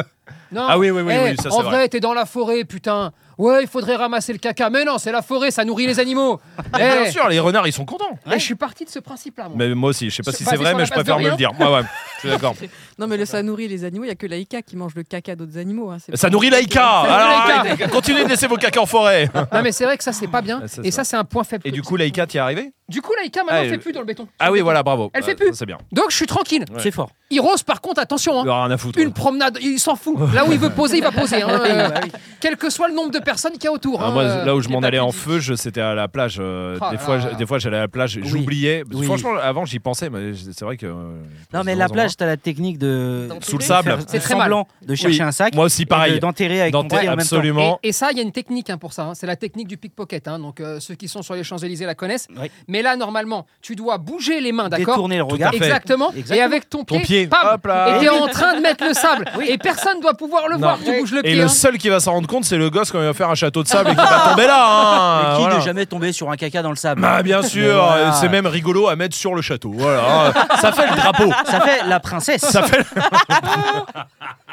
Speaker 5: Non,
Speaker 3: Ah oui, oui, oui,
Speaker 5: eh,
Speaker 3: oui, ça, c'est
Speaker 5: En
Speaker 3: vrai.
Speaker 5: vrai, t'es dans la forêt, putain. Ouais, il faudrait ramasser le caca. Mais non, c'est la forêt, ça nourrit les animaux.
Speaker 3: Mais
Speaker 5: Eh,
Speaker 3: Bien sûr, les renards ils sont contents.
Speaker 5: eh, je suis parti de ce principe-là, moi.
Speaker 3: Mais moi aussi, je sais pas
Speaker 5: C'est
Speaker 3: si
Speaker 5: basé
Speaker 3: c'est vrai,
Speaker 5: sur
Speaker 3: mais
Speaker 5: la
Speaker 3: je
Speaker 5: base de
Speaker 3: préfère me le
Speaker 5: rien.
Speaker 3: dire. Ouais, ouais, je suis d'accord.
Speaker 9: Non, mais le, ça nourrit les animaux. Il n'y a que Laïka qui mange le caca d'autres animaux. hein, c'est
Speaker 3: Ça
Speaker 9: pas-
Speaker 3: nourrit Laïka.
Speaker 5: nourrit
Speaker 3: Alors
Speaker 5: Laïka.
Speaker 3: arrêtez, continuez de laisser vos caca en forêt.
Speaker 5: Non, mais c'est vrai que ça, c'est pas bien.
Speaker 3: Ah, ça,
Speaker 5: et
Speaker 3: ça.
Speaker 5: ça, c'est un point faible.
Speaker 3: Et du coup, Laïka, t'y es arrivé
Speaker 5: du coup, Laïka, maintenant,
Speaker 3: Ah,
Speaker 5: elle fait
Speaker 3: elle-
Speaker 5: plus dans le béton.
Speaker 3: Ah oui, voilà, bravo.
Speaker 5: Elle fait
Speaker 3: Euh,
Speaker 5: plus.
Speaker 3: ça, C'est bien.
Speaker 5: Donc, je suis tranquille.
Speaker 3: Ouais.
Speaker 1: C'est fort.
Speaker 5: Hirose, par contre, attention. hein.
Speaker 3: Rien à foutre.
Speaker 5: Une promenade, il s'en fout. Là où il veut poser, il va poser. hein. Euh, quel que soit le nombre de personnes qu'il y a autour.
Speaker 3: bah Ah,
Speaker 5: hein.
Speaker 3: moi,
Speaker 5: Euh,
Speaker 3: là où je
Speaker 5: il est
Speaker 3: m'en
Speaker 5: pas
Speaker 3: allais en
Speaker 5: pudique.
Speaker 3: feu, je- c'était à la plage. euh,
Speaker 5: Ah
Speaker 3: des,
Speaker 5: là
Speaker 3: fois,
Speaker 5: là
Speaker 3: je-
Speaker 5: là.
Speaker 3: des fois, j'allais à la plage,
Speaker 1: Oui.
Speaker 3: j'oubliais.
Speaker 1: Oui.
Speaker 3: Franchement, avant, j'y pensais, mais j- c'est vrai que. euh, je
Speaker 1: Non,
Speaker 3: pense
Speaker 1: mais
Speaker 3: de
Speaker 1: la
Speaker 3: temps en
Speaker 1: plage, t'as la technique de.
Speaker 4: D'enterrer.
Speaker 3: Sous le sable.
Speaker 1: faire
Speaker 5: C'est très mal.
Speaker 1: semblant de chercher un
Speaker 3: temps.
Speaker 1: sac.
Speaker 3: Moi aussi,
Speaker 1: et de-
Speaker 3: pareil.
Speaker 1: D'enterrer avec
Speaker 3: Dans
Speaker 1: ton
Speaker 3: tes-
Speaker 1: pied en même temps.
Speaker 3: absolument.
Speaker 5: Et, et ça, il y a une technique hein, pour ça. hein. C'est la technique du pickpocket. hein. Donc, euh, ceux qui sont sur les Champs-Élysées la connaissent.
Speaker 1: Oui.
Speaker 5: Mais là, normalement, tu dois bouger les mains, d'accord
Speaker 1: Détourner le regard.
Speaker 3: à fait.
Speaker 5: Exactement. Et
Speaker 1: Exactement.
Speaker 5: avec ton pied,
Speaker 3: pied,
Speaker 5: pam,
Speaker 3: hop là.
Speaker 5: et t'es en train de mettre le sable. Et personne doit pouvoir le
Speaker 3: Non.
Speaker 5: voir. Tu bouges le
Speaker 3: Et
Speaker 5: pied.
Speaker 3: le
Speaker 5: hein.
Speaker 3: seul qui va s'en rendre compte, c'est le gosse quand il va faire un château de sable et qui va tomber là. hein,
Speaker 1: Mais qui
Speaker 3: voilà.
Speaker 1: n'est jamais tombé sur un caca dans le sable
Speaker 3: Bah, bien
Speaker 1: Mais
Speaker 3: sûr,
Speaker 1: voilà.
Speaker 3: euh, c'est même rigolo à mettre sur le château. Voilà, hein. ça fait le drapeau.
Speaker 1: Ça fait la princesse.
Speaker 3: Ça fait. le-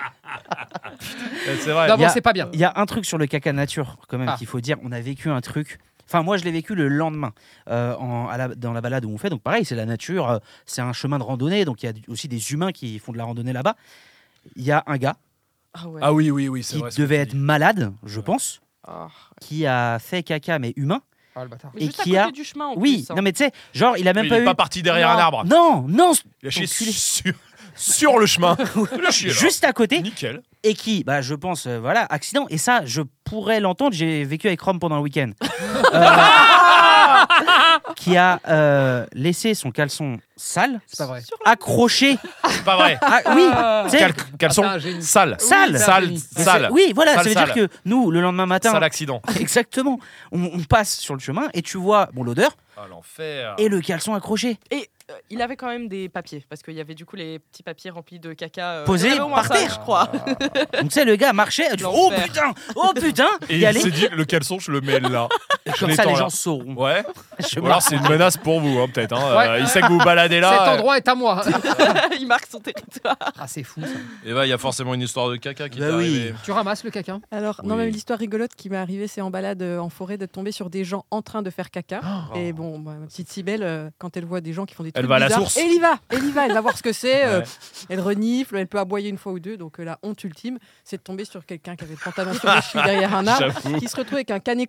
Speaker 3: c'est vrai.
Speaker 5: Non,
Speaker 1: Il y
Speaker 5: bon,
Speaker 1: a-
Speaker 5: c'est pas bien.
Speaker 1: Il y a un truc sur le caca nature, quand même,
Speaker 5: Ah.
Speaker 1: qu'il faut dire. On a vécu un truc. Enfin, moi, je l'ai vécu le lendemain, euh, en- à la- dans la balade où on fait. Donc, pareil, c'est la nature, euh, c'est un chemin de randonnée. Donc, il y a aussi des humains qui font de la randonnée là-bas. Il y a un gars
Speaker 4: Ah ouais.
Speaker 3: Ah oui, oui, oui, c'est
Speaker 1: qui
Speaker 3: vrai. ce que
Speaker 1: devait
Speaker 3: tu
Speaker 1: être
Speaker 3: dis.
Speaker 1: malade, je pense,
Speaker 4: Ah.
Speaker 1: qui a fait caca, mais humain.
Speaker 5: Ah, le bâtard.
Speaker 4: Mais
Speaker 1: Et
Speaker 4: Juste à
Speaker 1: qui
Speaker 4: côté
Speaker 1: a-
Speaker 4: du chemin en
Speaker 1: oui,
Speaker 4: plus, hein.
Speaker 1: non, mais tu sais, genre, il a même
Speaker 3: Il
Speaker 1: pas
Speaker 3: est
Speaker 1: eu.
Speaker 3: pas parti derrière un arbre.
Speaker 1: Non, non,
Speaker 3: Il a chié
Speaker 1: Enculé.
Speaker 3: sur, sur le chemin. Il a chié là.
Speaker 1: juste à côté.
Speaker 3: Nickel.
Speaker 1: et qui, bah, je pense, euh, voilà, accident. Et ça, je pourrait l'entendre. J'ai vécu avec Rome pendant le week-end. Euh, qui a euh, laissé son caleçon sale,
Speaker 5: C'est pas vrai.
Speaker 1: accroché.
Speaker 3: C'est pas vrai.
Speaker 1: Ah, oui, tu sais,
Speaker 3: Cal- Caleçon
Speaker 5: Attends, j'ai une-
Speaker 3: sale.
Speaker 1: sale.
Speaker 3: Sale,
Speaker 1: Mais
Speaker 3: sale.
Speaker 1: c'est- Oui, voilà,
Speaker 3: Sale,
Speaker 1: ça veut dire
Speaker 3: sale.
Speaker 1: que nous, le lendemain matin,
Speaker 3: Sale accident.
Speaker 1: exactement, on, on passe sur le chemin et tu vois bon, l'odeur
Speaker 3: Ah, l'enfer.
Speaker 1: et le caleçon accroché.
Speaker 4: Et euh, il avait quand même des papiers, parce qu'il y avait du coup les petits papiers remplis de caca. euh,
Speaker 1: Posés
Speaker 4: il y en avait au moins
Speaker 1: par
Speaker 4: ça,
Speaker 1: terre.
Speaker 4: je crois.
Speaker 1: Donc, tu sais, le gars marchait, tu fais, oh
Speaker 4: L'enfer.
Speaker 1: putain, oh putain,
Speaker 3: Et
Speaker 1: y
Speaker 3: il
Speaker 1: aller.
Speaker 3: s'est dit, le caleçon, je le mets là. Je
Speaker 1: Comme ça,
Speaker 3: l'étends
Speaker 1: les
Speaker 3: là.
Speaker 1: gens sauront.
Speaker 3: Ouais.
Speaker 1: Je
Speaker 3: Ou alors c'est une menace pour vous, hein, peut-être. hein. Euh,
Speaker 5: Ouais.
Speaker 3: il sait que vous vous baladez là.
Speaker 5: Cet
Speaker 3: euh,
Speaker 5: endroit est à moi. hein.
Speaker 4: il marque son territoire.
Speaker 5: Ah, c'est fou ça.
Speaker 3: Et bah, il y a forcément une histoire de caca qui
Speaker 1: Bah
Speaker 3: t'est
Speaker 1: oui.
Speaker 3: arrivée.
Speaker 5: Tu ramasses le caca. hein.
Speaker 9: Alors,
Speaker 3: Oui.
Speaker 9: non, même l'histoire rigolote qui m'est arrivée, c'est en balade euh, en forêt de tomber sur des gens en train de faire caca. Et bon, bah, ma petite Cybèle, euh, quand elle voit des gens qui font des trucs
Speaker 3: Elle va à la
Speaker 9: bizarres,
Speaker 3: source.
Speaker 9: elle y va, elle y va, elle va voir ce que c'est. euh,
Speaker 3: Ouais.
Speaker 9: elle renifle, elle peut aboyer une fois ou deux. Donc euh, la honte ultime, c'est de tomber sur quelqu'un qui avait le pantalon sur les chevilles derrière un arbre,
Speaker 3: J'avoue.
Speaker 9: qui se retrouve avec un canet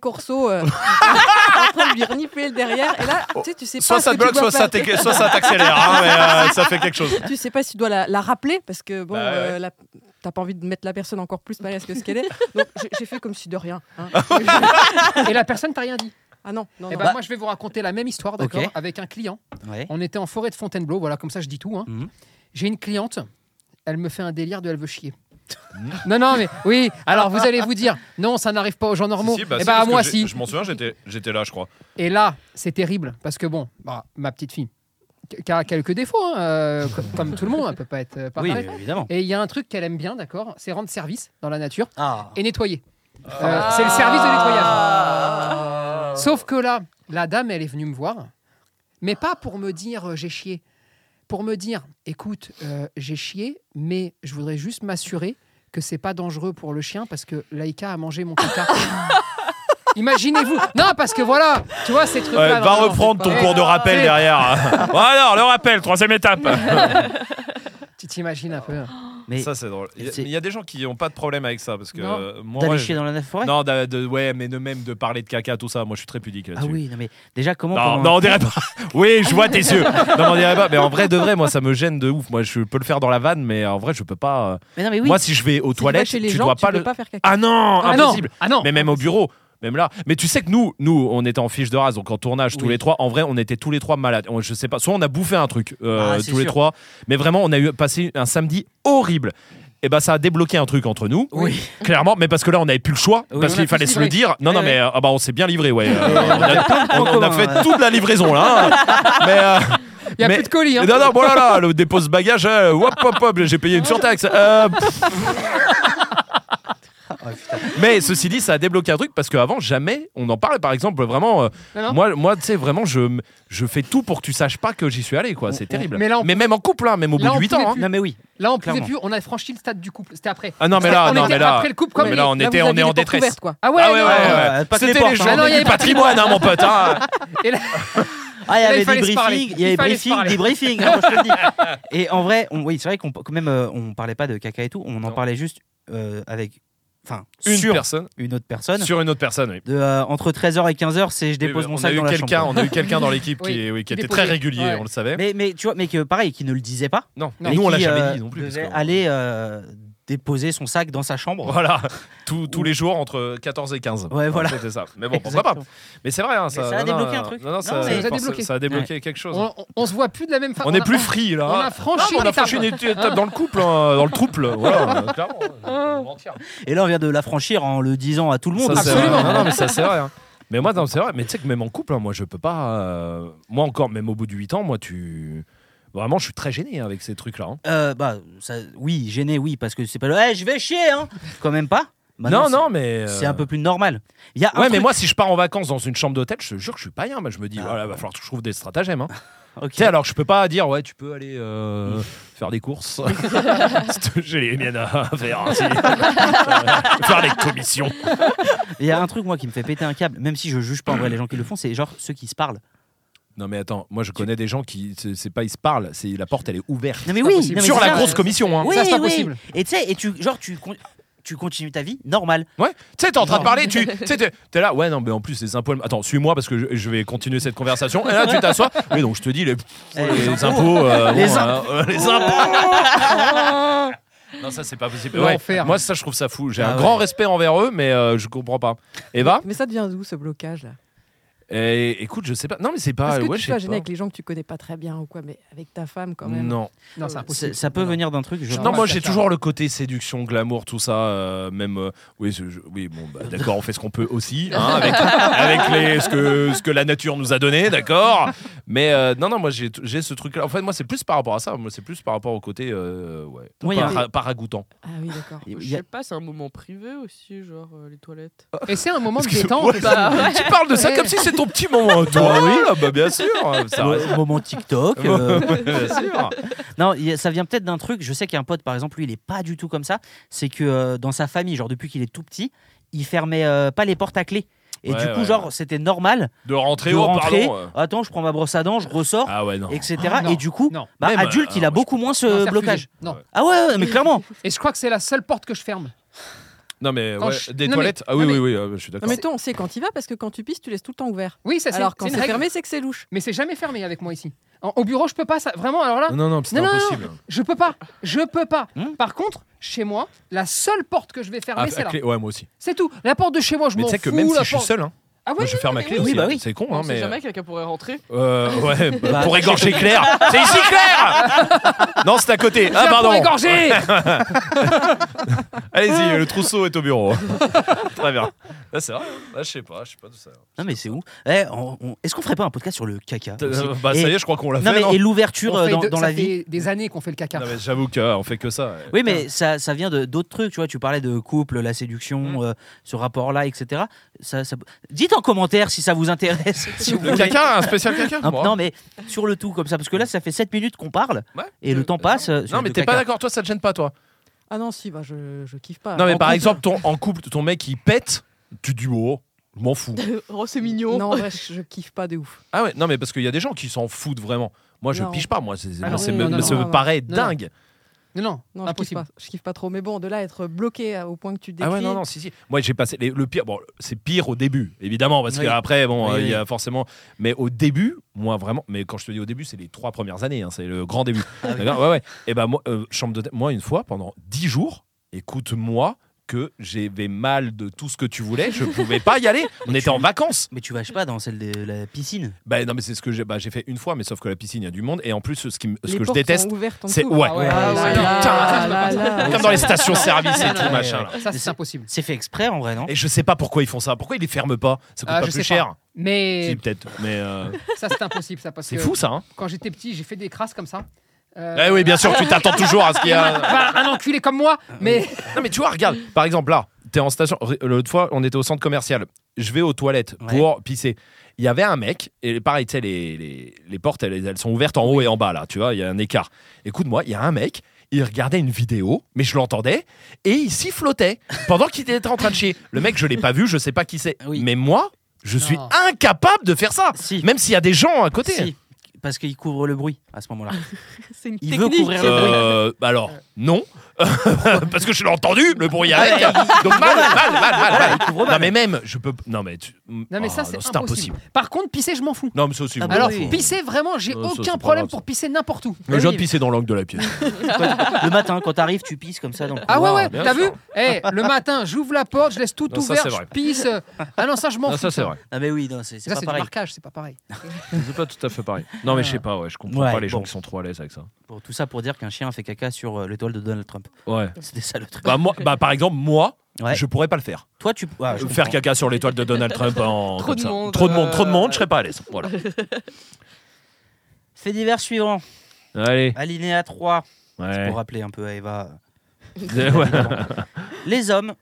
Speaker 9: corso euh, en train de lui renifler le derrière. Et là, tu sais, tu sais
Speaker 3: Soit
Speaker 9: pas.
Speaker 3: ça
Speaker 9: ce
Speaker 3: te
Speaker 9: que tu
Speaker 3: bloque, soit
Speaker 9: dois
Speaker 3: ça
Speaker 9: faire.
Speaker 3: t'éc- soit ça t'accélère. hein, mais euh, ça fait quelque chose.
Speaker 9: tu sais pas si tu dois la, la rappeler parce que bon,
Speaker 3: Bah ouais.
Speaker 9: euh, la- t'as pas envie de mettre la personne encore plus mal à ce que ce qu'elle est. Donc j'ai- j'ai fait comme si de rien.
Speaker 3: Ah.
Speaker 9: hein.
Speaker 5: Et la personne t'a rien dit.
Speaker 9: Ah non, non,
Speaker 5: Eh
Speaker 9: non.
Speaker 3: bah,
Speaker 5: ben, moi, je vais vous raconter la même histoire, d'accord,
Speaker 1: Ok.
Speaker 5: avec un client.
Speaker 1: Ouais.
Speaker 5: On était en forêt de Fontainebleau, voilà, comme ça je dis tout. hein.
Speaker 1: Mhm.
Speaker 5: J'ai une cliente, elle me fait un délire de elle veut chier.
Speaker 3: Mhm.
Speaker 5: non, non, mais oui, alors vous allez vous dire, non, ça n'arrive pas aux gens normaux.
Speaker 3: Si, si, bah,
Speaker 5: eh
Speaker 3: si,
Speaker 5: ben, à
Speaker 3: parce que
Speaker 5: moi,
Speaker 3: j'ai-
Speaker 5: si.
Speaker 3: Je m'en souviens, j'étais j'étais là, je crois.
Speaker 5: Et là, c'est terrible, parce que bon, bah, ma petite fille, qui a quelques défauts, hein, euh, co- comme tout le monde, elle peut pas être euh,
Speaker 1: Oui,
Speaker 5: parfaite.
Speaker 1: évidemment.
Speaker 5: Et il y a un truc qu'elle aime bien, d'accord, c'est rendre service dans la nature
Speaker 1: Ah.
Speaker 5: et nettoyer. Euh, c'est le service de nettoyage.
Speaker 4: Ah.
Speaker 5: Sauf que là, la dame, elle est venue me voir, mais pas pour me dire euh, j'ai chié, pour me dire écoute, euh, j'ai chié, mais je voudrais juste m'assurer que c'est pas dangereux pour le chien parce que Laïka a mangé mon caca. Imaginez-vous. Non, parce que voilà, tu vois, ces trucs-là.
Speaker 3: Ouais, va
Speaker 5: vraiment,
Speaker 3: reprendre
Speaker 5: c'est
Speaker 3: ton
Speaker 5: pas-
Speaker 3: cours de rappel
Speaker 5: Eh,
Speaker 3: derrière. Bon, alors, le rappel, troisième étape.
Speaker 5: Tu t'imagines un peu. hein.
Speaker 1: Mais
Speaker 3: Ça, c'est drôle. Il y a-
Speaker 1: C'est-
Speaker 3: il y a des gens qui n'ont pas de problème avec ça. Parce que
Speaker 5: Non.
Speaker 3: euh, moi,
Speaker 1: d'aller
Speaker 3: je-
Speaker 1: chier dans la forêt
Speaker 3: Non, d'a- de- ouais, mais de même de parler de caca, tout ça, moi je suis très pudique
Speaker 1: Ah
Speaker 3: là-dessus.
Speaker 1: oui, non mais déjà comment
Speaker 3: Non,
Speaker 1: pendant-
Speaker 3: non, on dirait pas. Oui, je vois tes yeux. Non, on dirait pas. Mais en vrai, de vrai, moi, ça me gêne de ouf. Moi, je peux le faire dans la vanne, mais en vrai, je peux pas. euh,
Speaker 1: Mais non mais oui.
Speaker 3: Moi, si je vais aux
Speaker 9: Si tu vas
Speaker 3: toilettes,
Speaker 9: chez
Speaker 3: tu,
Speaker 9: les gens,
Speaker 3: dois
Speaker 9: tu
Speaker 3: pas
Speaker 9: peux
Speaker 3: le.
Speaker 9: pas faire caca.
Speaker 3: Ah non,
Speaker 5: Ah non,
Speaker 3: impossible.
Speaker 5: ah non.
Speaker 3: Mais même au bureau, même là. Mais tu sais que nous, nous, on était en fiche de race, donc en tournage tous
Speaker 1: Oui.
Speaker 3: les trois. En vrai, on était tous les trois malades. On- je sais pas. Soit on a bouffé un truc euh,
Speaker 1: Ah,
Speaker 3: tous
Speaker 1: c'est
Speaker 3: les
Speaker 1: sûr.
Speaker 3: trois, mais vraiment, on a eu passé un samedi horrible. Et ben, ça a débloqué un truc entre nous,
Speaker 1: Oui.
Speaker 3: clairement. Mais parce que là, on n'avait plus le choix,
Speaker 1: Oui,
Speaker 3: parce
Speaker 1: on a
Speaker 3: qu'il
Speaker 1: tous
Speaker 3: fallait se
Speaker 1: livré.
Speaker 3: le dire. Non, non,
Speaker 1: Ouais,
Speaker 3: mais euh, ah bah, on s'est bien livré, ouais. Euh, on, a,
Speaker 1: points
Speaker 3: on- on a
Speaker 1: communs,
Speaker 3: fait
Speaker 1: ouais.
Speaker 3: toute la livraison là. hein. mais euh,
Speaker 5: Il n'y a
Speaker 3: Mais-
Speaker 5: plus de colis. hein.
Speaker 3: non, non, bon là, là, le dépose bagage, euh, hop, hop, hop, j'ai payé une surtaxe. Euh, pff. Mais ceci dit, ça a débloqué un truc parce qu'avant, jamais on en parlait. Par exemple, vraiment, euh,
Speaker 5: Non, non.
Speaker 3: moi, moi tu sais, vraiment, je, m- je fais tout pour que tu saches pas que j'y suis allé, quoi. C'est
Speaker 1: On-
Speaker 3: terrible.
Speaker 5: mais là, on-
Speaker 3: même en couple, hein, même au bout
Speaker 5: là,
Speaker 3: de
Speaker 5: on
Speaker 3: 8
Speaker 5: pouvait
Speaker 3: ans. hein.
Speaker 5: plus.
Speaker 1: Non mais oui.
Speaker 5: Là, on pouvait
Speaker 1: Clairement.
Speaker 5: plus. On a franchi le stade du couple. C'était après.
Speaker 3: Ah non, mais là,
Speaker 5: on
Speaker 3: non,
Speaker 5: était
Speaker 3: mais là.
Speaker 5: après le couple, comme
Speaker 3: mais
Speaker 5: les-
Speaker 3: là, on
Speaker 9: Là,
Speaker 3: était,
Speaker 9: vous
Speaker 3: on est
Speaker 9: aviez
Speaker 3: en
Speaker 9: des
Speaker 3: détresse.
Speaker 9: couvertes, quoi.
Speaker 5: Ah ouais,
Speaker 3: ah ouais,
Speaker 5: non.
Speaker 1: Euh,
Speaker 3: ouais, ouais.
Speaker 1: pas que les
Speaker 3: C'était
Speaker 1: portes,
Speaker 3: les
Speaker 1: hein.
Speaker 5: Ah non,
Speaker 3: journées
Speaker 5: il y avait
Speaker 3: du
Speaker 5: pas de
Speaker 3: patrimoine, hein, mon pote. hein.
Speaker 5: Et là-
Speaker 1: Ah, il y
Speaker 5: Et là, il
Speaker 1: avait
Speaker 5: fallait
Speaker 1: des
Speaker 5: se parler.
Speaker 1: briefings, il y
Speaker 5: Il
Speaker 1: avait
Speaker 5: fallait se
Speaker 1: briefing,
Speaker 5: parler.
Speaker 1: des briefings, hein, moi, je te le dis. Et en vrai, on- oui, c'est vrai qu'on quand même, euh, on parlait pas de caca et tout, on en
Speaker 3: Non.
Speaker 1: parlait juste euh, avec, enfin,
Speaker 3: Une
Speaker 1: sur
Speaker 3: personne.
Speaker 1: une autre personne.
Speaker 3: Sur une autre personne, oui.
Speaker 1: De, euh, entre 13h et 15h, c'est je dépose
Speaker 3: Oui,
Speaker 1: mon
Speaker 3: on
Speaker 1: sac
Speaker 3: a eu
Speaker 1: dans la
Speaker 3: quelqu'un,
Speaker 1: chambre.
Speaker 3: on a eu quelqu'un dans l'équipe qui,
Speaker 5: Oui,
Speaker 3: oui, qui
Speaker 5: qui
Speaker 3: était très
Speaker 5: déposait.
Speaker 3: régulier,
Speaker 5: Ouais.
Speaker 3: on le savait.
Speaker 1: Mais, mais tu vois, mais que pareil, qui ne le disait pas.
Speaker 3: Non,
Speaker 5: Non.
Speaker 1: mais
Speaker 3: nous on
Speaker 1: qui,
Speaker 3: l'a jamais
Speaker 1: euh,
Speaker 3: dit non plus. parce
Speaker 1: devait
Speaker 3: que-
Speaker 1: aller euh, déposer son sac dans sa chambre.
Speaker 3: Voilà, Tous- tous les jours entre 14 et 15.
Speaker 1: Ouais, voilà.
Speaker 3: C'était ça. Mais bon, pourquoi pas
Speaker 1: Exactement.
Speaker 3: Mais c'est vrai, hein, ça,
Speaker 1: Mais ça a
Speaker 3: non, non,
Speaker 1: débloqué un
Speaker 3: non,
Speaker 1: truc.
Speaker 3: Non, non, ça,
Speaker 5: mais-
Speaker 3: je
Speaker 5: Ça a
Speaker 3: pense que
Speaker 5: débloqué.
Speaker 3: ça a débloqué quelque chose.
Speaker 5: On, on- on se voit plus de la même façon.
Speaker 3: On est plus free là.
Speaker 5: On a franchi
Speaker 3: Ah, on a
Speaker 5: l'étape.
Speaker 3: franchi une étape dans le couple, hein, dans le trouble. Voilà, euh, clairement.
Speaker 1: Ah.
Speaker 3: euh, mentir.
Speaker 1: Et là, on vient de l'affranchir en le disant à tout le monde.
Speaker 3: Ça, c'est
Speaker 5: Absolument.
Speaker 3: vrai. Non, non, mais ça c'est vrai. hein. Mais moi, non, c'est vrai. Mais tu sais que même en couple, hein, moi, je peux pas. euh, Moi encore, même au bout de 8 ans, moi, tu. Vraiment, je suis très gêné avec ces trucs-là. hein.
Speaker 1: Euh, bah, ça, oui, gêné, oui, parce que c'est pas le. Eh, je vais chier, hein Quand même pas. Maintenant, Bah
Speaker 3: non,
Speaker 1: c'est-
Speaker 3: non, mais. euh,
Speaker 1: C'est un peu plus normal. Il y a un
Speaker 3: Ouais, mais
Speaker 1: truc-
Speaker 3: moi, si je pars en vacances dans une chambre d'hôtel, je te jure que je suis pas rien. Moi, je me dis,
Speaker 1: Ah.
Speaker 3: voilà, va falloir que je trouve des stratagèmes. hein.
Speaker 1: Ok.
Speaker 3: Tu sais, alors je peux pas dire, ouais, tu peux aller euh, faire des courses. Parce que J'ai les miennes à faire. hein, si. Euh, faire les commissions.
Speaker 1: Il y a un truc, moi, qui me fait péter un câble, même si je juge pas en vrai les gens qui le font, c'est genre ceux qui se parlent.
Speaker 3: Non, mais attends, moi, je connais des gens qui, c'est- c'est pas, ils se parlent, c'est la porte, elle est ouverte.
Speaker 1: Non, mais
Speaker 5: pas
Speaker 1: oui,
Speaker 5: possible.
Speaker 1: non, mais
Speaker 3: Sur
Speaker 1: c'est
Speaker 3: la
Speaker 1: ça. euh,
Speaker 3: grosse commission, hein.
Speaker 1: Oui,
Speaker 5: Ça, c'est
Speaker 1: oui.
Speaker 5: impossible.
Speaker 1: Et tu sais, et tu, genre, tu, con- tu continues ta vie normale.
Speaker 3: Ouais. Tu sais, t'es en train de
Speaker 1: Non.
Speaker 3: parler, tu tu sais, t'es t'es là, ouais, non, mais en plus, les impôts. Attends, suis-moi parce que je, je vais continuer cette conversation. Et là, tu t'assois. Oui, donc je te dis, les,
Speaker 1: Eh,
Speaker 3: les impôts. euh,
Speaker 1: Les
Speaker 3: bon,
Speaker 1: impôts.
Speaker 3: euh, euh, les impôts. Non, ça c'est pas possible.
Speaker 5: Ouais.
Speaker 3: Ouais. Moi, ça je trouve ça fou. J'ai
Speaker 1: Ah
Speaker 3: un
Speaker 1: ouais.
Speaker 3: grand respect envers eux, mais euh, je comprends pas. Eva
Speaker 9: Mais ça devient d'où ce blocage là
Speaker 3: Eh, Écoute, je sais pas. Non, mais c'est pas.
Speaker 9: Parce que
Speaker 3: Ah, ouais,
Speaker 9: tu
Speaker 3: je
Speaker 9: te
Speaker 3: sais
Speaker 9: vas gêner
Speaker 3: pas.
Speaker 9: avec les gens que tu connais pas très bien ou quoi, mais avec ta femme quand même.
Speaker 3: Non.
Speaker 5: Non, c'est
Speaker 1: C'est-
Speaker 5: impossible.
Speaker 1: Ça peut venir d'un truc. je
Speaker 5: Non,
Speaker 3: Non,
Speaker 1: pense.
Speaker 3: moi
Speaker 5: ça,
Speaker 3: j'ai
Speaker 5: ça.
Speaker 3: toujours le côté séduction, glamour, tout ça. euh, même euh, oui, je- je- oui, bon, bah, d'accord, on fait ce qu'on peut aussi, hein, avec, avec les, ce que ce que la nature nous a donné, d'accord. Mais euh, non, non, moi j'ai t- j'ai ce truc-là. En fait, moi c'est plus par rapport à ça. Moi c'est plus par rapport au côté euh, ouais,
Speaker 1: Oui, il y a-
Speaker 3: para- paragoutant.
Speaker 9: Ah oui, d'accord.
Speaker 1: Il
Speaker 4: Je
Speaker 1: y a-
Speaker 4: sais pas, c'est un moment privé aussi, genre euh, les toilettes.
Speaker 5: Et c'est un moment de
Speaker 3: Excuse-moi,
Speaker 5: détente.
Speaker 4: Bah ouais.
Speaker 3: Tu parles de ça comme si c'était ton petit moment, toi. oui, bah, bien sûr. Ça reste-
Speaker 1: Mo- Moment TikTok. euh,
Speaker 3: bien sûr.
Speaker 1: Non, il y a- ça vient peut-être d'un truc. Je sais qu'il y a un pote, par exemple, lui, il est pas du tout comme ça. C'est que euh, dans sa famille, genre depuis qu'il est tout petit, il fermait euh, pas les portes à clé. Et
Speaker 3: Ouais,
Speaker 1: du coup,
Speaker 3: ouais.
Speaker 1: genre, c'était normal
Speaker 3: De rentrer
Speaker 1: de
Speaker 3: au
Speaker 1: rentrer.
Speaker 3: pardon. euh.
Speaker 1: Attends, je prends ma brosse à dents, je ressors,
Speaker 3: Ah ouais, non.
Speaker 1: etc.
Speaker 5: Ah, non.
Speaker 1: et du coup,
Speaker 5: Non.
Speaker 1: bah,
Speaker 3: Même,
Speaker 1: adulte,
Speaker 3: euh,
Speaker 1: il a
Speaker 3: alors, moi,
Speaker 1: beaucoup moins
Speaker 5: Non, c'est
Speaker 1: ce
Speaker 5: refusé.
Speaker 1: blocage.
Speaker 5: Non.
Speaker 1: Ah ouais, ouais, mais clairement.
Speaker 5: Et je crois que c'est la seule porte que je ferme.
Speaker 3: Non, mais
Speaker 5: Quand
Speaker 3: ouais,
Speaker 5: je-
Speaker 3: des
Speaker 5: non, mais-
Speaker 3: toilettes. Ah oui,
Speaker 5: non,
Speaker 3: oui, oui, euh, je suis
Speaker 9: Non,
Speaker 3: d'accord.
Speaker 9: mais toi, on sait quand il va parce que quand tu pisses, tu laisses tout le temps ouvert.
Speaker 5: Oui,
Speaker 3: Eh,
Speaker 5: ça c'est
Speaker 9: Alors
Speaker 5: c'est
Speaker 9: quand
Speaker 5: une
Speaker 9: c'est
Speaker 5: règle.
Speaker 9: fermé, c'est que c'est louche.
Speaker 5: Mais c'est jamais fermé avec moi ici. En- au bureau, je peux pas ça. Vraiment, alors là,
Speaker 3: Non, non, c'est
Speaker 5: Non, non, non.
Speaker 3: impossible.
Speaker 5: je peux pas. Je peux pas.
Speaker 1: Hmm.
Speaker 5: Par contre, chez moi, la seule porte que je vais
Speaker 3: Hein Ah,
Speaker 5: fermer, c'est
Speaker 3: à
Speaker 5: là.
Speaker 3: clé- Ouais, moi aussi.
Speaker 5: C'est tout. La porte de chez moi, je
Speaker 3: Mais
Speaker 5: m'en
Speaker 3: tu
Speaker 5: fous.
Speaker 3: sais que même si
Speaker 5: la
Speaker 3: je suis
Speaker 5: porte-
Speaker 3: seul, hein,
Speaker 5: Ah
Speaker 3: moi
Speaker 5: ouais,
Speaker 3: je ferme ma
Speaker 4: oui,
Speaker 3: clé
Speaker 4: oui,
Speaker 3: aussi.
Speaker 1: bah
Speaker 3: hein.
Speaker 1: oui.
Speaker 3: C'est con,
Speaker 4: On
Speaker 3: hein,
Speaker 4: sait
Speaker 3: mais.
Speaker 4: jamais quelqu'un pourrait rentrer.
Speaker 3: Euh, ouais, bah,
Speaker 1: Bah,
Speaker 3: pour égorger Claire C'est ici Claire Non, c'est à côté. Ah,
Speaker 5: Viens pour
Speaker 3: pardon.
Speaker 5: égorger
Speaker 3: Allez-y, le trousseau est au bureau. Très bien. Là, c'est vrai. Là, je sais pas. Je sais pas tout ça.
Speaker 1: Non, mais c'est où Eh, on- on- Est-ce qu'on ferait pas un podcast sur le caca aussi
Speaker 3: Euh, Bah, ça
Speaker 1: Et-
Speaker 3: y est, je crois qu'on l'a
Speaker 1: Non,
Speaker 3: fait.
Speaker 1: mais
Speaker 3: Non,
Speaker 1: et l'ouverture
Speaker 5: On
Speaker 1: euh,
Speaker 5: fait
Speaker 1: dans,
Speaker 5: deux-
Speaker 1: dans
Speaker 5: ça
Speaker 1: la vie
Speaker 5: fait des années qu'on fait le caca.
Speaker 3: Non, mais j'avoue qu'on fait que ça. ouais.
Speaker 1: Oui, mais ça, ça vient de- d'autres trucs, tu vois. Tu parlais de couple, la séduction, euh, ce rapport-là, etc. Ça, ça- Dites en commentaire si ça vous intéresse. si vous
Speaker 3: Le
Speaker 1: voulez.
Speaker 3: caca, un spécial caca
Speaker 1: Un-
Speaker 3: moi.
Speaker 1: Ah, non, mais sur le tout, comme ça, parce que là, ça fait 7 minutes qu'on parle
Speaker 3: Ouais.
Speaker 1: et le temps passe. euh, sur
Speaker 3: Non,
Speaker 1: le
Speaker 3: mais t'es
Speaker 1: caca. Ah,
Speaker 3: pas d'accord, toi, ça te gêne pas, toi.
Speaker 9: Ah non, si, bah, je, je kiffe pas.
Speaker 3: Non, mais
Speaker 9: En
Speaker 3: par
Speaker 9: couple-
Speaker 3: exemple, ton, en couple, ton mec, il pète, tu te dis, oh, je m'en fous.
Speaker 4: oh, c'est mignon.
Speaker 9: Non, en vrai, je, je kiffe pas de ouf.
Speaker 3: Ah ouais, non, mais parce qu'il y a des gens qui s'en foutent vraiment. Moi, je
Speaker 9: Non.
Speaker 3: pige pas, moi, c'est-
Speaker 5: Ah
Speaker 3: moi,
Speaker 5: non,
Speaker 3: c'est
Speaker 5: oui,
Speaker 3: me-
Speaker 5: non, non,
Speaker 3: ça
Speaker 9: non,
Speaker 3: me
Speaker 9: non.
Speaker 3: paraît
Speaker 5: Non, non.
Speaker 3: dingue.
Speaker 5: Non, non,
Speaker 9: Non, je kiffe
Speaker 5: impossible.
Speaker 9: pas. Je kiffe pas trop. Mais bon, de là à être bloqué à- au point que tu décris.
Speaker 3: Ah, Ah ouais, non, non, si, si. Moi, j'ai passé les- le pire. Bon, c'est pire au début, évidemment, parce
Speaker 1: Oui.
Speaker 3: qu'après, bon,
Speaker 1: Oui,
Speaker 3: euh, il y
Speaker 1: oui.
Speaker 3: a forcément. Mais au début, moi, vraiment. Mais quand je te dis au début, c'est les trois premières années, hein, c'est le grand début.
Speaker 5: Ah
Speaker 3: D'accord Ouais, ouais. Et ben, moi, euh, chambre d'hôtel, moi, une fois, pendant dix jours, écoute-moi que j'avais mal de tout ce que tu voulais, je pouvais pas y aller. On était en vacances.
Speaker 1: Mais tu vas, je sais pas, dans celle de la piscine.
Speaker 3: Ben non, mais c'est ce que j'ai bah, j'ai fait une fois, mais sauf que la piscine, il y a du monde. Et en plus, ce, qui, me- ce
Speaker 9: Les
Speaker 3: que je
Speaker 9: portes
Speaker 3: déteste,
Speaker 9: sont ouvertes en
Speaker 3: c'est.
Speaker 9: dessous.
Speaker 3: Ouais.
Speaker 5: Ah ouais,
Speaker 9: Ah ouais,
Speaker 5: Putain.
Speaker 9: là, là, là.
Speaker 3: Comme dans les stations-service et
Speaker 5: Non, non,
Speaker 3: tout,
Speaker 5: non,
Speaker 3: machin. là.
Speaker 5: Ça,
Speaker 1: Mais
Speaker 5: c'est
Speaker 1: c'est-
Speaker 5: impossible.
Speaker 1: C'est fait exprès en vrai, non
Speaker 3: Et je sais pas pourquoi ils font ça. Pourquoi ils les ferment pas Ça coûte
Speaker 5: Ah,
Speaker 3: pas plus
Speaker 5: je sais pas.
Speaker 3: cher. Si,
Speaker 5: Mais
Speaker 3: peut-être. Mais euh,
Speaker 5: ça, c'est impossible, ça, parce
Speaker 3: c'est
Speaker 5: que
Speaker 3: fou ça. Hein
Speaker 5: quand j'étais petit, j'ai fait des crasses comme ça. Euh,
Speaker 3: Eh oui, bien Ah sûr, tu t'attends toujours à ce qu'il y a.
Speaker 5: bah, un enculé comme moi, mais
Speaker 3: Non, mais tu vois, regarde. Par exemple, là, t'es en station. L'autre fois, on était au centre commercial. Je vais aux toilettes
Speaker 1: Ouais.
Speaker 3: pour pisser. Il y avait un mec, et pareil, tu sais, les, les, les portes, elles, elles sont ouvertes en haut et en bas, là, tu vois, il y a un écart. Écoute-moi, il y a un mec, il regardait une vidéo, mais je l'entendais, et il sifflotait pendant qu'il était en train de chier. Le mec, je l'ai pas vu, je sais pas qui c'est.
Speaker 1: Oui.
Speaker 3: Mais moi, je suis
Speaker 5: Non.
Speaker 3: incapable de faire ça.
Speaker 1: Si.
Speaker 3: Même s'il y a des gens à côté.
Speaker 1: Si, parce qu'il couvre le bruit à ce moment-là.
Speaker 4: C'est une
Speaker 1: Il veut
Speaker 4: technique.
Speaker 1: couvrir le bruit.
Speaker 3: Euh, bah alors, non. Parce que je l'ai entendu, le bruit avec. Donc mal, mal, mal, mal, mal. Non mais même, je peux. Non mais tu.
Speaker 5: non
Speaker 3: Oh,
Speaker 5: mais ça c'est impossible.
Speaker 3: impossible.
Speaker 5: Par contre, pisser, je m'en fous.
Speaker 3: Non mais ça aussi.
Speaker 1: Ah
Speaker 3: bon,
Speaker 1: bah
Speaker 5: Alors,
Speaker 1: oui.
Speaker 3: faut-
Speaker 5: pisser vraiment, j'ai
Speaker 3: Non, ça, c'est
Speaker 5: aucun
Speaker 3: pas
Speaker 5: problème
Speaker 3: grave, ça.
Speaker 5: pour pisser n'importe où.
Speaker 3: Mais je viens de
Speaker 1: Oui.
Speaker 3: pisser dans l'angle de la pièce.
Speaker 1: le matin, quand t'arrives, tu pisses comme ça dans le
Speaker 5: Ah ouais
Speaker 1: couloir.
Speaker 5: ouais,
Speaker 3: bien
Speaker 5: t'as vu
Speaker 3: sûr.
Speaker 5: Eh, le matin, j'ouvre la porte, je laisse tout
Speaker 3: Non, ça,
Speaker 5: ouvert,
Speaker 3: c'est
Speaker 5: je
Speaker 3: vrai.
Speaker 5: pisse. euh, Ah non, ça je m'en
Speaker 3: Non,
Speaker 5: fous.
Speaker 3: ça c'est vrai.
Speaker 1: Ah, mais oui, non, c'est c'est
Speaker 5: Ça
Speaker 1: pas
Speaker 5: c'est du
Speaker 1: pareil.
Speaker 5: marquage, c'est pas pareil.
Speaker 3: C'est pas tout à fait pareil. Non mais je sais pas, ouais, je comprends
Speaker 1: Ouais,
Speaker 3: pas les gens
Speaker 1: bon.
Speaker 3: qui sont trop à l'aise avec ça.
Speaker 1: Pour- tout ça pour dire qu'un chien fait caca sur euh, l'étoile de Donald Trump.
Speaker 3: Ouais.
Speaker 1: C'était ça le truc.
Speaker 3: Bah moi, bah par exemple moi,
Speaker 1: Ouais.
Speaker 3: je pourrais pas le faire.
Speaker 1: Toi, tu. ah, je
Speaker 3: faire
Speaker 1: comprends.
Speaker 3: caca sur l'étoile de Donald Trump en
Speaker 4: Trop
Speaker 3: comme
Speaker 4: de
Speaker 3: ça.
Speaker 4: monde,
Speaker 3: trop de monde, trop de monde,
Speaker 4: euh,
Speaker 3: je serais pas à l'aise. Voilà.
Speaker 1: Fait divers suivant.
Speaker 3: Allez.
Speaker 1: Alinéa 3. C'est
Speaker 3: Ouais.
Speaker 1: pour rappeler un peu à Eva.
Speaker 3: Ouais.
Speaker 1: Les hommes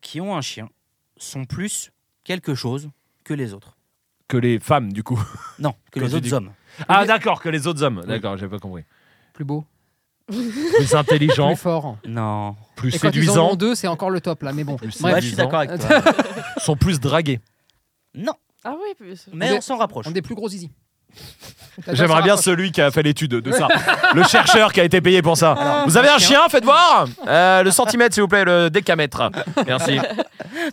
Speaker 1: qui ont un chien sont plus quelque chose que les autres.
Speaker 3: Que les femmes du coup.
Speaker 1: Non, que
Speaker 3: Quand
Speaker 1: les
Speaker 3: tu
Speaker 1: autres
Speaker 3: dis-
Speaker 1: hommes.
Speaker 3: Ah d'accord, que les autres hommes. D'accord, j'ai pas compris.
Speaker 5: Plus beau,
Speaker 3: Plus intelligent,
Speaker 5: plus fort. hein.
Speaker 1: Non.
Speaker 3: plus
Speaker 5: Et quand ils en
Speaker 3: séduisant.
Speaker 5: ont deux, c'est encore le top là, mais bon.
Speaker 3: Plus
Speaker 1: Ouais,
Speaker 5: Bref,
Speaker 1: je suis
Speaker 3: séduisant.
Speaker 1: d'accord avec toi.
Speaker 3: sont plus dragués.
Speaker 1: non,
Speaker 4: Ah oui, puis-
Speaker 1: mais
Speaker 5: On est-
Speaker 1: on s'en rapproche.
Speaker 5: on est plus gros zizi. T'as
Speaker 12: J'aimerais
Speaker 5: ça,
Speaker 12: bien
Speaker 5: ça-
Speaker 12: celui qui a fait l'étude de ça. le chercheur qui a été payé pour
Speaker 5: Ah,
Speaker 12: ça. Vous avez un chien Faites voir Euh, Le centimètre, s'il vous plaît, le décamètre. Merci.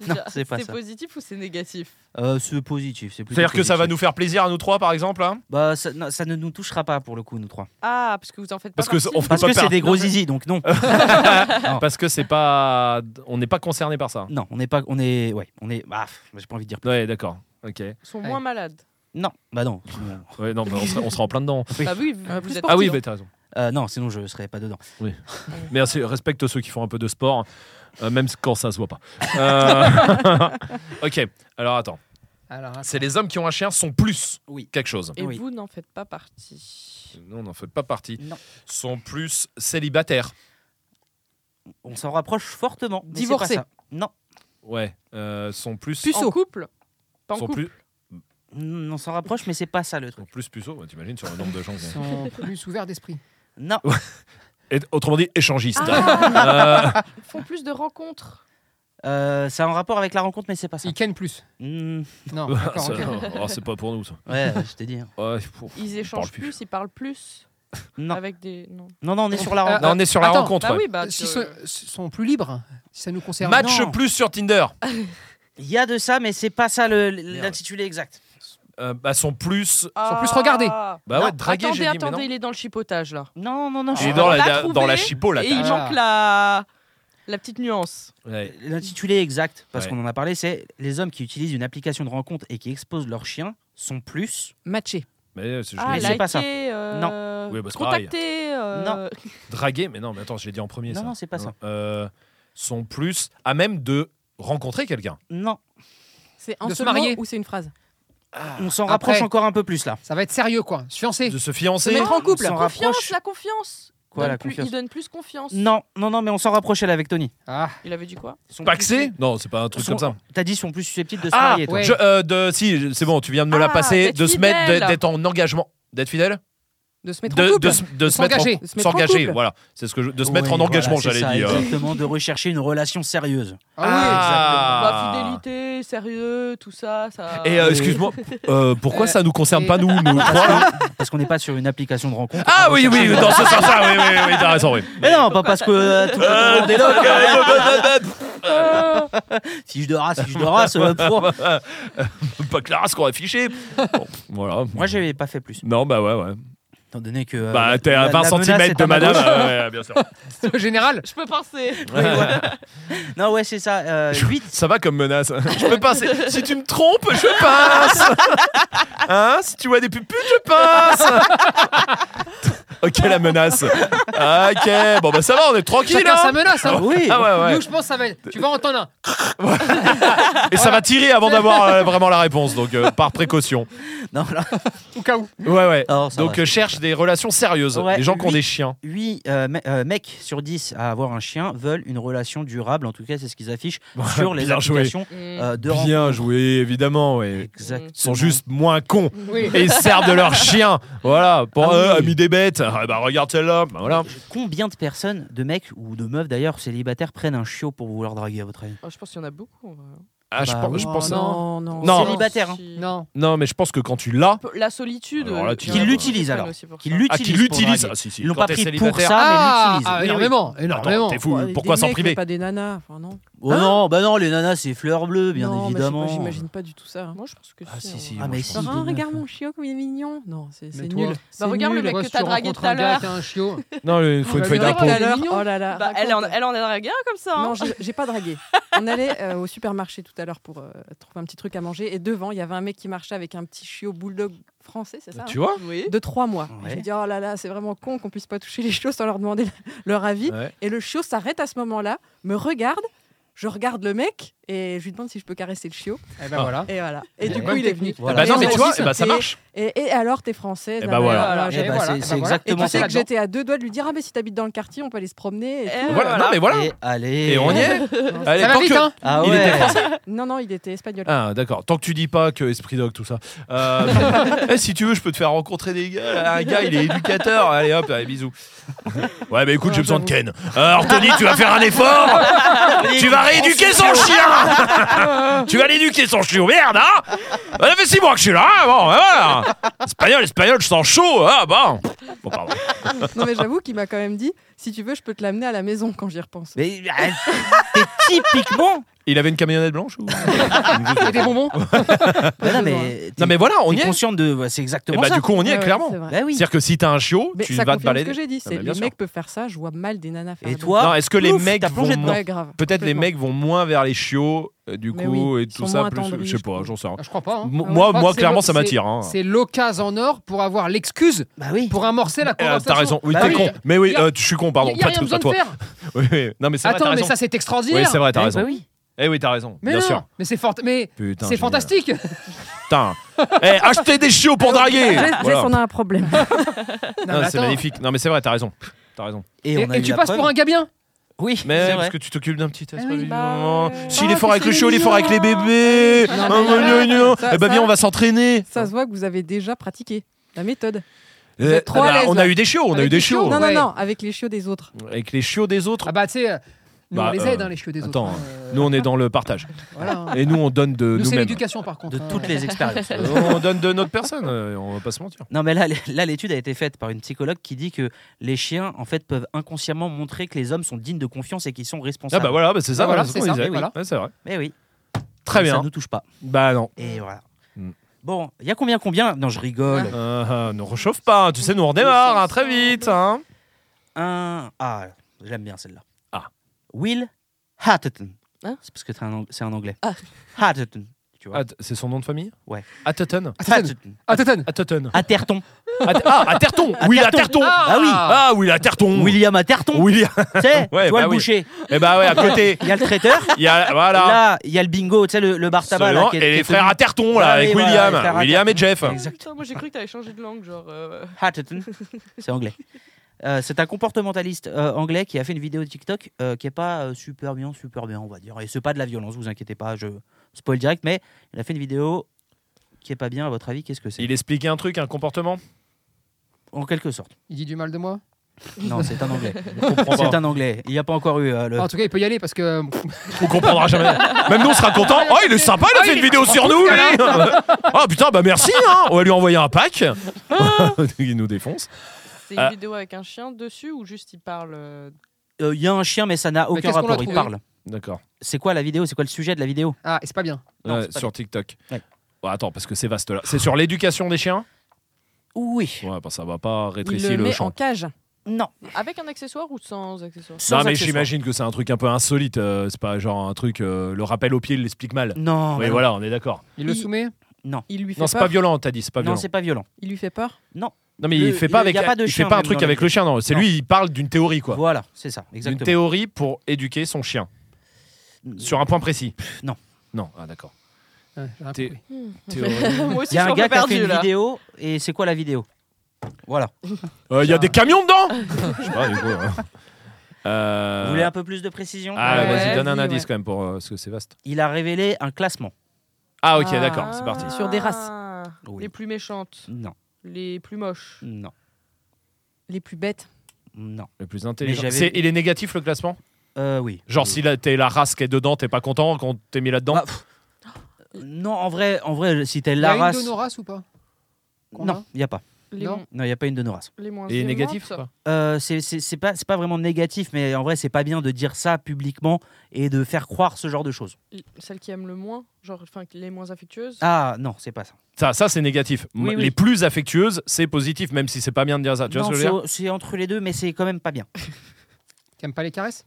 Speaker 1: Non, c'est pas ça.
Speaker 4: positif ou c'est négatif
Speaker 1: Euh, c'est positif. C'est plutôt
Speaker 12: C'est-à-dire que ça va
Speaker 1: positif.
Speaker 12: nous faire plaisir à nous trois, par exemple hein
Speaker 1: Bah, ça, non, ça ne nous touchera pas pour le coup, nous trois.
Speaker 4: Ah, parce que vous en faites pas
Speaker 12: Parce que
Speaker 4: partie.
Speaker 12: on fait
Speaker 1: Parce
Speaker 12: pas
Speaker 1: que c'est
Speaker 12: peur.
Speaker 1: des gros zizi, donc non.
Speaker 3: Parce que c'est pas. On n'est pas concerné par ça.
Speaker 1: Non, on n'est pas. On est. Ouais, on est. Bah, pff, j'ai pas envie de dire.
Speaker 3: Ouais, d'accord. Ok.
Speaker 4: Ils sont moins malades.
Speaker 1: Non, bah non. sinon-
Speaker 3: Ouais, non, mais on sera, on sera en plein dedans.
Speaker 1: Oui.
Speaker 4: Bah oui,
Speaker 9: Ah,
Speaker 4: vous
Speaker 9: plus
Speaker 4: êtes
Speaker 9: sportif.
Speaker 3: Ah oui, mais t'as raison.
Speaker 1: euh, non, sinon je serais pas dedans.
Speaker 3: Merci, respecte ceux qui font un peu de sport, euh, même quand ça se voit pas. Euh, ok, alors attends.
Speaker 5: Alors, attends.
Speaker 3: C'est les hommes qui ont un chien sont plus
Speaker 1: Oui.
Speaker 3: quelque chose.
Speaker 4: et
Speaker 1: Oui.
Speaker 4: vous n'en faites pas partie.
Speaker 3: Non, n'en fait pas partie.
Speaker 1: Non.
Speaker 3: Sont plus célibataires.
Speaker 1: On s'en rapproche fortement. mais c'est
Speaker 9: Divorcé.
Speaker 1: pas ça. Non,
Speaker 3: Ouais. Euh, sont plus.
Speaker 9: Puceau.
Speaker 4: En couple Pas en
Speaker 3: sont
Speaker 4: couple.
Speaker 3: plus.
Speaker 1: Mm, on s'en rapproche, mais c'est pas ça le
Speaker 3: sont
Speaker 1: truc.
Speaker 3: plus puceaux, ouais, t'imagines, sur le nombre de gens.
Speaker 5: Ils
Speaker 3: qu'on-
Speaker 5: sont plus ouverts d'esprit.
Speaker 1: Non,
Speaker 3: Et, autrement dit, échangistes.
Speaker 9: Ah,
Speaker 3: Euh,
Speaker 4: Ils font plus de rencontres.
Speaker 1: euh, c'est en rapport avec la rencontre, mais c'est pas ça.
Speaker 5: Ils kennent plus.
Speaker 1: Mm,
Speaker 5: Non, d'accord,
Speaker 3: ça,
Speaker 5: ok.
Speaker 3: oh, c'est pas pour nous, ça.
Speaker 1: ouais, je t'ai dit. hein.
Speaker 3: Ouais, pff,
Speaker 4: Ils
Speaker 3: on parle
Speaker 4: échangent plus. ils parlent plus.
Speaker 1: Non.
Speaker 4: Avec des. Non.
Speaker 1: Non, non, on est sur la rencontre.
Speaker 3: Non, on est sur la
Speaker 5: Attends,
Speaker 3: rencontre.
Speaker 4: Bah
Speaker 3: ouais.
Speaker 4: oui, bah.
Speaker 5: S'ils
Speaker 4: tu-
Speaker 5: sont, s'ils sont plus libres, si ça nous concerne.
Speaker 3: Match
Speaker 1: Non.
Speaker 3: plus sur Tinder.
Speaker 1: Il y a de ça, mais c'est pas ça le- l'intitulé exact.
Speaker 3: Euh, bah, sont plus.
Speaker 5: sont plus regardés.
Speaker 4: Ah.
Speaker 3: Bah ouais,
Speaker 1: Non,
Speaker 3: dragués,
Speaker 4: attendez,
Speaker 3: j'ai dit, mais
Speaker 4: attendez,
Speaker 3: non.
Speaker 4: il est dans le chipotage là.
Speaker 1: Non, non, non. je-
Speaker 3: Ah. Il est dans
Speaker 4: On l'a
Speaker 3: la, dans la
Speaker 4: trouvé.
Speaker 3: chipo, là.
Speaker 4: Et il
Speaker 5: Ah.
Speaker 4: manque la. La petite nuance.
Speaker 3: Ouais.
Speaker 1: L'intitulé exact, parce
Speaker 3: Ouais.
Speaker 1: qu'on en a parlé, c'est les hommes qui utilisent une application de rencontre et qui exposent leurs chiens sont plus.
Speaker 9: Matché.
Speaker 3: Mais euh, c'est- je
Speaker 4: Ah,
Speaker 3: l'ai dit.
Speaker 1: c'est
Speaker 4: liker,
Speaker 1: pas ça.
Speaker 4: euh,
Speaker 3: Oui, bah, c'est pareil.
Speaker 4: contacter. euh,
Speaker 3: draguer, mais non, mais attends, je l'ai dit en premier.
Speaker 1: Non,
Speaker 3: ça.
Speaker 1: non, c'est pas ça.
Speaker 3: Euh, sont plus à même de rencontrer quelqu'un.
Speaker 1: Non,
Speaker 9: C'est un
Speaker 5: De se
Speaker 9: seul
Speaker 5: marier.
Speaker 9: mot ou c'est une phrase Ah.
Speaker 1: on s'en
Speaker 5: Après-
Speaker 1: rapproche encore un peu plus là.
Speaker 5: Ça va être sérieux, quoi. Se fiancer.
Speaker 3: De se
Speaker 9: Se
Speaker 3: fiancer.
Speaker 9: mettre en couple.
Speaker 1: On s'en
Speaker 4: Confiance,
Speaker 1: rapproche.
Speaker 4: la confiance.
Speaker 1: Quoi,
Speaker 4: Donne
Speaker 1: la
Speaker 4: plus-
Speaker 1: confiance
Speaker 4: Il donne plus confiance.
Speaker 1: Non, non, non, mais on s'en rapprochait là avec Tony.
Speaker 5: Ah,
Speaker 4: Il avait dit quoi
Speaker 1: Ils sont
Speaker 3: Paxé
Speaker 1: plus-
Speaker 3: Non, c'est pas un truc
Speaker 1: Sont-
Speaker 3: comme ça.
Speaker 1: T'as dit ils sont plus susceptibles de se
Speaker 3: Ah,
Speaker 1: marier. toi.
Speaker 5: ouais.
Speaker 3: Je- euh, de, si, c'est bon, tu viens de me la
Speaker 4: Ah,
Speaker 3: passer.
Speaker 4: d'être
Speaker 3: De se mettre,
Speaker 4: fidèle.
Speaker 3: d'être- d'être en engagement. D'être fidèle
Speaker 9: De se mettre en
Speaker 3: De,
Speaker 9: couple.
Speaker 3: de, se- de se mettre en-
Speaker 5: s'engager.
Speaker 9: De se mettre en
Speaker 3: S'engager,
Speaker 9: couple.
Speaker 3: voilà. C'est ce que je- De se mettre
Speaker 1: Oui,
Speaker 3: en engagement,
Speaker 1: voilà, c'est
Speaker 3: j'allais
Speaker 1: ça,
Speaker 3: dire.
Speaker 1: Exactement, Ah, de rechercher une relation sérieuse.
Speaker 5: Ah
Speaker 4: Bah,
Speaker 3: Ah,
Speaker 4: fidélité, sérieux, tout ça, ça.
Speaker 1: Ah,
Speaker 3: Et euh, excuse-moi, euh, pourquoi
Speaker 5: Euh,
Speaker 3: ça nous concerne
Speaker 5: et-
Speaker 3: pas, nous, nous trois, là
Speaker 1: Parce qu'on n'est pas sur une application de rencontre.
Speaker 3: Ah
Speaker 1: on
Speaker 3: oui,
Speaker 1: recherche
Speaker 3: oui,
Speaker 1: une-
Speaker 3: dans ce sens-là, oui, oui, oui, t'as raison, oui.
Speaker 1: Mais non, pas parce que euh, tout le monde est là.
Speaker 3: Euh,
Speaker 1: Si je de race, si je de race. euh, pour-
Speaker 3: Pas Clara, ce qu'on a affiché. Bon, voilà.
Speaker 1: Moi, j'avais pas fait plus.
Speaker 3: Non, bah ouais, ouais.
Speaker 1: Étant donné que. euh,
Speaker 3: Bah, t'es
Speaker 1: la-
Speaker 3: à
Speaker 1: la
Speaker 3: 20
Speaker 1: menace
Speaker 3: cm
Speaker 1: est
Speaker 3: de
Speaker 1: à ma
Speaker 3: madame. euh,
Speaker 1: gauche.
Speaker 3: ouais, ouais, bien sûr.
Speaker 5: Le général.
Speaker 4: Je peux penser.
Speaker 1: Non, ouais, c'est ça. euh, huit.
Speaker 3: Ça va comme menace. Je peux passer. Si tu me trompes, je passe. Hein Si tu vois des puputes, je passe. ok, la menace. Ok, bon, bah ça va, on est tranquille.
Speaker 5: Chacun sa
Speaker 3: Hein
Speaker 5: menace. Hein.
Speaker 1: Oui.
Speaker 3: ah ouais, ouais.
Speaker 5: Nous, je pense que ça va être. Tu vas entendre un.
Speaker 3: Et ça va tirer avant d'avoir euh, vraiment la réponse, donc euh, par précaution.
Speaker 1: Non, là.
Speaker 5: Au cas où.
Speaker 3: Ouais, ouais.
Speaker 1: non, Ah, ça
Speaker 3: Donc
Speaker 1: va.
Speaker 3: euh, cherche des relations sérieuses,
Speaker 1: Ouais,
Speaker 3: des gens qui ont
Speaker 1: lui-
Speaker 3: des chiens.
Speaker 1: Huit, euh, me- euh, mecs sur 10 à avoir un chien veulent une relation durable. En tout cas, c'est ce qu'ils affichent sur les
Speaker 3: bien joué.
Speaker 1: applications
Speaker 4: Hmm. Mm.
Speaker 1: euh, de rencontre.
Speaker 3: Bien joué, évidemment, ouais.
Speaker 1: Exactement.
Speaker 3: Ils sont juste moins cons.
Speaker 5: Oui.
Speaker 3: Et ils se servent de leurs chiens. Voilà, pour
Speaker 1: Ah
Speaker 3: eux,
Speaker 1: oui.
Speaker 3: amis des bêtes. Ah, bah regarde celle-là. Bah, voilà.
Speaker 1: Combien de personnes, de mecs ou de meufs d'ailleurs, célibataires, prennent un chiot pour vouloir draguer à votre avis
Speaker 4: Oh, je pense qu'il y en a beaucoup. en vrai.
Speaker 3: Ah, je,
Speaker 1: Bah,
Speaker 3: pense- je
Speaker 5: ouais.
Speaker 3: pense.
Speaker 5: Non.
Speaker 3: Non.
Speaker 9: Non, non.
Speaker 3: Non.
Speaker 1: Célibataire, hein.
Speaker 4: Si.
Speaker 5: Non.
Speaker 3: mais je pense que quand tu l'as,
Speaker 4: La solitude.
Speaker 3: Alors là, tu-
Speaker 4: il y en a
Speaker 1: Qu'ils
Speaker 4: beaucoup
Speaker 1: l'utilisent,
Speaker 4: qui
Speaker 1: alors.
Speaker 4: prennent aussi pour
Speaker 1: Qu'ils
Speaker 4: ça.
Speaker 1: l'utilisent.
Speaker 3: ah, qu'ils
Speaker 1: pour
Speaker 3: l'utilisent.
Speaker 1: draguer.
Speaker 3: Ah, si, si.
Speaker 1: Ils l'ont
Speaker 3: Quand
Speaker 1: pas
Speaker 3: t'es
Speaker 1: pris pour
Speaker 3: célibataire-
Speaker 1: ça,
Speaker 5: Ah,
Speaker 1: mais l'utilisent.
Speaker 5: énormément,
Speaker 3: Attends,
Speaker 5: énormément.
Speaker 3: t'es fou.
Speaker 9: Ouais, Bah, des
Speaker 3: Pourquoi s'en
Speaker 9: mecs, mais
Speaker 3: priver
Speaker 9: Pas des nanas. Enfin, non.
Speaker 1: Oh non, bah non, les nanas, c'est fleur bleue, bien
Speaker 9: Non, mais je sais pas,
Speaker 1: évidemment.
Speaker 9: J'imagine pas du tout ça. hein.
Speaker 4: Moi, je pense que
Speaker 3: Ah, si,
Speaker 4: en
Speaker 3: si.
Speaker 4: vrai.
Speaker 1: ah, mais si.
Speaker 9: Genre, ah,
Speaker 1: des
Speaker 9: regarde
Speaker 1: meufs.
Speaker 9: mon chiot comme il est mignon. Non, c'est c'est
Speaker 5: Mais
Speaker 9: nul.
Speaker 5: toi, c'est
Speaker 4: regarde le
Speaker 5: nul.
Speaker 4: mec
Speaker 5: Ouais,
Speaker 4: que
Speaker 5: si
Speaker 4: t'as
Speaker 5: tu
Speaker 4: dragué tout
Speaker 5: rencontres un
Speaker 4: à
Speaker 5: gars
Speaker 4: l'heure.
Speaker 5: qui a un chiot.
Speaker 3: Non, il faut une
Speaker 5: Bah,
Speaker 3: feuille
Speaker 5: mais
Speaker 3: d'impôt.
Speaker 5: regarde.
Speaker 9: à l'heure,
Speaker 5: mignon.
Speaker 9: oh là là.
Speaker 4: Bah, elle, en,
Speaker 9: raconte.
Speaker 4: elle en a dragué un comme ça. hein.
Speaker 9: Non, j'ai j'ai pas dragué. On allait euh, au supermarché tout à l'heure pour euh, trouver un petit truc à manger. Et devant, il y avait un mec qui marchait avec un petit chiot bulldog français,
Speaker 1: Bah,
Speaker 9: c'est ça
Speaker 3: Tu vois
Speaker 4: Oui.
Speaker 9: hein De trois mois.
Speaker 1: Ouais.
Speaker 9: Je me dis, oh là là, c'est vraiment con qu'on puisse pas toucher les chiots sans leur demander leur avis.
Speaker 3: Ouais.
Speaker 9: Et le chiot s'arrête à ce moment-là, me regarde. Je regarde le mec et je lui demande si je peux caresser le chiot.
Speaker 5: Eh ben voilà.
Speaker 9: Et voilà. Et
Speaker 1: Ouais.
Speaker 9: du coup, il est venu.
Speaker 1: Voilà.
Speaker 3: Bah non, mais tu vois,
Speaker 9: Et-
Speaker 3: eh bah, ça marche.
Speaker 9: Et, et alors, t'es française.
Speaker 3: Eh
Speaker 9: ah
Speaker 3: bah
Speaker 9: ouais,
Speaker 3: voilà.
Speaker 9: voilà,
Speaker 1: Eh
Speaker 9: j'ai-
Speaker 1: bah,
Speaker 5: voilà,
Speaker 1: c'est
Speaker 5: bah
Speaker 1: c'est
Speaker 5: voilà.
Speaker 9: Et
Speaker 1: exactement
Speaker 9: tu sais
Speaker 1: ça.
Speaker 9: que j'étais à deux doigts de lui dire Ah, mais si t'habites dans le quartier, on peut aller se promener. et
Speaker 4: Eh,
Speaker 9: tout.
Speaker 3: Voilà, non, mais voilà.
Speaker 1: Et allez.
Speaker 3: Et on y est.
Speaker 9: Non,
Speaker 3: Allez,
Speaker 5: Ça va
Speaker 3: tant
Speaker 5: vite,
Speaker 3: que-
Speaker 5: hein.
Speaker 1: Ah
Speaker 3: Il était
Speaker 1: ouais.
Speaker 9: Non, non, il était espagnol.
Speaker 3: Ah, d'accord. Tant que tu dis pas que Esprit Dog, tout ça. Euh, eh, si tu veux, je peux te faire rencontrer des gars. Là, Un gars, il est éducateur. Allez hop, allez, bisous. Euh, Ouais, mais écoute, j'ai besoin de Ken. Alors, Tony, tu vas faire un effort. tu vas rééduquer son chien. Tu vas l'éduquer son chiot, merde, hein Ça fait six mois que je suis là, hein, bon, voilà Espagnol, espagnol, je sens chaud, ah bon Bon, pardon.
Speaker 9: Non, mais j'avoue qu'il m'a quand même dit si tu veux, je peux te l'amener à la maison quand j'y repense.
Speaker 1: Mais bah, t'es typiquement.
Speaker 3: Il avait une camionnette blanche ou
Speaker 5: Et des bonbons
Speaker 1: Bah
Speaker 9: Ah,
Speaker 1: non,
Speaker 9: besoin.
Speaker 1: mais t'es-
Speaker 3: Non, mais voilà, on y
Speaker 1: t'es
Speaker 3: est
Speaker 1: consciente de. ouais, c'est
Speaker 3: Et
Speaker 1: exactement
Speaker 3: bah,
Speaker 1: ça.
Speaker 3: du coup, on y est,
Speaker 9: Ouais, ouais,
Speaker 3: clairement.
Speaker 9: c'est vrai.
Speaker 1: Bah oui.
Speaker 3: C'est-à-dire que si t'as un chiot,
Speaker 9: Mais
Speaker 3: tu
Speaker 9: ça
Speaker 3: vas te
Speaker 9: confirme ce
Speaker 3: balader.
Speaker 9: que j'ai dit. C'est
Speaker 3: mais bien
Speaker 9: les
Speaker 3: sûr.
Speaker 9: mecs peuvent faire ça, je vois mal des nanas faire
Speaker 1: Et
Speaker 9: ça.
Speaker 1: toi
Speaker 3: Non, est-ce que les
Speaker 1: ouf,
Speaker 3: mecs
Speaker 1: t'as plongé
Speaker 3: vont-
Speaker 1: dedans.
Speaker 9: Ouais, grave.
Speaker 3: Peut-être les
Speaker 9: complètement.
Speaker 3: mecs vont moins vers les chiots, euh, du
Speaker 9: Mais
Speaker 3: coup,
Speaker 9: oui,
Speaker 3: et
Speaker 9: ils
Speaker 3: tout
Speaker 9: sont
Speaker 3: ça.
Speaker 9: moins
Speaker 3: Plus,
Speaker 9: attendris,
Speaker 3: je sais
Speaker 9: je
Speaker 3: pas,
Speaker 9: trouve.
Speaker 3: j'en sais rien.
Speaker 5: Ah, Je crois pas. hein.
Speaker 3: Mo-
Speaker 9: ouais,
Speaker 3: Moi,
Speaker 9: je pense
Speaker 3: moi
Speaker 9: que c'est
Speaker 3: clairement,
Speaker 9: le-
Speaker 3: ça m'attire. hein.
Speaker 5: C'est l'occasion en or pour avoir l'excuse
Speaker 1: Bah oui.
Speaker 5: pour amorcer la
Speaker 3: Euh,
Speaker 5: conversation.
Speaker 3: t'as raison, oui,
Speaker 5: Bah
Speaker 3: t'es
Speaker 5: oui.
Speaker 3: con. Mais oui,
Speaker 5: Y a-
Speaker 3: euh, je suis con, pardon.
Speaker 5: Il y a
Speaker 3: pas
Speaker 5: rien
Speaker 3: tout-
Speaker 5: besoin
Speaker 3: pas toi.
Speaker 5: de faire.
Speaker 3: Oui, oui. Non, mais c'est vrai,
Speaker 5: Attends,
Speaker 3: t'as
Speaker 5: mais
Speaker 3: raison.
Speaker 5: ça c'est extraordinaire.
Speaker 3: Oui, c'est vrai, t'as
Speaker 1: Bah
Speaker 3: raison.
Speaker 1: oui.
Speaker 3: Eh oui, t'as raison.
Speaker 5: Mais
Speaker 3: Bien
Speaker 5: non,
Speaker 3: sûr.
Speaker 5: mais c'est fort, mais
Speaker 3: Putain,
Speaker 5: c'est
Speaker 3: génial.
Speaker 5: fantastique.
Speaker 3: Putain. Eh, achetez des chiots pour draguer.
Speaker 9: Jess, Jess,
Speaker 3: Voilà.
Speaker 9: on a un problème.
Speaker 3: Non,
Speaker 5: Non, mais
Speaker 3: C'est
Speaker 5: attends.
Speaker 3: magnifique. Non, mais c'est vrai, t'as raison. T'as raison.
Speaker 1: Et,
Speaker 5: Et,
Speaker 1: on a
Speaker 5: et
Speaker 1: eu
Speaker 5: tu
Speaker 1: la
Speaker 5: passes
Speaker 1: preuve.
Speaker 5: pour un gars bien.
Speaker 1: Oui.
Speaker 3: Mais
Speaker 1: c'est
Speaker 3: parce
Speaker 1: vrai.
Speaker 3: que tu t'occupes d'un petit
Speaker 5: Ah oui,
Speaker 3: espace.
Speaker 4: bah,
Speaker 3: évidemment.
Speaker 4: ouais.
Speaker 3: S'il
Speaker 9: Ah,
Speaker 3: est fort
Speaker 9: que
Speaker 3: avec le
Speaker 9: c'est
Speaker 3: chiot, il est fort avec les
Speaker 9: mignon.
Speaker 3: bébés.
Speaker 9: Non,
Speaker 3: Ah, gnon,
Speaker 9: mais
Speaker 3: gnon.
Speaker 9: ça,
Speaker 3: Eh ben,
Speaker 9: ça-
Speaker 3: viens, on va s'entraîner.
Speaker 9: Ça se voit que vous avez déjà pratiqué la méthode.
Speaker 3: Euh,
Speaker 9: êtes trop à
Speaker 3: bah,
Speaker 9: l'aise,
Speaker 3: on a
Speaker 9: là.
Speaker 3: eu des chiots, on a
Speaker 5: Avec
Speaker 3: eu des
Speaker 5: des chiots.
Speaker 3: chiots.
Speaker 9: Non,
Speaker 5: Ouais.
Speaker 9: non, non, avec les chiots des autres.
Speaker 3: Avec les chiots des autres,
Speaker 5: Ah bah tu sais, euh, nous
Speaker 3: Bah,
Speaker 5: on les
Speaker 3: euh,
Speaker 5: aide hein, les chiots des
Speaker 3: attends,
Speaker 5: autres. hein, euh,
Speaker 3: nous on est dans le partage.
Speaker 5: voilà, hein.
Speaker 3: Et nous on donne de
Speaker 5: Nous c'est
Speaker 3: nous-mêmes.
Speaker 5: l'éducation par contre.
Speaker 1: De
Speaker 5: hein.
Speaker 1: toutes les expériences.
Speaker 3: Euh, on donne de notre personne, euh, on va pas se mentir.
Speaker 1: Non, mais là, l- là, l'étude a été faite par une psychologue qui dit que les chiens, en fait, peuvent inconsciemment montrer que les hommes sont dignes de confiance et qu'ils sont
Speaker 3: Ah
Speaker 1: responsables.
Speaker 3: bah voilà, bah c'est ça,
Speaker 5: Ah, voilà,
Speaker 3: c'est ce
Speaker 5: c'est
Speaker 3: qu'on
Speaker 5: ça,
Speaker 3: disait.
Speaker 5: oui, voilà.
Speaker 3: Ouais, c'est vrai.
Speaker 1: Mais oui.
Speaker 3: Très
Speaker 1: Ah, Mais Ça
Speaker 3: bien.
Speaker 1: nous touche pas.
Speaker 3: Bah non.
Speaker 1: Et voilà.
Speaker 3: Mm.
Speaker 1: Bon, il y a combien, combien Non, je rigole.
Speaker 3: Euh, euh, ne rechauffe pas, hein, tu sais, nous on redémarre hein, très vite. hein.
Speaker 1: Un. Ah, j'aime bien celle-là.
Speaker 3: Ah.
Speaker 1: Will Hatterton.
Speaker 4: Hein
Speaker 1: c'est parce que t'es un ang- c'est un anglais.
Speaker 4: Ah.
Speaker 1: Hatterton. Tu vois.
Speaker 3: Att- Ah, C'est son nom de famille
Speaker 1: Ouais.
Speaker 3: Atherton.
Speaker 5: Attention,
Speaker 1: Hatterton.
Speaker 5: attention.
Speaker 1: Ah. Atherton.
Speaker 3: Atherton. Att- ah, Atherton Oui, Atherton
Speaker 1: Ah oui
Speaker 3: Ah oui, Atherton
Speaker 1: William Atherton.
Speaker 3: William.
Speaker 1: Tu sais,
Speaker 3: Ouais,
Speaker 1: tu vois
Speaker 3: bah
Speaker 1: le
Speaker 3: oui.
Speaker 1: boucher.
Speaker 3: Eh bah ouais, à côté,
Speaker 1: Il y a le traiteur.
Speaker 3: il y a. Voilà.
Speaker 1: Là, il y a le bingo, tu sais, le, le bar tabac. là,
Speaker 3: Absolument.
Speaker 1: qui est-
Speaker 3: et
Speaker 1: qui
Speaker 3: les
Speaker 1: est tenu-
Speaker 3: frères Atherton, là,
Speaker 1: Ah,
Speaker 3: avec
Speaker 1: oui, voilà,
Speaker 3: William.
Speaker 1: les frères
Speaker 3: William et Jeff.
Speaker 1: Exact.
Speaker 4: Putain, moi j'ai cru que t'avais changé de langue, genre. euh,
Speaker 1: Hatterton, c'est anglais. Euh, c'est un comportementaliste euh, anglais qui a fait une vidéo de TikTok euh, qui est pas euh, super bien, super bien, on va dire. Et c'est pas de la violence, vous inquiétez pas, je spoil direct, mais il a fait une vidéo qui est pas bien, à votre avis, qu'est-ce que c'est
Speaker 3: Il expliquait un truc, un comportement
Speaker 1: En quelque sorte.
Speaker 5: Il dit du mal de moi.
Speaker 1: Non, c'est un anglais.
Speaker 3: On comprend pas.
Speaker 1: c'est un anglais. Il n'y a pas encore eu euh, le.
Speaker 5: En tout cas, il peut y aller parce que euh,
Speaker 3: On comprendra jamais. Même nous, on sera content.
Speaker 1: Ah,
Speaker 3: Oh, il est sympa, il a fait une vidéo sur nous, lui. Oh putain, bah merci. hein. On va lui envoyer un pack.
Speaker 1: Ah.
Speaker 3: il nous défonce.
Speaker 4: C'est une
Speaker 3: Ah.
Speaker 4: vidéo avec un chien dessus ou juste il parle euh,
Speaker 1: Euh, Il y a un chien, mais ça n'a aucun
Speaker 5: qu'est-ce qu'on l'a
Speaker 1: rapport. Il
Speaker 5: trouvé
Speaker 1: parle.
Speaker 3: D'accord.
Speaker 1: C'est quoi la vidéo C'est quoi le sujet de la vidéo
Speaker 5: ah, et c'est pas bien.
Speaker 1: Non,
Speaker 3: Ouais,
Speaker 1: c'est pas
Speaker 3: sur TikTok.
Speaker 1: Ouais.
Speaker 3: Oh, attends, parce que c'est vaste là. C'est sur l'éducation des chiens
Speaker 1: Oui.
Speaker 3: Ouais, bah, ça va pas
Speaker 9: Il
Speaker 3: rétrécir
Speaker 9: le
Speaker 3: le,
Speaker 9: met en
Speaker 3: champ.
Speaker 9: cage.
Speaker 1: Non.
Speaker 4: Avec un accessoire ou sans accessoire
Speaker 1: Sans
Speaker 3: Non, mais
Speaker 1: accessoire.
Speaker 3: j'imagine que c'est un truc un peu insolite. euh, c'est pas genre un truc. euh, le rappel au pied, il l'explique mal.
Speaker 1: Non.
Speaker 3: Oui,
Speaker 1: mais non.
Speaker 3: voilà, on est d'accord.
Speaker 5: Il le
Speaker 9: Il-
Speaker 5: soumet.
Speaker 9: Il lui fait
Speaker 3: Non, c'est
Speaker 9: peur.
Speaker 3: pas violent, t'as dit, c'est pas
Speaker 1: Non,
Speaker 3: violent.
Speaker 1: c'est pas violent.
Speaker 9: Il lui fait peur.
Speaker 3: Non, mais il
Speaker 1: Le-
Speaker 3: fait pas
Speaker 1: il-
Speaker 3: avec.
Speaker 1: y a pas de
Speaker 3: Il fait
Speaker 1: chien
Speaker 3: pas un
Speaker 1: même
Speaker 3: truc
Speaker 1: dans
Speaker 3: avec
Speaker 1: le-
Speaker 3: le chien, non. C'est
Speaker 1: Non.
Speaker 3: lui, il parle d'une théorie, quoi.
Speaker 1: Voilà, c'est ça,
Speaker 3: D'une
Speaker 1: exactement.
Speaker 3: théorie pour éduquer son chien. Sur un point précis
Speaker 1: non. Ah,
Speaker 3: Non, ah d'accord.
Speaker 5: Ouais, j'ai rien
Speaker 3: T'es-
Speaker 5: compris.
Speaker 4: Moi aussi,
Speaker 1: Il y a un gars
Speaker 4: je suis peu
Speaker 1: qui a fait
Speaker 4: perdu
Speaker 1: une
Speaker 4: là.
Speaker 1: vidéo et c'est quoi la vidéo Voilà.
Speaker 3: Il Euh, y a des camions dedans Je sais pas, du coup. hein. Euh,
Speaker 1: Vous voulez un peu plus de précision Euh,
Speaker 3: Ah,
Speaker 4: Ouais,
Speaker 3: vas-y, donne un
Speaker 9: vas-y,
Speaker 3: indice
Speaker 9: ouais.
Speaker 3: quand même pour euh, parce que c'est vaste.
Speaker 1: Il a révélé un classement.
Speaker 3: Ah, ok, d'accord, c'est parti.
Speaker 9: Sur des races.
Speaker 4: Ah,
Speaker 1: Oui.
Speaker 4: Les plus méchantes,
Speaker 1: Non,
Speaker 4: les plus moches.
Speaker 1: non,
Speaker 9: Les plus bêtes.
Speaker 3: Ah,
Speaker 1: non.
Speaker 3: Le plus intelligent.
Speaker 1: Mais j'avais-
Speaker 3: C'est- Il est négatif le classement
Speaker 1: Euh, oui.
Speaker 3: Genre, si la- t'es la race qui est dedans, t'es pas content quand t'es mis là-dedans
Speaker 1: Ah, pff. Euh, Non, en vrai, en vrai, si t'es
Speaker 5: Il y a
Speaker 1: la
Speaker 5: une
Speaker 1: race.
Speaker 5: de nos races ou pas qu'on
Speaker 1: Non, il n'y a pas.
Speaker 4: Les,
Speaker 5: Non.
Speaker 4: mo-
Speaker 1: Non, il n'y a pas une de nos races.
Speaker 4: les moins
Speaker 3: Il est
Speaker 4: aimantes.
Speaker 3: négatif ou pas
Speaker 1: Euh, c'est- c'est c'est pas, c'est pas vraiment négatif, mais en vrai, c'est pas bien de dire ça publiquement et de faire croire ce genre de choses.
Speaker 4: Celles qui aiment le moins, genre enfin, les moins affectueuses.
Speaker 1: Ah, non, c'est pas ça.
Speaker 3: Ça, ça c'est négatif. M-
Speaker 1: Oui, oui.
Speaker 3: Les plus affectueuses, c'est positif, même si c'est pas bien de dire ça. Ah, Tu vois
Speaker 1: Non,
Speaker 3: ce que je veux dire
Speaker 1: c'est- C'est entre les deux, mais c'est quand même pas bien.
Speaker 5: Qui aime pas les caresses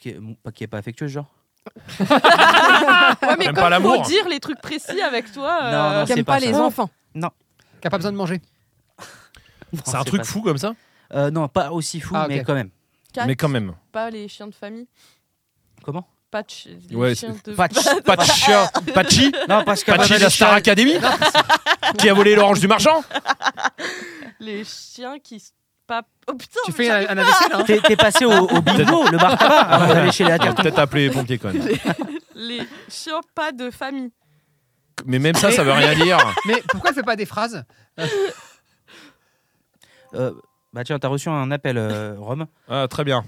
Speaker 1: Qui est, bon, pas- qui est pas affectueux, genre
Speaker 4: Ouais, mais
Speaker 3: Même
Speaker 4: comme
Speaker 3: pas l'amour.
Speaker 4: faut dire les trucs précis avec toi.
Speaker 1: Non,
Speaker 4: euh,
Speaker 1: non,
Speaker 9: Qui
Speaker 1: c'est
Speaker 9: aiment
Speaker 1: pas
Speaker 9: pas,
Speaker 1: ça.
Speaker 9: les enfants.
Speaker 5: Qui a pas besoin de manger
Speaker 1: Non,
Speaker 3: C'est un truc
Speaker 1: pas ça.
Speaker 3: fou comme ça
Speaker 1: Euh, non, pas aussi fou,
Speaker 5: Ah, ok.
Speaker 1: mais quand même.
Speaker 4: cats,
Speaker 3: Mais quand même.
Speaker 4: Pas les chiens de famille.
Speaker 1: Comment
Speaker 4: Pas de chi- les
Speaker 3: Ouais,
Speaker 4: chiens de
Speaker 1: Patch.
Speaker 3: Pas de chien, pas de chi,
Speaker 1: Non, parce qu'à
Speaker 3: pas de chi
Speaker 1: base,
Speaker 3: euh, de la Star Academy Qui a volé l'orange du marchand
Speaker 4: Les chiens qui. s- Pas... Oh putain,
Speaker 5: Tu
Speaker 4: mais
Speaker 5: fais
Speaker 4: j'arrive
Speaker 5: un, un AVC là
Speaker 1: T'es t'es passé au, au bingo, le bar
Speaker 3: Ah,
Speaker 1: tabac, avant d'aller chez les
Speaker 3: On va
Speaker 1: Atherton.
Speaker 3: Peut-être appeler les pompiers quand même.
Speaker 4: Les chiens pas de famille.
Speaker 3: Mais même ça, ça veut rien dire.
Speaker 5: Mais pourquoi elle fait pas des phrases
Speaker 1: Euh, bah tiens, t'as reçu un appel, euh, Rome.
Speaker 3: Ah, très bien.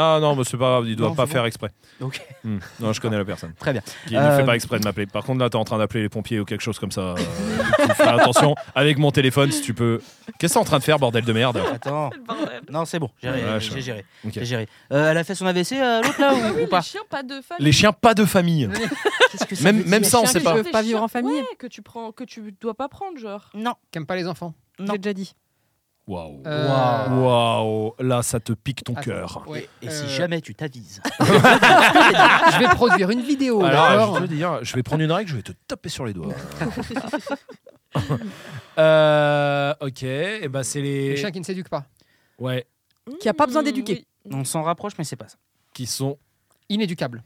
Speaker 3: Ah non, mais c'est pas grave, il doit
Speaker 1: Non,
Speaker 3: pas
Speaker 1: c'est
Speaker 3: faire exprès.
Speaker 1: Ok.
Speaker 3: Hmm. Non, je connais la personne.
Speaker 1: Très bien.
Speaker 3: Qui ne
Speaker 1: Euh,
Speaker 3: fait pas exprès de m'appeler. Par contre, là, t'es en train d'appeler les pompiers ou quelque chose comme ça. euh, tu feras attention avec mon téléphone si tu peux. Qu'est-ce que t'es en train de faire, bordel de merde
Speaker 1: Attends.
Speaker 4: le bordel.
Speaker 1: Non, c'est bon, j'ai
Speaker 3: Ouais,
Speaker 1: j'ai
Speaker 3: je-
Speaker 1: géré.
Speaker 3: Ok.
Speaker 1: j'ai géré. Euh, elle a fait son AVC, euh, l'autre là,
Speaker 4: Ah
Speaker 1: ou,
Speaker 4: oui,
Speaker 1: ou pas
Speaker 4: les chiens, pas de famille.
Speaker 3: Les chiens, pas de famille.
Speaker 1: Qu'est-ce que c'est
Speaker 3: Même,
Speaker 9: Il y a
Speaker 3: même ça, on
Speaker 9: chien
Speaker 3: sait
Speaker 9: qui
Speaker 3: pas.
Speaker 9: veut pas vivre en famille.
Speaker 4: Ouais, que tu prends, que tu dois pas prendre, genre.
Speaker 1: Non.
Speaker 5: Qu'aime pas les enfants.
Speaker 1: Non.
Speaker 9: J'ai déjà dit.
Speaker 3: Waouh.
Speaker 5: Euh,
Speaker 3: Waouh. Là, ça te pique ton
Speaker 5: attends,
Speaker 3: cœur.
Speaker 5: ouais,
Speaker 1: Et
Speaker 5: euh,
Speaker 1: si jamais tu t'avises
Speaker 5: Je vais produire une vidéo.
Speaker 3: Alors,
Speaker 5: d'accord
Speaker 3: je veux dire, je vais prendre une règle, je vais te taper sur les doigts. Euh, ok, et bah c'est
Speaker 5: Les
Speaker 3: les
Speaker 5: chiens qui ne s'éduquent pas.
Speaker 3: ouais
Speaker 9: Qui a pas besoin
Speaker 4: Mmh,
Speaker 9: d'éduquer.
Speaker 4: oui.
Speaker 1: On s'en rapproche, mais c'est pas ça.
Speaker 3: qui sont
Speaker 5: Inéducables.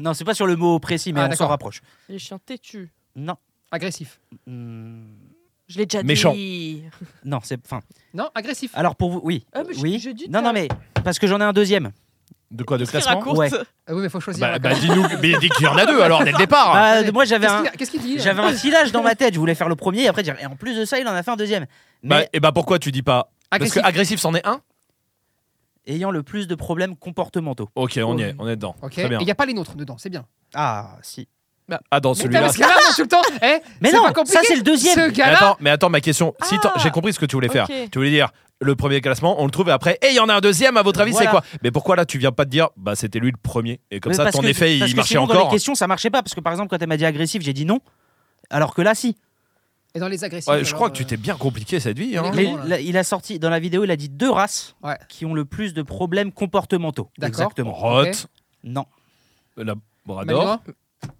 Speaker 1: Non, c'est pas sur le mot précis, mais
Speaker 5: Ah,
Speaker 1: on s'en
Speaker 5: d'accord.
Speaker 1: rapproche.
Speaker 4: Les chiens têtus.
Speaker 1: Non.
Speaker 5: Agressifs.
Speaker 1: Hmm,
Speaker 4: Je l'ai déjà
Speaker 3: Méchants.
Speaker 4: dit.
Speaker 1: Non, c'est. Enfin.
Speaker 5: Non, agressifs.
Speaker 1: Alors pour vous, oui.
Speaker 4: Ah, mais je-
Speaker 1: oui.
Speaker 4: je dis
Speaker 1: non,
Speaker 4: t'as-
Speaker 1: non, mais. Parce que j'en ai un deuxième.
Speaker 3: de quoi de
Speaker 4: Très
Speaker 3: classement
Speaker 4: raconte.
Speaker 1: Ouais.
Speaker 5: Ah oui, mais faut choisir.
Speaker 3: Bah,
Speaker 5: là,
Speaker 3: bah
Speaker 5: quand même.
Speaker 3: dis-nous, mais dis qu'il y en a deux alors dès le départ.
Speaker 1: Bah,
Speaker 5: Attendez.
Speaker 1: moi, j'avais
Speaker 5: Qu'est-ce
Speaker 1: un,
Speaker 5: qu'il- Qu'est-ce qu'il dit là
Speaker 1: j'avais un filage dans ma tête. Je voulais faire le premier, et après dire. Et en plus de ça, il en a fait un deuxième.
Speaker 3: Bah,
Speaker 1: Mais Ah,
Speaker 3: et bah pourquoi tu dis pas Parce
Speaker 5: Agressif.
Speaker 3: que agressif, c'en est un.
Speaker 1: ayant le plus de problèmes comportementaux.
Speaker 3: Ok, on y est, on est dedans.
Speaker 5: Ok.
Speaker 3: Très
Speaker 5: Et
Speaker 3: bien.
Speaker 5: il n'y a pas les nôtres dedans, c'est bien.
Speaker 1: Ah, si.
Speaker 3: Ah dans
Speaker 5: Mais t'as-
Speaker 3: celui-là.
Speaker 5: parce que là, on insulte le temps. Eh,
Speaker 1: Mais
Speaker 5: c'est
Speaker 1: non,
Speaker 5: pas compliqué.
Speaker 1: ça, c'est le deuxième.
Speaker 5: Ce
Speaker 3: Mais
Speaker 5: gars-là,
Speaker 3: attends, mais attends, ma question. Si t'en-
Speaker 4: Ah.
Speaker 3: j'ai compris ce que tu voulais faire.
Speaker 4: Ok.
Speaker 3: Tu voulais dire le premier classement, on le trouve et après, et il y en a un deuxième. À votre avis,
Speaker 1: Voilà.
Speaker 3: c'est quoi Mais pourquoi là, tu viens pas de dire, bah c'était lui le premier et comme
Speaker 1: Mais
Speaker 3: ça,
Speaker 1: parce
Speaker 3: ton
Speaker 1: que-
Speaker 3: effet,
Speaker 1: parce
Speaker 3: il
Speaker 1: que
Speaker 3: marchait
Speaker 1: sinon, Dans les
Speaker 3: encore.
Speaker 1: questions, ça marchait pas. Parce que par exemple, quand elle m'a dit agressif, j'ai dit non. Alors que là, si.
Speaker 5: Et dans les agressifs.
Speaker 3: Ouais, je
Speaker 5: alors,
Speaker 3: crois que
Speaker 5: euh,
Speaker 3: tu t'es bien compliqué cette vie. hein.
Speaker 5: Mais-
Speaker 1: Mais
Speaker 5: Comment, là
Speaker 1: la- il a sorti dans la vidéo, il a dit deux races
Speaker 5: Ouais.
Speaker 1: qui ont le plus de problèmes comportementaux.
Speaker 5: D'accord.
Speaker 1: Exactement.
Speaker 3: Roth,
Speaker 5: Ok.
Speaker 1: Non,
Speaker 3: Labrador,
Speaker 5: Malinois,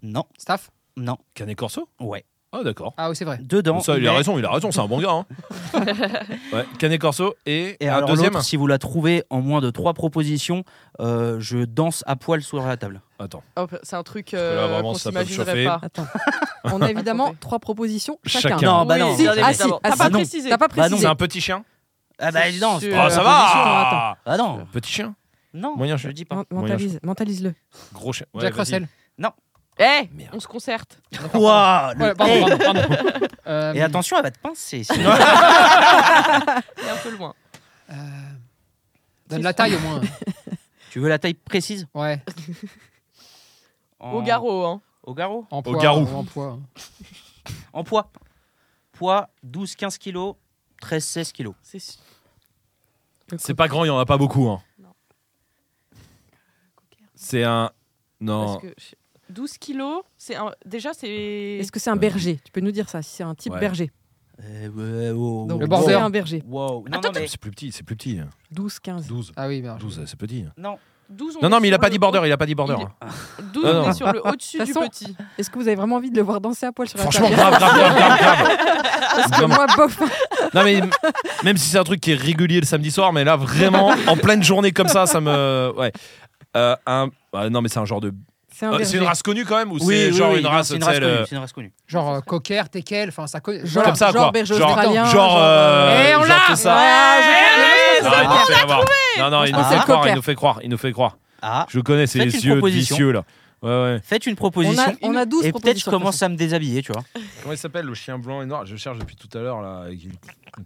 Speaker 1: non,
Speaker 5: hein, Staff.
Speaker 1: non.
Speaker 3: Canet Corso.
Speaker 1: Ouais.
Speaker 3: Ah d'accord.
Speaker 5: Ah oui, c'est vrai.
Speaker 1: Dedans.
Speaker 3: Ça, il a
Speaker 1: mais-
Speaker 3: raison, il a raison, c'est un bon gars. hein. ouais, Canet Corso et,
Speaker 1: Et
Speaker 3: un
Speaker 1: alors
Speaker 3: deuxième.
Speaker 1: l'autre, si vous la trouvez en moins de trois propositions, euh, je danse à poil sur la table.
Speaker 3: Attends,
Speaker 4: Hop, Oh, bah, c'est un truc
Speaker 3: que là,
Speaker 4: euh,
Speaker 3: vraiment,
Speaker 4: qu'on
Speaker 3: ça peut me
Speaker 4: s'imaginerait
Speaker 3: chauffer.
Speaker 4: pas.
Speaker 9: Attends. On a évidemment trois propositions chacun.
Speaker 3: Chacun.
Speaker 1: Non, bah non.
Speaker 4: Oui, bien
Speaker 1: Si,
Speaker 9: ah,
Speaker 4: évidemment.
Speaker 9: si, ah,
Speaker 4: T'as
Speaker 9: si.
Speaker 4: pas
Speaker 1: Non.
Speaker 4: précisé.
Speaker 9: T'as pas
Speaker 1: Bah non.
Speaker 9: précisé.
Speaker 3: c'est un petit chien.
Speaker 1: Ah bah
Speaker 4: C'est
Speaker 1: non,
Speaker 4: sûr.
Speaker 1: c'est
Speaker 3: Ah
Speaker 1: pas-
Speaker 3: ça
Speaker 9: position,
Speaker 3: va.
Speaker 1: Ah non,
Speaker 3: Petit chien,
Speaker 1: non,
Speaker 3: Hein. Moyen
Speaker 1: je
Speaker 3: chien.
Speaker 1: le dis pas.
Speaker 9: Men- Mentalise, mentalise-le.
Speaker 3: gros chien. Ouais,
Speaker 5: Jack
Speaker 3: vas-y.
Speaker 5: Russell.
Speaker 4: Eh,
Speaker 9: Oh,
Speaker 3: Merde.
Speaker 4: on se concerte.
Speaker 1: Ouah, le-
Speaker 5: Ouais,
Speaker 1: Hey.
Speaker 5: pardon, pardon, pardon. Euh,
Speaker 1: Et attention, elle va te pincer. sinon.
Speaker 4: C'est un peu loin.
Speaker 5: euh, Donne la taille au moins.
Speaker 1: tu veux la taille précise
Speaker 5: Ouais.
Speaker 1: En-
Speaker 3: Oh.
Speaker 4: Au garrot, hein.
Speaker 1: Au garrot
Speaker 5: En poids.
Speaker 3: garou.
Speaker 5: En poids.
Speaker 1: En poids. Poids 12-15 kilos, 13-16 kilos.
Speaker 4: C'est su-
Speaker 3: C'est pas grand, il y en a pas beaucoup. hein.
Speaker 4: Non.
Speaker 3: C'est un.
Speaker 4: parce
Speaker 3: Non.
Speaker 4: que je- 12 kilos, c'est un... déjà c'est.
Speaker 9: Est-ce que c'est un
Speaker 3: Ouais.
Speaker 9: berger Tu peux nous dire ça, si c'est un type
Speaker 3: Ouais.
Speaker 9: berger.
Speaker 1: Euh, ouais, oh, wow,
Speaker 9: Donc,
Speaker 5: Le
Speaker 1: wow.
Speaker 5: border.
Speaker 9: c'est un berger.
Speaker 1: Wow. Non, non, mais-
Speaker 3: C'est plus petit, c'est plus petit.
Speaker 9: 12, 15.
Speaker 3: 12.
Speaker 5: Ah oui, merde.
Speaker 3: 12, c'est petit.
Speaker 4: 12 on
Speaker 3: Non,
Speaker 4: est
Speaker 3: non, mais il
Speaker 4: sur
Speaker 3: a pas
Speaker 4: le
Speaker 3: dit border,
Speaker 4: haut-
Speaker 3: il a pas dit border. hein.
Speaker 4: il est- 12
Speaker 3: Non,
Speaker 4: on
Speaker 3: non.
Speaker 4: est sur le au-dessus
Speaker 9: De
Speaker 4: du
Speaker 9: toute façon,
Speaker 4: petit.
Speaker 9: Est-ce que vous avez vraiment envie de le voir danser à poil sur la
Speaker 3: Franchement,
Speaker 9: table
Speaker 3: grave, Ah, grave, grave, grave, grave.
Speaker 9: Parce que moi, bof,
Speaker 3: Non, mais m- même si c'est un truc qui est régulier le samedi soir, mais là, vraiment, en pleine journée comme ça, ça me. Ouais. Euh, un... ah, non, mais c'est un genre de.
Speaker 9: c'est un
Speaker 3: Euh,
Speaker 9: berger.
Speaker 3: c'est une race connue quand même
Speaker 1: Oui,
Speaker 3: ou c'est
Speaker 1: oui,
Speaker 3: genre
Speaker 1: oui,
Speaker 3: une
Speaker 1: non,
Speaker 3: race,
Speaker 1: c'est une
Speaker 3: tu sais,
Speaker 1: race
Speaker 3: le-
Speaker 1: connue, c'est une race connue.
Speaker 5: Genre euh, cocker, teckel, enfin ça. co-
Speaker 9: Genre
Speaker 3: comme ça,
Speaker 9: Genre
Speaker 3: quoi.
Speaker 9: berger
Speaker 3: Genre-
Speaker 9: australien.
Speaker 3: Genre. euh,
Speaker 5: Eh, on
Speaker 3: genre
Speaker 5: l'a
Speaker 3: tout ça. Non, il nous fait avoir. Non, non, il nous
Speaker 1: Ah.
Speaker 3: fait croire, il
Speaker 9: Cocker.
Speaker 3: nous fait croire, il nous fait croire.
Speaker 1: Ah,
Speaker 3: Je connais ces
Speaker 1: Faites une
Speaker 3: yeux
Speaker 1: proposition.
Speaker 3: vicieux là. Ouais, ouais.
Speaker 1: faites une
Speaker 9: On
Speaker 1: proposition.
Speaker 9: a, on a 12
Speaker 1: et peut-être je
Speaker 9: propositions. de toute
Speaker 1: commence à me déshabiller, tu vois.
Speaker 3: Comment il s'appelle le chien blanc et noir Je cherche depuis tout à l'heure là. avec-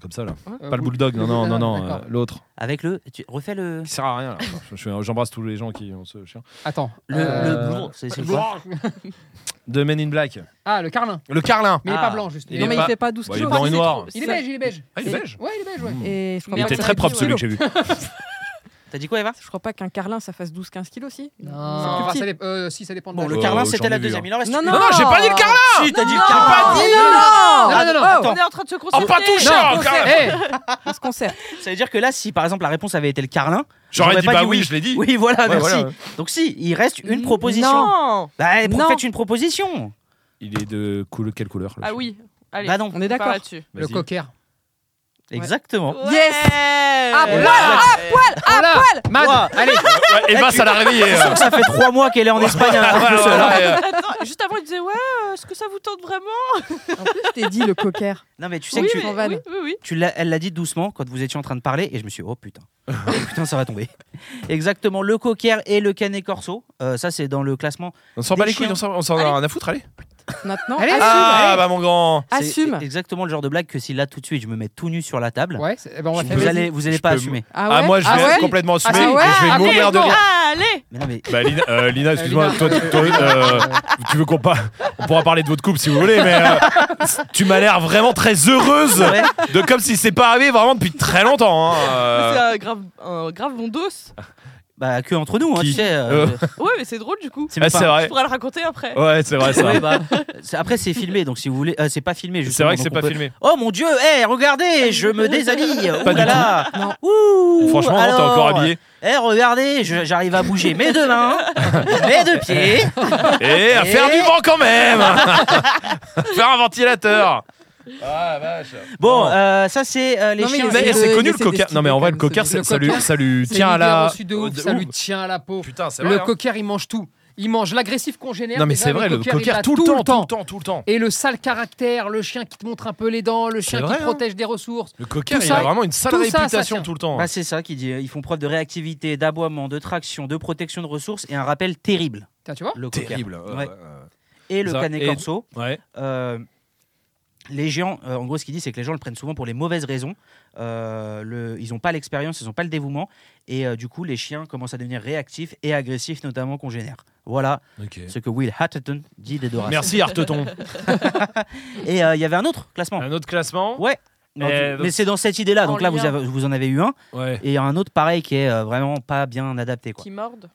Speaker 3: Comme ça là.
Speaker 5: Euh,
Speaker 3: Pas le bulldog, non, non, non,
Speaker 1: Ah,
Speaker 3: non,
Speaker 5: D'accord.
Speaker 3: euh, l'autre.
Speaker 1: Avec le. Tu refais le.
Speaker 3: Qui sert à rien là. Je- je- J'embrasse tous les gens qui ont ce chien.
Speaker 5: Attends.
Speaker 1: Le.
Speaker 5: euh,
Speaker 1: le- c'est c'est quoi
Speaker 3: De Men in Black.
Speaker 5: Ah, le carlin.
Speaker 3: Le carlin.
Speaker 5: Mais il est
Speaker 1: Ah.
Speaker 5: pas blanc, juste.
Speaker 3: Il
Speaker 9: façon. Non,
Speaker 3: est
Speaker 9: mais
Speaker 3: pas-
Speaker 9: il fait pas 12
Speaker 3: Bon, Bah, il est
Speaker 9: kilos.
Speaker 3: blanc et noir.
Speaker 5: Il est beige, il est beige.
Speaker 3: Ah, il est beige.
Speaker 5: Ouais, il est beige, ouais.
Speaker 9: Et je crois
Speaker 3: Il
Speaker 4: Il
Speaker 9: pas
Speaker 3: était
Speaker 9: que ça
Speaker 3: très
Speaker 9: fait
Speaker 3: propre
Speaker 9: dix,
Speaker 3: celui
Speaker 9: ouais.
Speaker 3: que j'ai vu.
Speaker 1: T'as dit quoi, Eva
Speaker 9: Je crois pas qu'un carlin, ça fasse 12-15 kilos, si.
Speaker 5: Non,
Speaker 9: C'est
Speaker 5: ça
Speaker 9: plus petit.
Speaker 5: dé- euh, si ça dépend de
Speaker 1: Bon,
Speaker 5: la-
Speaker 1: le
Speaker 3: Oh,
Speaker 1: carlin,
Speaker 3: j'en
Speaker 1: c'était la
Speaker 3: ai vu,
Speaker 1: deuxième.
Speaker 3: hein.
Speaker 1: Il en reste
Speaker 9: Non,
Speaker 1: une.
Speaker 9: non,
Speaker 3: Non, non, j'ai pas dit le carlin
Speaker 1: Si, t'as dit le
Speaker 4: non,
Speaker 1: carlin
Speaker 4: non,
Speaker 5: non, non, non,
Speaker 9: Oh,
Speaker 1: Attends.
Speaker 4: On est en train de se
Speaker 3: Oh,
Speaker 4: concerter.
Speaker 3: pas ton
Speaker 5: Non,
Speaker 3: chien
Speaker 9: on
Speaker 3: le carlin
Speaker 5: Eh,
Speaker 9: On se concerte.
Speaker 1: Ça veut dire que là, si par exemple la réponse avait été le carlin.
Speaker 3: J'aurais
Speaker 1: j'aurais
Speaker 3: dit
Speaker 1: pas
Speaker 3: bah
Speaker 1: dit
Speaker 3: oui,
Speaker 1: oui.
Speaker 3: je l'ai dit.
Speaker 1: Oui, voilà,
Speaker 3: Ouais,
Speaker 1: merci.
Speaker 3: voilà.
Speaker 1: Donc si, il reste une proposition.
Speaker 4: Non.
Speaker 1: Bah, eh, pro-
Speaker 9: Non.
Speaker 1: faites une proposition.
Speaker 3: Il est de couleur- quelle couleur le
Speaker 4: Ah
Speaker 3: chien
Speaker 4: oui. Allez.
Speaker 1: Bah non.
Speaker 9: On est
Speaker 4: part
Speaker 9: d'accord.
Speaker 4: là-dessus.
Speaker 5: le
Speaker 3: Vas-y.
Speaker 5: cocker.
Speaker 1: Exactement.
Speaker 3: Oh.
Speaker 9: Yes.
Speaker 4: Ah
Speaker 9: Ah,
Speaker 4: bon
Speaker 9: voilà.
Speaker 1: Ah,
Speaker 5: Voilà. Mad,
Speaker 1: Ouah.
Speaker 5: allez.
Speaker 3: Ouais, Eh, Eva, ça l'a réveillé. euh.
Speaker 1: Ça fait trois mois qu'elle est en Espagne. hein,
Speaker 3: Ouais,
Speaker 1: tout seul, hein.
Speaker 3: ouais, ouais, ouais.
Speaker 4: Attends, Ah, juste avant, il disait Ouais, euh, est-ce que ça vous tente vraiment
Speaker 9: En plus, je t'ai dit le cocker.
Speaker 1: Non, mais tu sais
Speaker 4: oui,
Speaker 1: que tu.
Speaker 4: mais-
Speaker 9: en vannes.
Speaker 4: oui, oui, oui.
Speaker 1: Tu l'as- elle l'a dit doucement quand vous étiez en train de parler et je me suis dit, oh putain, Oh, putain ça va tomber. Exactement, le cocker et le canet corso, Euh, ça c'est dans le classement.
Speaker 3: On s'en bat
Speaker 1: Des
Speaker 3: les couilles,
Speaker 1: chiens.
Speaker 3: on s'en on s'en a
Speaker 4: Allez.
Speaker 3: rien à foutre, allez.
Speaker 9: Maintenant,
Speaker 5: Allez,
Speaker 9: assume.
Speaker 3: Ah, bah mon grand
Speaker 1: C'est
Speaker 9: Assume.
Speaker 1: exactement le genre de blague que si là tout de suite je me mets tout nu sur la table,
Speaker 5: Ouais, c'est- eh ben, on va
Speaker 1: vous
Speaker 5: faire les-
Speaker 1: allez, vous allez
Speaker 3: Je
Speaker 1: pas
Speaker 3: peux-
Speaker 1: assumer.
Speaker 9: Ah,
Speaker 3: Ah,
Speaker 9: ouais
Speaker 3: moi je
Speaker 9: Ah
Speaker 3: vais
Speaker 9: ouais
Speaker 3: complètement assumer,
Speaker 9: Ah ouais,
Speaker 3: je vais
Speaker 9: ah,
Speaker 3: mourir de
Speaker 4: bon,
Speaker 3: rire.
Speaker 4: allez
Speaker 1: Mais non, mais
Speaker 3: Bah Lina, euh, Lina, excuse-moi,
Speaker 5: Lina.
Speaker 3: toi, tu- toi, euh, tu veux qu'on pas, on pourra parler de votre couple si vous voulez, mais euh, tu m'as l'air vraiment très heureuse,
Speaker 1: Ouais.
Speaker 3: de comme si c'est pas arrivé vraiment depuis très longtemps. hein, euh.
Speaker 4: C'est un grave, un grave bon dos.
Speaker 1: bah, que entre nous, hein,
Speaker 3: Qui
Speaker 1: tu sais. euh,
Speaker 4: Ouais, mais c'est drôle du coup.
Speaker 1: c'est
Speaker 3: Ah,
Speaker 1: même
Speaker 3: c'est
Speaker 1: pas-
Speaker 4: Je
Speaker 3: vrai.
Speaker 4: pourrais le raconter après.
Speaker 3: Ouais, c'est vrai ça.
Speaker 1: Ouais, bah, c'est- après c'est filmé, donc si vous voulez, euh, c'est pas filmé.
Speaker 3: C'est vrai que
Speaker 1: justement,
Speaker 3: c'est
Speaker 1: donc
Speaker 3: pas
Speaker 1: on peut-
Speaker 3: filmé.
Speaker 1: Oh mon dieu, hé, regardez, je me déshabille.
Speaker 3: Pas
Speaker 1: Ouh
Speaker 3: du
Speaker 1: là là.
Speaker 3: tout.
Speaker 9: Non.
Speaker 1: Ouh,
Speaker 3: Franchement, non, t'es
Speaker 1: alors,
Speaker 3: encore habillé.
Speaker 1: Eh, regardez, je- j'arrive à bouger mes deux mains, mes deux pieds.
Speaker 3: Et à
Speaker 1: Et-
Speaker 3: faire du vent quand même Faire un ventilateur Ah,
Speaker 1: Bon,
Speaker 3: Oh.
Speaker 1: euh, ça c'est euh, les
Speaker 9: Non, mais il
Speaker 1: chiens.
Speaker 9: y a-
Speaker 3: Mais
Speaker 9: de-
Speaker 3: c'est connu
Speaker 9: d'essayer
Speaker 3: le coca.
Speaker 9: d'estimer
Speaker 3: Non mais en vrai,
Speaker 9: quand
Speaker 3: le
Speaker 9: même,
Speaker 3: coca,
Speaker 9: ce
Speaker 3: ça
Speaker 9: truc.
Speaker 3: ça lui, ça lui
Speaker 5: c'est
Speaker 3: tient à
Speaker 5: Libération
Speaker 3: la.
Speaker 5: de ouf,
Speaker 3: Oh, de
Speaker 5: ça
Speaker 3: ouf.
Speaker 5: lui tient à la peau.
Speaker 3: Putain, c'est
Speaker 5: Le
Speaker 3: vrai. hein.
Speaker 5: cocker, il mange tout. Il mange l'agressif congénère.
Speaker 3: Non mais
Speaker 5: déjà,
Speaker 3: c'est vrai, le
Speaker 5: il
Speaker 3: coca
Speaker 5: bat
Speaker 3: tout le temps, tout le temps, tout le temps.
Speaker 5: Et le sale caractère, le chien qui te montre un peu les dents, le chien
Speaker 3: vrai,
Speaker 5: qui
Speaker 3: hein.
Speaker 5: protège des ressources.
Speaker 3: Le coca,
Speaker 5: Tout
Speaker 3: il
Speaker 5: ça-
Speaker 3: a vraiment une sale
Speaker 5: tout ça, ça
Speaker 3: réputation
Speaker 5: tient.
Speaker 3: tout le temps. hein.
Speaker 1: Bah, c'est ça qui dit. euh, Ils font preuve de réactivité, d'aboiement, de traction, de protection de ressources et un rappel terrible.
Speaker 5: Tiens, tu vois
Speaker 1: Le cocker.
Speaker 3: Terrible. euh,
Speaker 1: Ouais.
Speaker 3: euh,
Speaker 1: Et le
Speaker 3: Ça-
Speaker 1: canet
Speaker 3: et-
Speaker 1: corso.
Speaker 3: Ouais.
Speaker 1: Euh, les géants, euh, en gros, ce qu'il dit, c'est que les gens le prennent souvent pour les mauvaises raisons. Euh, le- ils n'ont pas l'expérience, ils n'ont pas le dévouement. Et euh, du coup, les chiens commencent à devenir réactifs et agressifs, notamment congénères. Voilà
Speaker 3: Ok.
Speaker 1: ce que Will Hatterton dit des deux races.
Speaker 3: Merci Arteton.
Speaker 1: Et euh, il y avait un autre classement.
Speaker 3: Un autre classement.
Speaker 1: Ouais. Non,
Speaker 3: Euh,
Speaker 1: tu-
Speaker 3: donc-
Speaker 1: Mais c'est dans cette idée-là.
Speaker 4: En
Speaker 1: Donc là, vous,
Speaker 4: lien.
Speaker 1: avez- vous en avez eu un.
Speaker 3: Ouais.
Speaker 1: Et un autre pareil qui est euh, vraiment pas bien adapté. Quoi.
Speaker 4: Qui mordent.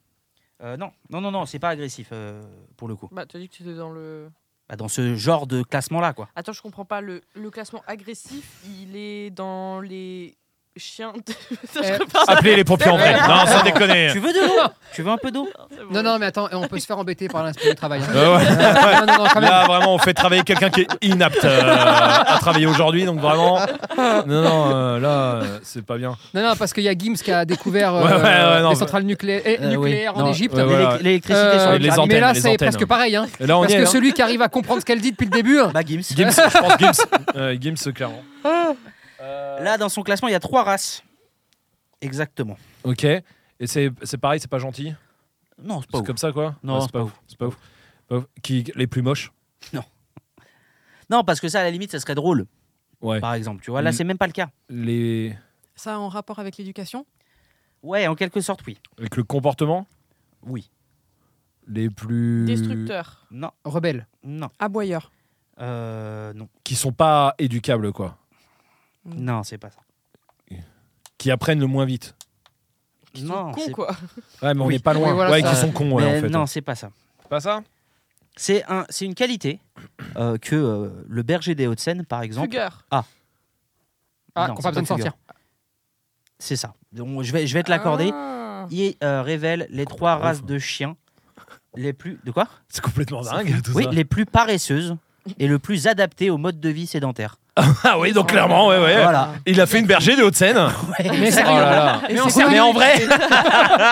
Speaker 1: Euh, non, non, non, non, c'est pas agressif euh, pour le coup.
Speaker 4: Bah, t'as dit que tu étais dans le.
Speaker 1: Bah, dans ce genre de classement-là, quoi.
Speaker 4: Attends, je comprends pas. Le, le classement agressif, il est dans les chiens. de- Ça,
Speaker 5: Eh,
Speaker 4: je repars.
Speaker 3: Appelez les pompiers en vrai. Non, sans déconner.
Speaker 1: Tu veux de l'eau Tu veux un peu d'eau
Speaker 4: C'est bon.
Speaker 5: Non, non, mais attends, on peut se faire embêter par l'inspecteur du travail. hein.
Speaker 3: Euh, ouais.
Speaker 5: non, non, non, quand même.
Speaker 3: Là, vraiment, on fait travailler quelqu'un qui est inapte euh, à travailler aujourd'hui, donc vraiment. Non, non, euh, là, euh, c'est pas bien.
Speaker 5: Non, non, parce qu'il y a Gims qui a découvert euh,
Speaker 3: Ouais, ouais, ouais, non,
Speaker 5: les
Speaker 3: mais-
Speaker 5: centrales nucléaires, eh,
Speaker 1: Euh, oui.
Speaker 5: nucléaires en
Speaker 1: Non,
Speaker 5: Égypte.
Speaker 3: ouais, ouais.
Speaker 1: L'élec- L'électricité
Speaker 5: Euh,
Speaker 1: sur les
Speaker 3: les
Speaker 1: pyramides.
Speaker 3: antennes,
Speaker 5: mais là,
Speaker 3: les
Speaker 5: c'est
Speaker 3: antennes.
Speaker 5: presque pareil. Hein,
Speaker 3: Et là, on
Speaker 5: parce
Speaker 3: y
Speaker 5: que
Speaker 3: est. hein.
Speaker 5: celui qui arrive à comprendre ce qu'elle dit depuis le début, hein,
Speaker 1: Bah, Gims.
Speaker 3: Gims, je pense Gims. Euh, Gims, clairement. Euh,
Speaker 1: Là, dans son classement, il y a trois races. Exactement.
Speaker 3: Ok. Et c'est c'est pareil, c'est pas gentil.
Speaker 1: Non, c'est pas
Speaker 3: C'est
Speaker 1: ouf.
Speaker 3: comme ça, quoi.
Speaker 1: Non,
Speaker 3: Ah,
Speaker 1: c'est
Speaker 3: c'est pas
Speaker 1: pas
Speaker 3: ouf. C'est pas ouf. Pas ouf. Qui, les plus moches
Speaker 1: Non, parce que ça, à la limite, ça serait drôle,
Speaker 3: Ouais.
Speaker 1: par exemple. Tu vois, là,
Speaker 3: Mm.
Speaker 1: c'est même pas le cas.
Speaker 3: Les...
Speaker 9: Ça a en rapport avec l'éducation
Speaker 1: Ouais, en quelque sorte, oui.
Speaker 3: Avec le comportement
Speaker 1: Oui.
Speaker 3: Les plus.
Speaker 4: Destructeur.
Speaker 1: Non,
Speaker 5: rebelle.
Speaker 1: non,
Speaker 9: Aboyeur.
Speaker 1: euh, non,
Speaker 3: Qui sont pas éducables, quoi.
Speaker 1: non, c'est pas ça.
Speaker 3: Qui apprennent le moins vite.
Speaker 4: Ils sont
Speaker 1: non,
Speaker 4: cons,
Speaker 1: c'est-
Speaker 4: quoi.
Speaker 3: Ouais, mais on
Speaker 1: Oui.
Speaker 3: n'est pas loin.
Speaker 5: Oui, voilà,
Speaker 3: ouais,
Speaker 5: ça-
Speaker 3: qui sont cons, ouais,
Speaker 1: mais
Speaker 3: en fait. hein.
Speaker 1: non, c'est pas ça.
Speaker 3: Pas ça
Speaker 1: C'est un, c'est une qualité euh, que euh, le berger des Hauts-de-Seine, par exemple.
Speaker 4: Fugueur.
Speaker 5: Ah,
Speaker 1: Non,
Speaker 5: qu'on
Speaker 1: c'est
Speaker 5: pas besoin de
Speaker 1: pas le
Speaker 5: sortir.
Speaker 1: C'est ça. Donc, je vais, je vais te l'accorder.
Speaker 4: Ah.
Speaker 1: Il euh, révèle les trois races de chiens les plus. De quoi
Speaker 3: C'est complètement dingue tout
Speaker 1: Oui,
Speaker 3: ça.
Speaker 1: les plus paresseuses et le plus adaptées au mode de vie sédentaire.
Speaker 3: Ah oui, donc clairement, ouais, ouais.
Speaker 1: Voilà.
Speaker 3: Il a fait une berger de Haute-Seine.
Speaker 5: Mais
Speaker 3: Oh
Speaker 5: sérieux.
Speaker 3: là là.
Speaker 5: Mais
Speaker 9: en
Speaker 5: c'est
Speaker 3: Mais
Speaker 5: sérieux.
Speaker 3: en vrai,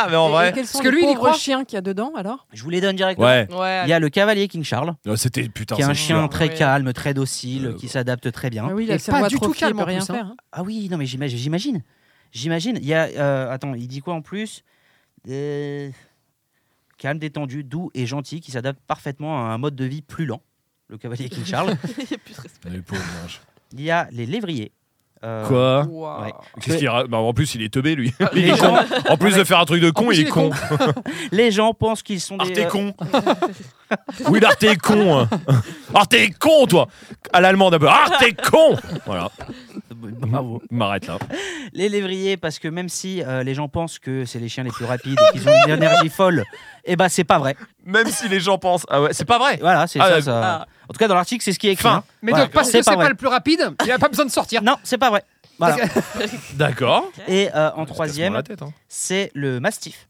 Speaker 3: mais en vrai.
Speaker 9: quels sont
Speaker 5: Parce que
Speaker 9: les
Speaker 5: lui, il y
Speaker 9: pauvres
Speaker 5: croit.
Speaker 9: chiens qu'il y a dedans alors
Speaker 1: Je vous les donne directement.
Speaker 3: Ouais.
Speaker 4: Ouais.
Speaker 1: Il y a le cavalier King Charles,
Speaker 3: Ouais, C'était putain.
Speaker 1: qui est un
Speaker 3: c'est
Speaker 1: chien
Speaker 3: dur.
Speaker 1: très
Speaker 4: Ouais.
Speaker 1: calme, très docile,
Speaker 3: Euh,
Speaker 1: qui s'adapte très bien.
Speaker 9: Ah oui,
Speaker 5: Et
Speaker 9: il a le cerveau
Speaker 5: pas du tout
Speaker 9: atrophié, il
Speaker 5: calme, en
Speaker 9: peut rien
Speaker 5: plus, hein.
Speaker 9: faire. hein.
Speaker 1: Ah oui, non mais j'imagine, j'imagine, j'imagine. Il y a, euh, attends, il dit quoi en plus Euh, Calme, détendu, doux et gentil, qui s'adapte parfaitement à un mode de vie plus lent. Le cavalier King Charles.
Speaker 4: Il y a plus de respect.
Speaker 3: Les pauvres singes.
Speaker 1: il y a les lévriers. Euh,
Speaker 3: Quoi
Speaker 4: Waouh.
Speaker 1: ouais.
Speaker 3: Qu'est-ce qu'il ra- bah, En plus, il est teubé lui. Il
Speaker 1: Les
Speaker 3: est
Speaker 1: gens,
Speaker 3: con. En plus de faire un truc de
Speaker 5: En
Speaker 3: con,
Speaker 5: plus,
Speaker 3: il est con.
Speaker 1: les gens pensent qu'ils sont
Speaker 3: Arte
Speaker 1: des. euh,
Speaker 3: con. Oui, l'Arte est con. hein. Arte est con, toi. À l'allemand d'abord. Arte est con. Voilà.
Speaker 1: euh, bravo.
Speaker 3: M'arrête là.
Speaker 1: Les lévriers, parce que même si euh, les gens pensent que c'est les chiens les plus rapides et qu'ils ont une énergie folle, eh ben c'est pas vrai.
Speaker 3: Même si les gens pensent. Ah ouais, c'est pas vrai.
Speaker 1: Voilà, c'est
Speaker 3: Ah,
Speaker 1: ça,
Speaker 3: euh,
Speaker 1: ça. En tout cas, dans l'article, c'est ce qui est écrit.
Speaker 3: Fin.
Speaker 1: hein.
Speaker 5: Mais
Speaker 1: Voilà.
Speaker 5: donc, parce que
Speaker 1: C'est
Speaker 5: c'est
Speaker 1: pas
Speaker 5: pas,
Speaker 1: vrai.
Speaker 5: le plus rapide, il a pas besoin de sortir.
Speaker 1: Non, c'est pas vrai. Voilà.
Speaker 5: Parce
Speaker 3: D'accord.
Speaker 1: Et euh, en
Speaker 3: Parce qu'à ce moment-là,
Speaker 1: troisième,
Speaker 3: la tête, hein.
Speaker 1: c'est le mastiff,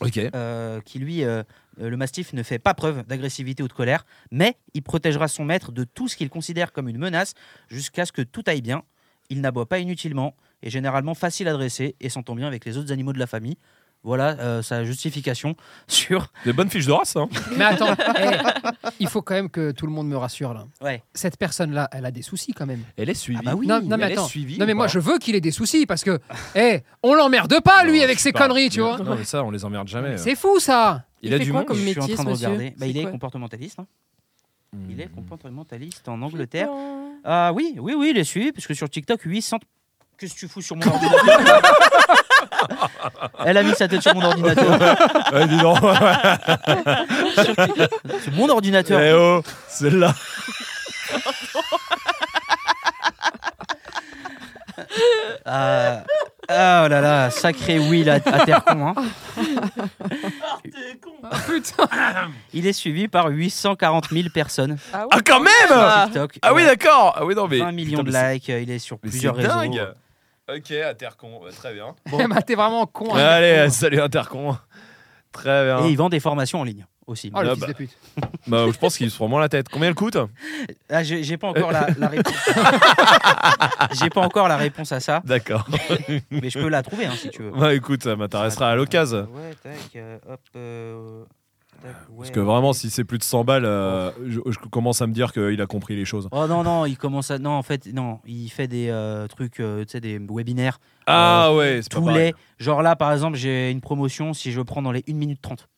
Speaker 3: Ok.
Speaker 1: euh, qui lui, euh, euh, le mastiff ne fait pas preuve d'agressivité ou de colère, mais il protégera son maître de tout ce qu'il considère comme une menace jusqu'à ce que tout aille bien. Il n'aboie pas inutilement, est généralement facile à dresser et s'entend bien avec les autres animaux de la famille. Voilà euh, sa justification sur.
Speaker 3: Des bonnes fiches de race. Hein.
Speaker 5: Mais attends, eh, il faut quand même que tout le monde me rassure là.
Speaker 1: Ouais.
Speaker 5: Cette personne-là, elle a des soucis quand même.
Speaker 3: Elle est suivie.
Speaker 1: bah oui.
Speaker 5: non, non, mais
Speaker 3: elle est
Speaker 5: attends.
Speaker 3: suivie,
Speaker 5: non mais moi
Speaker 3: voilà.
Speaker 5: je veux qu'il ait des soucis parce que, eh, on l'emmerde pas lui
Speaker 3: Non,
Speaker 5: avec
Speaker 3: je
Speaker 5: ses
Speaker 3: sais pas.
Speaker 5: conneries, tu
Speaker 3: Mais-
Speaker 5: vois.
Speaker 3: Non, mais euh. ça, on les emmerde jamais. hein.
Speaker 5: C'est fou ça.
Speaker 3: Il, a
Speaker 9: fait
Speaker 3: du
Speaker 9: quoi
Speaker 3: monde.
Speaker 9: comme
Speaker 1: je suis en
Speaker 9: métier,
Speaker 1: train de
Speaker 9: ce monsieur
Speaker 1: regarder. Bah,
Speaker 9: C'est
Speaker 1: il est
Speaker 9: quoi
Speaker 1: comportementaliste. hein.
Speaker 3: Hmm.
Speaker 1: Il est comportementaliste en Angleterre. Ah oui, oui, oui, il est suivi, parce que sur TikTok, 800... Qu'est-ce que tu fous sur mon ordinateur Elle a mis sa tête sur mon ordinateur.
Speaker 12: Ouais, dis donc.
Speaker 1: Sur mon ordinateur.
Speaker 12: Eh oh, celle-là.
Speaker 1: Ah, ah, oh là là, sacré Will à, à terre con. hein. Il est suivi par 840 000 personnes
Speaker 4: Ah ouais
Speaker 3: Ah, quand même
Speaker 1: sur
Speaker 3: Ah,
Speaker 1: TikTok.
Speaker 3: oui,
Speaker 1: Ouais,
Speaker 3: d'accord Ah oui, non, mais.
Speaker 1: 20 millions
Speaker 3: putain,
Speaker 1: de likes, euh, il est sur
Speaker 3: mais c'est- mais
Speaker 1: plusieurs
Speaker 3: c'est
Speaker 1: réseaux.
Speaker 3: dingue. Ok, Intercon, euh, très bien.
Speaker 5: Bah, T'es vraiment con. hein.
Speaker 3: Allez, euh, salut Intercon. Très bien.
Speaker 1: Et il vend des formations en ligne aussi.
Speaker 5: Oh,
Speaker 3: Ah
Speaker 5: le fils
Speaker 3: bah.
Speaker 5: de pute.
Speaker 3: Bah, je pense qu'ils se feront moins la tête. Combien elle coûte
Speaker 1: Ah, j'ai j'ai pas
Speaker 3: Euh.
Speaker 1: encore la, la réponse. j'ai pas encore la réponse à ça,
Speaker 3: D'accord.
Speaker 1: mais je peux la trouver hein, si tu veux.
Speaker 3: Bah, écoute, ça m'intéressera à l'occasion.
Speaker 1: Ouais, tac, euh, hop. euh, tac, ouais.
Speaker 3: Parce que vraiment, si c'est plus de 100 balles, euh, je, je commence à me dire qu'il a compris les choses.
Speaker 1: Oh non, non, il commence à. Non, en fait, non, il fait des euh, trucs, euh, tu sais, des webinaires.
Speaker 3: Ah ouais, c'est pas
Speaker 1: Tous
Speaker 3: pareil.
Speaker 1: les. Genre là, par exemple, j'ai une promotion si je prends dans les 1 minute 30.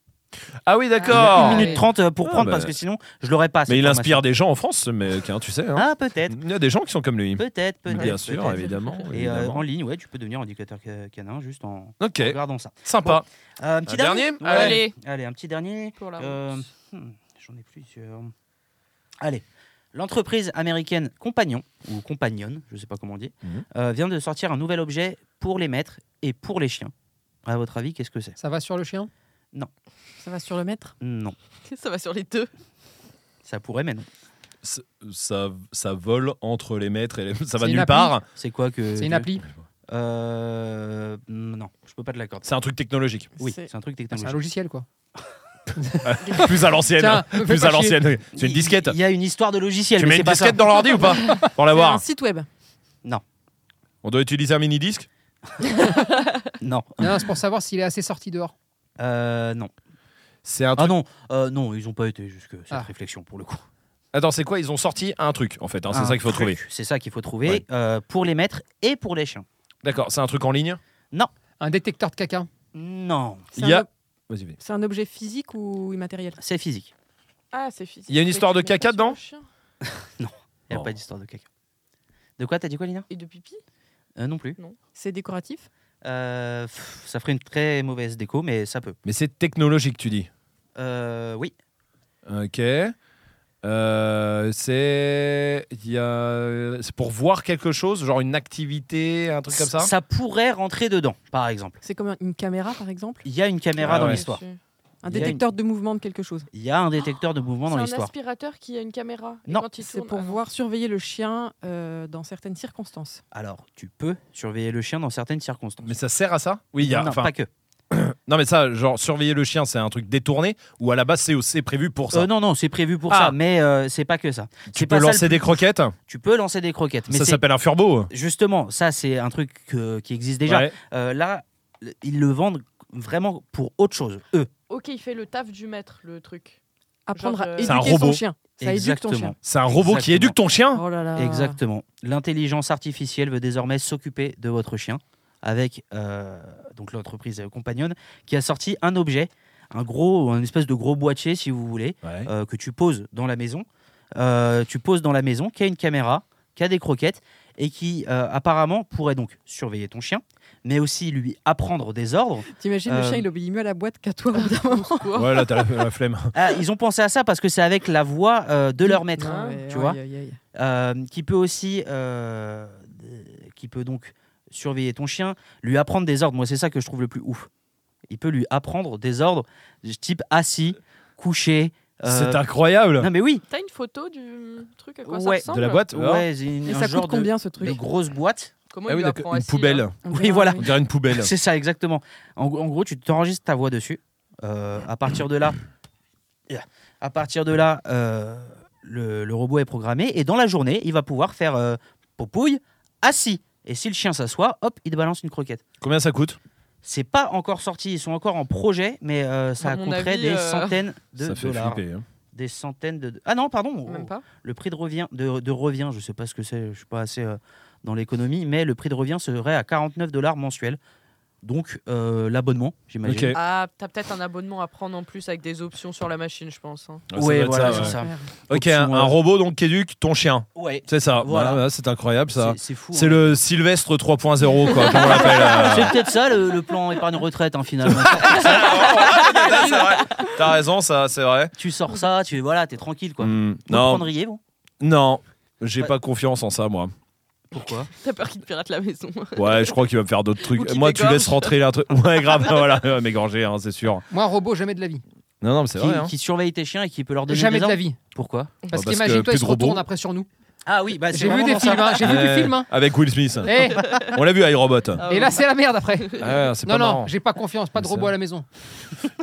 Speaker 3: Ah oui,
Speaker 5: Ah,
Speaker 3: d'accord.
Speaker 5: une
Speaker 1: 1 minute 30 euh, pour
Speaker 3: Ah,
Speaker 1: prendre
Speaker 3: bah.
Speaker 1: parce que sinon, je l'aurais Ah, pas. cette
Speaker 3: Mais il
Speaker 1: formation.
Speaker 3: inspire des gens en France, ce mec, hein, tu sais. hein.
Speaker 1: Ah, peut-être,
Speaker 3: Il y a des gens qui sont comme lui.
Speaker 1: peut-être, peut-être.
Speaker 3: Bien sûr,
Speaker 1: peut-être.
Speaker 3: évidemment.
Speaker 1: Et euh,
Speaker 3: évidemment.
Speaker 1: en ligne, ouais, tu peux devenir indicateur ca- canin juste en
Speaker 3: Ok,
Speaker 1: regardant ça.
Speaker 3: sympa.
Speaker 1: Euh, un petit
Speaker 3: Un
Speaker 1: dernier.
Speaker 3: dernier
Speaker 1: Ouais.
Speaker 4: Allez,
Speaker 1: Allez, un petit dernier.
Speaker 4: pour la
Speaker 1: Euh, hmm, J'en ai plusieurs. Allez. L'entreprise américaine Compagnon, ou Compagnon, je ne sais pas comment on dit,
Speaker 3: Mhm.
Speaker 1: euh, vient de sortir un nouvel objet pour les maîtres et pour les chiens. À votre avis, qu'est-ce que c'est
Speaker 5: Ça va sur le chien
Speaker 9: Ça va sur le mètre
Speaker 1: Non.
Speaker 4: ça va sur les deux.
Speaker 1: Ça pourrait, mais non.
Speaker 3: Ça, ça, ça vole entre les maîtres et les... ça va
Speaker 5: C'est une
Speaker 3: nulle
Speaker 5: appli
Speaker 3: part.
Speaker 1: C'est quoi que.
Speaker 5: C'est une appli
Speaker 1: Euh, Non, je peux pas te l'accorder.
Speaker 3: C'est un truc technologique.
Speaker 1: Oui,
Speaker 9: C'est-
Speaker 1: c'est un truc
Speaker 5: C'est un
Speaker 1: technologique.
Speaker 5: logiciel, quoi.
Speaker 3: Plus à l'ancienne. hein.
Speaker 5: Tiens, me fais
Speaker 3: Plus
Speaker 5: pas
Speaker 3: à
Speaker 5: chier.
Speaker 3: l'ancienne. C'est une disquette.
Speaker 1: Il y a une histoire de logiciel,
Speaker 3: Tu
Speaker 1: mais
Speaker 3: mets
Speaker 1: c'est
Speaker 3: une
Speaker 1: pas ça.
Speaker 3: disquette dans l'ordi ou pas Pour
Speaker 9: C'est
Speaker 3: l'avoir.
Speaker 9: un site web.
Speaker 3: On doit utiliser un mini disque.
Speaker 1: Non.
Speaker 5: Non, c'est pour savoir s'il est assez sorti dehors.
Speaker 1: Euh, non.
Speaker 3: C'est un
Speaker 1: Ah
Speaker 3: truc.
Speaker 1: non, euh, non, ils n'ont pas été jusque cette
Speaker 5: Ah.
Speaker 1: réflexion pour le coup.
Speaker 3: Attends, c'est quoi Ils ont sorti un truc en fait. hein, c'est
Speaker 1: Un
Speaker 3: ça qu'il faut
Speaker 1: Ah, truc,
Speaker 3: trouver.
Speaker 1: C'est ça qu'il faut trouver
Speaker 3: Ouais.
Speaker 1: euh, pour les maîtres et pour les chiens.
Speaker 3: D'accord. C'est un truc en ligne.
Speaker 5: Un détecteur de caca.
Speaker 1: Non,
Speaker 9: C'est
Speaker 3: Il y
Speaker 9: un
Speaker 3: a.
Speaker 9: ob-
Speaker 3: Vas-y, vas-y.
Speaker 9: C'est un objet physique ou immatériel
Speaker 1: c'est physique.
Speaker 4: Ah, c'est physique.
Speaker 3: Il y a une
Speaker 4: Mais
Speaker 3: histoire
Speaker 4: tu
Speaker 3: de
Speaker 4: mets pas
Speaker 3: caca
Speaker 4: sur le
Speaker 3: dedans
Speaker 4: chien.
Speaker 1: Il n'y a
Speaker 3: Oh.
Speaker 1: pas d'histoire de caca. De quoi T'as dit quoi, Lina
Speaker 4: Et de pipi
Speaker 1: Euh, Non plus.
Speaker 9: C'est décoratif
Speaker 1: Euh, pff, ça ferait une très mauvaise déco, mais ça peut.
Speaker 3: Mais c'est technologique, tu dis.
Speaker 1: Euh, oui,
Speaker 3: Ok. Euh, c'est il y a c'est pour voir quelque chose, genre une activité, un truc comme ça.
Speaker 1: Ça pourrait rentrer dedans, par exemple.
Speaker 9: C'est comme une caméra, par exemple
Speaker 1: Il y a une caméra
Speaker 3: Ah
Speaker 1: dans
Speaker 3: ouais.
Speaker 1: l'histoire.
Speaker 9: Un
Speaker 1: Il y a
Speaker 9: détecteur de mouvement de quelque chose.
Speaker 1: Il y a un détecteur de mouvement
Speaker 4: C'est
Speaker 1: dans
Speaker 4: un
Speaker 1: l'histoire.
Speaker 4: aspirateur qui a une caméra. Et
Speaker 1: Non.
Speaker 4: quand il
Speaker 9: C'est
Speaker 4: tourne,
Speaker 9: pour
Speaker 4: ah non.
Speaker 9: voir surveiller le chien euh, dans certaines circonstances.
Speaker 1: Alors, tu peux surveiller le chien dans certaines circonstances.
Speaker 3: Mais ça sert à ça Oui, il y a.
Speaker 1: non,
Speaker 3: enfin,
Speaker 1: pas que.
Speaker 3: non, mais ça, genre surveiller le chien, c'est un truc détourné ou à la base c'est c'est prévu pour ça.
Speaker 1: Euh, non, non, c'est prévu pour
Speaker 3: Ah.
Speaker 1: ça, mais euh, c'est pas que ça.
Speaker 3: tu
Speaker 1: c'est
Speaker 3: peux
Speaker 1: pas ça
Speaker 3: lancer
Speaker 1: le
Speaker 3: des croquettes.
Speaker 1: Tu peux lancer des croquettes, mais
Speaker 3: ça
Speaker 1: c'est
Speaker 3: s'appelle un furbo.
Speaker 1: justement ça, c'est un truc euh, qui existe déjà.
Speaker 3: Ouais.
Speaker 1: Euh, là, le- ils le vendent vraiment pour autre chose. Eux,
Speaker 4: Ok, il fait le taf du maître, le truc.
Speaker 9: Apprendre
Speaker 4: euh,
Speaker 9: à
Speaker 4: C'est
Speaker 3: un
Speaker 9: éduquer son
Speaker 3: robot.
Speaker 9: chien. Ça éduque ton
Speaker 1: exactement.
Speaker 9: chien.
Speaker 3: C'est un robot qui
Speaker 1: Exactement.
Speaker 3: éduque ton chien.
Speaker 9: Oh là là.
Speaker 1: Exactement. L'intelligence artificielle veut désormais s'occuper de votre chien avec euh, donc l'entreprise Compagnon qui a sorti un objet, un gros, un espèce de gros boîtier si vous voulez,
Speaker 3: Ouais.
Speaker 1: euh, que tu poses dans la maison. Euh, tu poses dans la maison, qui a une caméra, qui a des croquettes et qui euh, apparemment pourrait donc surveiller ton chien, mais aussi lui apprendre des ordres.
Speaker 9: T'imagines,
Speaker 1: Euh,
Speaker 9: le chien, il obéit mieux à la boîte qu'à toi au bout d'un moment.
Speaker 3: Ouais, là t'as la, la flemme.
Speaker 1: Ah, ils ont pensé à ça parce que c'est avec la voix euh, de leur maître.
Speaker 9: Non, mais
Speaker 1: tu
Speaker 9: aïe,
Speaker 1: vois
Speaker 9: aïe, aïe.
Speaker 1: Euh, qui peut aussi euh, euh, qui peut donc surveiller ton chien, lui apprendre des ordres. Moi, c'est ça que je trouve le plus ouf. Il peut lui apprendre des ordres du type assis, couché. euh,
Speaker 3: C'est incroyable.
Speaker 1: Non mais oui.
Speaker 4: T'as une photo du truc à quoi ça
Speaker 1: Ouais.
Speaker 4: ressemble
Speaker 3: De la boîte. alors
Speaker 1: Ouais, c'est une-
Speaker 9: Et
Speaker 1: un
Speaker 9: ça
Speaker 1: genre
Speaker 9: coûte
Speaker 1: de-
Speaker 9: combien ce
Speaker 1: de,
Speaker 9: truc
Speaker 1: grosse boîte.
Speaker 4: Comment
Speaker 3: Ah
Speaker 4: il
Speaker 3: oui,
Speaker 4: lui
Speaker 3: d'accord,
Speaker 4: apprend
Speaker 3: une
Speaker 4: assis,
Speaker 3: poubelle.
Speaker 4: là
Speaker 9: On
Speaker 1: Oui,
Speaker 9: dirait,
Speaker 1: voilà.
Speaker 3: On dirait une poubelle.
Speaker 1: hein. C'est ça exactement. En, gros- en gros, tu t'enregistres ta voix dessus. Euh, à partir de là, à partir de là, euh, le, le robot est programmé et dans la journée, il va pouvoir faire euh, popouille assis. Et si le chien s'assoit, hop, il te balance une croquette.
Speaker 3: Combien ça coûte
Speaker 1: C'est pas encore sorti, ils sont encore en projet, mais euh, ça
Speaker 4: À mon
Speaker 1: coûterait
Speaker 4: avis,
Speaker 1: des
Speaker 4: euh,
Speaker 1: centaines de
Speaker 3: Ça fait
Speaker 1: dollars.
Speaker 3: flipper. hein.
Speaker 1: Des centaines de. Ah non, pardon.
Speaker 4: Même pas.
Speaker 1: Le prix de revient, de, de revient, je sais pas ce que c'est, je suis pas assez euh, dans l'économie, mais le prix de revient serait à 49 dollars mensuels. Donc euh, l'abonnement, j'imagine.
Speaker 3: Ok.
Speaker 4: Ah, t'as peut-être un abonnement à prendre en plus avec des options sur la machine, je pense. hein.
Speaker 3: ça doit
Speaker 1: Ah, Ouais,
Speaker 3: être
Speaker 1: voilà,
Speaker 3: ça,
Speaker 1: c'est ça.
Speaker 3: ouais. Ok, un, un robot donc qui éduque ton chien.
Speaker 1: Ouais.
Speaker 3: C'est ça.
Speaker 1: Voilà.
Speaker 3: Voilà, c'est incroyable ça.
Speaker 1: C'est- C'est fou.
Speaker 3: C'est
Speaker 1: hein. Ah,
Speaker 3: le Sylvestre 3.0 quoi, comme on l'appelle. euh.
Speaker 1: C'est peut-être ça le, le plan épargne retraite hein, finalement.
Speaker 3: C'est vrai. T'as raison, ça, c'est vrai.
Speaker 1: tu sors ça, tu voilà, t'es tranquille quoi.
Speaker 3: Hmm,
Speaker 1: Vous
Speaker 3: non,
Speaker 1: prendriez, bon
Speaker 3: non, j'ai
Speaker 1: Ouais.
Speaker 3: pas confiance en ça, moi.
Speaker 1: Pourquoi
Speaker 4: T'as peur qu'il te pirate la maison.
Speaker 3: Ouais, je crois qu'il va me faire d'autres
Speaker 4: Ou
Speaker 3: trucs.
Speaker 4: qu'il
Speaker 3: Moi, tu
Speaker 4: t'égorge.
Speaker 3: laisses rentrer un truc. Ouais, grave, voilà, euh, m'égorger, hein, c'est sûr.
Speaker 5: Moi, un robot, jamais de la vie.
Speaker 3: Non, non, mais c'est
Speaker 1: qui,
Speaker 3: vrai. hein.
Speaker 1: qui surveille tes chiens et qui peut leur donner
Speaker 5: Jamais
Speaker 1: des
Speaker 5: de la
Speaker 1: ordres
Speaker 5: vie.
Speaker 1: Pourquoi
Speaker 5: Parce
Speaker 3: parce que
Speaker 5: qu'imagine-toi,
Speaker 3: plus
Speaker 5: ils se
Speaker 3: de robots.
Speaker 5: retournent après sur nous.
Speaker 1: Ah oui, bah c'est
Speaker 5: J'ai vu
Speaker 1: vraiment
Speaker 5: des
Speaker 1: dans
Speaker 5: films,
Speaker 1: ça.
Speaker 5: hein, j'ai vu du
Speaker 3: Ouais,
Speaker 5: film. hein.
Speaker 3: Avec Will Smith.
Speaker 5: Eh,
Speaker 3: On l'a vu, iRobot.
Speaker 4: Ah
Speaker 5: et
Speaker 4: ouais.
Speaker 5: là, c'est la merde après.
Speaker 3: Ah, c'est
Speaker 5: Non,
Speaker 3: pas
Speaker 5: non,
Speaker 3: marrant.
Speaker 5: j'ai pas confiance, pas de
Speaker 3: C'est ça.
Speaker 5: robot à la maison.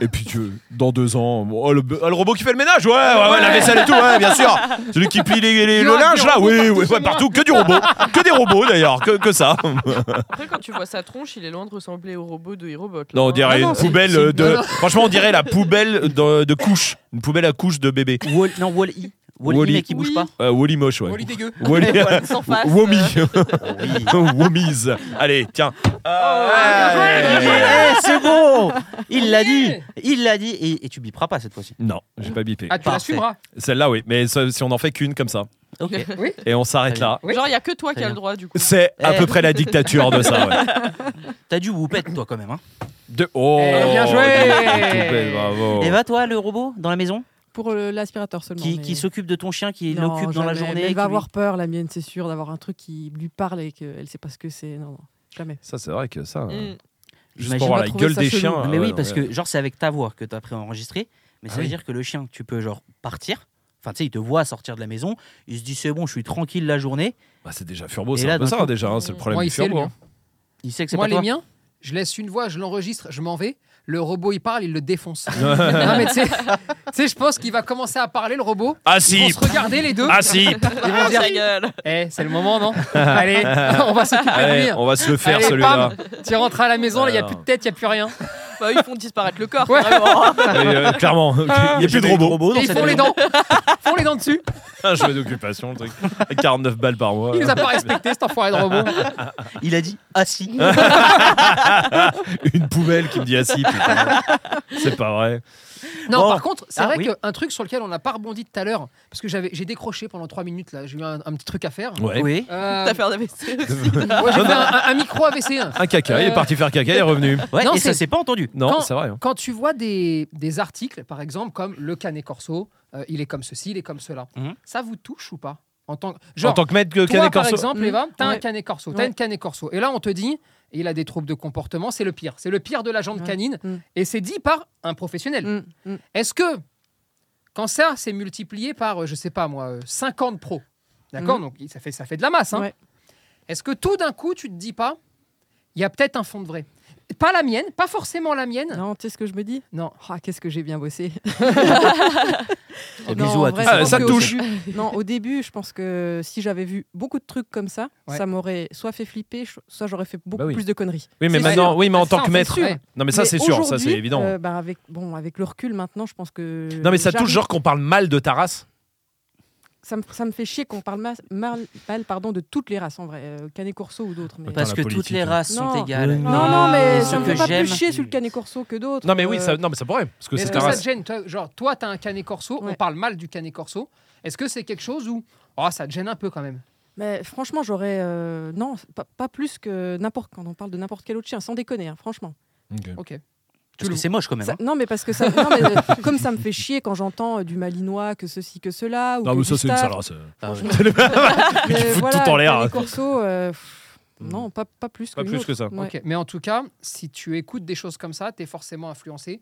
Speaker 3: Et puis, tu, dans deux ans, bon, oh, le, oh, le robot qui fait le ménage, ouais, ouais, ouais, la vaisselle et tout, ouais, bien sûr. Celui qui plie les- les-
Speaker 5: Il y
Speaker 3: le
Speaker 5: aura du
Speaker 3: linge, là,
Speaker 5: robot
Speaker 3: oui,
Speaker 5: partout
Speaker 3: oui,
Speaker 5: chez
Speaker 3: ouais,
Speaker 5: moi.
Speaker 3: partout, que du robot. Que des robots, d'ailleurs, que, que ça.
Speaker 4: Après, quand tu vois sa tronche, il est loin de ressembler au robot de Herobot. là,
Speaker 3: Non, on
Speaker 4: hein.
Speaker 5: Ah
Speaker 3: dirait
Speaker 1: non,
Speaker 3: une
Speaker 1: c'est-
Speaker 3: poubelle
Speaker 1: c'est-
Speaker 3: euh, de.
Speaker 1: non,
Speaker 3: Franchement, on dirait la poubelle de, de couche. Une poubelle à couche de bébé.
Speaker 1: Wall- non, Wall-E. Wall-E,
Speaker 3: Wall-E.
Speaker 1: mais qui bouge
Speaker 4: Oui.
Speaker 1: pas.
Speaker 3: Euh, Wally moche, ouais.
Speaker 5: Wally dégueu.
Speaker 3: Wally.
Speaker 4: Voilà, sans face, euh.
Speaker 3: Womi.
Speaker 1: Oh
Speaker 3: Womies. Allez, tiens.
Speaker 5: Oh.
Speaker 1: Eh,
Speaker 3: Ouais.
Speaker 1: c'est bon Il l'a dit Il l'a dit et, et tu biperas pas cette fois-ci.
Speaker 3: Non, j'ai pas bipé.
Speaker 5: Ah, tu
Speaker 1: Parfait.
Speaker 5: l'assumeras.
Speaker 3: Celle-là, oui. Mais ça, si on en fait qu'une comme ça.
Speaker 1: Ok.
Speaker 3: Et on s'arrête
Speaker 1: Très bien.
Speaker 3: là.
Speaker 5: Oui.
Speaker 4: Genre, il y a que toi qui as
Speaker 1: bien.
Speaker 4: le droit, du coup.
Speaker 3: C'est à
Speaker 1: Eh.
Speaker 3: peu près la dictature de ça, ouais.
Speaker 1: T'as du whoopette toi quand même. Hein.
Speaker 3: De... Oh
Speaker 5: Eh, bien joué.
Speaker 3: tout bête, Bravo
Speaker 1: Et va toi le robot dans la maison
Speaker 9: Pour euh, l'aspirateur seulement.
Speaker 1: qui,
Speaker 9: mais-
Speaker 1: qui s'occupe de ton chien, qui
Speaker 9: Non,
Speaker 1: l'occupe dans la
Speaker 9: jamais.
Speaker 1: journée.
Speaker 9: Mais elle
Speaker 1: qui
Speaker 9: va
Speaker 1: lui-
Speaker 9: avoir peur, la mienne, c'est sûr, d'avoir un truc qui lui parle et qu'elle sait pas ce que c'est. Non, non, jamais.
Speaker 3: Ça, c'est vrai que ça. euh,
Speaker 4: Mm.
Speaker 3: Juste
Speaker 1: J'imagine
Speaker 3: pour voir
Speaker 9: pas
Speaker 3: la
Speaker 9: trouver
Speaker 3: gueule
Speaker 9: ça
Speaker 3: des
Speaker 9: chelou.
Speaker 3: chiens.
Speaker 1: Ah, Mais
Speaker 3: euh,
Speaker 1: oui,
Speaker 3: ouais,
Speaker 1: parce
Speaker 3: ouais.
Speaker 1: que genre c'est avec ta voix que t'as préenregistré, mais ça
Speaker 3: Ah
Speaker 1: veut
Speaker 3: oui.
Speaker 1: dire que le chien, tu peux genre partir. Enfin, tu sais, il te voit sortir de la maison, il se dit c'est bon, je suis tranquille la journée.
Speaker 3: Bah, c'est déjà furbo,
Speaker 1: Et
Speaker 3: c'est
Speaker 1: là,
Speaker 3: un peu
Speaker 1: d'un
Speaker 3: ça,
Speaker 1: coup-
Speaker 3: déjà. hein, C'est le problème
Speaker 5: Moi,
Speaker 3: du
Speaker 5: il sait, le
Speaker 3: furbo.
Speaker 5: mien.
Speaker 3: hein.
Speaker 1: Il sait que c'est
Speaker 5: Moi,
Speaker 1: pas
Speaker 5: les
Speaker 1: toi.
Speaker 5: miens, je laisse une voix, je l'enregistre, je m'en vais. Le robot, il parle, il le défonce.
Speaker 3: Ouais.
Speaker 5: non, mais tu sais- tu sais, je pense qu'il va commencer à parler, le robot.
Speaker 3: Ah
Speaker 5: Ils vont
Speaker 3: si
Speaker 5: se regarder, les deux.
Speaker 3: Ah si
Speaker 5: Ils vont dire
Speaker 4: Ta gueule.
Speaker 5: Eh, c'est le moment, non Allez, on va s'occuper de
Speaker 3: Allez,
Speaker 5: lui.
Speaker 3: Eh, on va se le faire
Speaker 5: Allez,
Speaker 3: celui-là.
Speaker 5: pam, tu rentres à la maison, il n'y a
Speaker 3: Alors.
Speaker 5: plus de tête, il n'y a plus rien.
Speaker 4: Bah, ils font disparaître le corps,
Speaker 5: Ouais.
Speaker 4: vraiment.
Speaker 3: Et, euh, clairement, il n'y a plus de robots.
Speaker 1: Oh,
Speaker 5: Et ils font les dents. Ils font les dents dessus.
Speaker 3: Un jeu d'occupation, le truc. 49 balles par mois.
Speaker 5: Il nous a pas respecté, cet enfoiré de robot.
Speaker 1: Il a dit ah si.
Speaker 3: Une poubelle qui me dit assis. putain. C'est pas vrai.
Speaker 5: Non,
Speaker 1: Bon.
Speaker 5: par contre, c'est
Speaker 1: Ah,
Speaker 5: vrai
Speaker 1: oui.
Speaker 5: qu'un truc sur lequel on n'a pas rebondi tout à l'heure, parce que j'avais- j'ai décroché pendant 3 minutes, là, j'ai eu un, un petit truc à faire.
Speaker 3: Ouais.
Speaker 1: Oui.
Speaker 5: Euh,
Speaker 4: T'as fait un AVC.
Speaker 5: ouais, j'ai fait un, un- un micro AVC.
Speaker 3: Un caca, il est
Speaker 5: Euh.
Speaker 3: parti faire caca, il est revenu.
Speaker 1: Ouais,
Speaker 5: Non,
Speaker 1: et ça
Speaker 5: c'est-
Speaker 1: s'est pas entendu.
Speaker 3: Non,
Speaker 5: Quand-
Speaker 3: c'est vrai. hein.
Speaker 5: Quand tu vois des, des articles, par exemple, comme Le Canet Corso, euh, il est comme ceci, il est comme cela,
Speaker 1: Mhm.
Speaker 5: ça vous touche ou pas en tant, que- genre,
Speaker 3: en tant que maître de
Speaker 5: toi,
Speaker 3: canet
Speaker 5: par
Speaker 3: corso.
Speaker 5: exemple, Eva, t'as un
Speaker 9: Ouais.
Speaker 5: Canet Corso, t'as
Speaker 9: Ouais.
Speaker 5: une Canet Corso. Et là, on te dit, il a des troubles de comportement, c'est le pire. C'est le pire de la jante
Speaker 9: Ouais.
Speaker 5: canine.
Speaker 9: Mm.
Speaker 5: Et c'est dit par un professionnel.
Speaker 9: Mm, mm.
Speaker 5: Est-ce que, quand ça, c'est multiplié par, euh, je sais pas moi, euh, 50 pros, d'accord
Speaker 9: Mhm.
Speaker 5: Donc ça fait, ça fait de la masse. hein.
Speaker 9: Ouais.
Speaker 5: Est-ce que tout d'un coup, tu te dis pas, il y a peut-être un fond de vrai Pas la mienne, pas forcément la mienne.
Speaker 9: Non, tu sais ce que je me dis
Speaker 5: Non.
Speaker 9: Ah, qu'est-ce que j'ai bien bossé.
Speaker 1: Et Oh,
Speaker 9: Non,
Speaker 1: bisous
Speaker 9: en
Speaker 1: à
Speaker 9: vrai,
Speaker 1: tous.
Speaker 3: Ah,
Speaker 9: je
Speaker 3: ça
Speaker 9: pense
Speaker 3: te
Speaker 9: que au
Speaker 3: touche.
Speaker 9: début- Non, au début, je pense que si j'avais vu beaucoup de trucs comme ça,
Speaker 5: Ouais.
Speaker 9: ça m'aurait soit fait flipper, cho- soit j'aurais fait beaucoup
Speaker 3: Bah oui.
Speaker 9: plus de conneries.
Speaker 3: Oui, mais
Speaker 5: C'est
Speaker 3: maintenant,
Speaker 5: sûr. Ah,
Speaker 3: oui, mais en
Speaker 5: Ça,
Speaker 3: tant
Speaker 5: on
Speaker 3: que
Speaker 5: fait
Speaker 3: maître.
Speaker 5: sûr.
Speaker 3: Non, mais ça, c'est sûr, ça, c'est
Speaker 9: aujourd'hui,
Speaker 3: évident.
Speaker 9: euh, bah, avec, bon, avec le recul maintenant, je pense que.
Speaker 3: Non, mais ça touche,
Speaker 9: j'arrive-
Speaker 3: genre qu'on parle mal de ta race.
Speaker 9: Ça me, ça me fait chier qu'on parle ma- mal, mal, pardon, de toutes les races en vrai, euh, Canet Corso ou d'autres. Mais...
Speaker 3: Pas-
Speaker 1: Parce
Speaker 3: la
Speaker 1: que toutes
Speaker 3: politique,
Speaker 1: les
Speaker 3: hein.
Speaker 1: races sont
Speaker 9: Non.
Speaker 1: égales.
Speaker 9: Non, non, mais
Speaker 1: Et
Speaker 9: ça
Speaker 1: ceux
Speaker 9: me fait
Speaker 1: que
Speaker 9: pas
Speaker 1: j'aime-
Speaker 9: plus chier sur le Canet Corso que d'autres.
Speaker 3: Non, mais oui,
Speaker 9: euh,
Speaker 3: ça, non, mais ça pourrait, parce que
Speaker 5: Mais
Speaker 3: c'est
Speaker 5: Est-ce
Speaker 3: ta
Speaker 5: que ça te
Speaker 3: race.
Speaker 5: gêne toi, Genre, toi, t'as un canet corso, on
Speaker 9: Ouais.
Speaker 5: parle mal du canet corso. Est-ce que c'est quelque chose où oh, ça te gêne un peu quand même
Speaker 9: Mais franchement, j'aurais. euh, non, pas, pas plus que n'importe. Quand on parle de n'importe quel autre chien, sans déconner, hein, franchement.
Speaker 1: Parce que c'est moche quand
Speaker 3: Ah
Speaker 1: même.
Speaker 9: Ça-
Speaker 1: hein.
Speaker 9: non, mais parce que ça. non, mais, euh, comme ça me fait chier quand j'entends euh, du malinois, que ceci, que cela. Ou
Speaker 3: Non,
Speaker 9: que
Speaker 3: mais
Speaker 9: du
Speaker 3: ça, c'est une
Speaker 9: staff,
Speaker 3: sale race.
Speaker 1: Ah, ouais.
Speaker 9: mais
Speaker 3: tu fous
Speaker 9: voilà,
Speaker 3: tout en l'air,
Speaker 9: Canet
Speaker 3: hein.
Speaker 9: Corso, euh, pff, non, pas, pas plus
Speaker 3: Pas
Speaker 9: que
Speaker 3: plus que ça.
Speaker 9: Ouais.
Speaker 5: Ok. Mais en tout cas, si tu écoutes des choses comme ça, t'es forcément influencé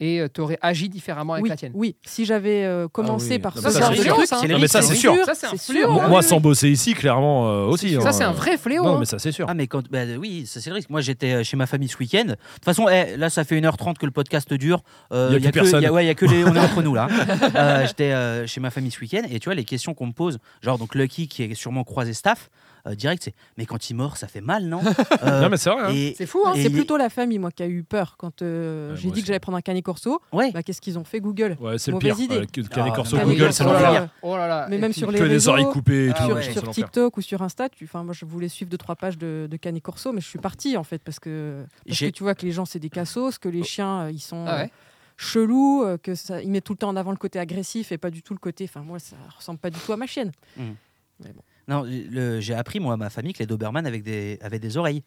Speaker 5: et euh, t'aurais agi différemment avec
Speaker 9: Oui,
Speaker 5: la tienne.
Speaker 9: oui, si j'avais euh, commencé
Speaker 3: Ah oui.
Speaker 9: par
Speaker 3: Non,
Speaker 9: ce
Speaker 3: mais ça,
Speaker 9: genre
Speaker 3: c'est
Speaker 9: de
Speaker 3: sûr,
Speaker 9: truc,
Speaker 5: ça.
Speaker 1: C'est les
Speaker 3: Non, mais
Speaker 1: mythes,
Speaker 3: ça,
Speaker 1: hein.
Speaker 3: c'est sûr.
Speaker 5: Ça, c'est un
Speaker 9: c'est
Speaker 5: fléau,
Speaker 9: sûr.
Speaker 5: hein.
Speaker 3: Moi, sans bosser ici, clairement euh, aussi.
Speaker 5: Ça,
Speaker 3: hein.
Speaker 5: c'est un vrai fléau.
Speaker 3: Non,
Speaker 5: hein.
Speaker 3: mais ça, c'est sûr.
Speaker 1: Ah mais quand bah, oui ça c'est le risque. Moi j'étais euh, chez ma famille ce week-end. De toute façon eh, là ça fait 1h30 que le podcast dure. Euh,
Speaker 3: Y a plus
Speaker 1: que
Speaker 3: personne.
Speaker 1: y a- ouais, y a que les on est entre nous là. hein. Euh, j'étais euh, chez ma famille ce week-end et tu vois les questions qu'on me pose genre donc Lucky qui est sûrement croisé staff. euh, direct, c'est mais quand il mord, ça fait mal, non
Speaker 3: Non,
Speaker 5: bah,
Speaker 1: Euh,
Speaker 3: mais c'est vrai. hein.
Speaker 1: et-
Speaker 5: C'est fou, hein
Speaker 9: Non,
Speaker 1: Et
Speaker 9: c'est
Speaker 1: il-
Speaker 9: plutôt la famille, moi, qui a eu peur quand euh,
Speaker 3: Ouais, moi
Speaker 9: j'ai dit
Speaker 3: aussi.
Speaker 9: que j'allais prendre un canet corso.
Speaker 1: Ouais.
Speaker 9: Bah, qu'est-ce qu'ils ont fait Google
Speaker 3: Ouais, c'est le
Speaker 9: Mauvaise
Speaker 3: pire.
Speaker 9: idée.
Speaker 3: Euh, que- Canet
Speaker 1: Ah,
Speaker 3: Corso
Speaker 5: bah
Speaker 1: Canet
Speaker 3: Google,
Speaker 1: Corso,
Speaker 3: c'est
Speaker 1: oh là
Speaker 3: l'enfer.
Speaker 1: là.
Speaker 5: Oh là là.
Speaker 9: Mais
Speaker 5: et
Speaker 9: même
Speaker 5: puis-
Speaker 9: sur les
Speaker 3: Que des
Speaker 9: réseaux,
Speaker 3: oreilles coupées et
Speaker 5: Ah
Speaker 3: tout.
Speaker 9: sur,
Speaker 5: ouais.
Speaker 9: sur
Speaker 3: c'est l'enfer.
Speaker 9: TikTok ou sur Insta, tu, enfin, moi je voulais suivre deux trois pages de, de Canet Corso, mais je suis partie en fait parce que, parce que
Speaker 1: J'ai-
Speaker 9: tu vois que les gens c'est des cassos, que les chiens euh, ils sont
Speaker 5: Oh. Ah ouais.
Speaker 9: euh, chelous, euh, que ça, ils mettent tout le temps en avant le côté agressif et pas du tout le côté. Enfin moi ça ressemble pas du tout à ma chienne.
Speaker 1: Non, le- j'ai appris, moi, à ma famille, que les Doberman avaient des, avaient des oreilles.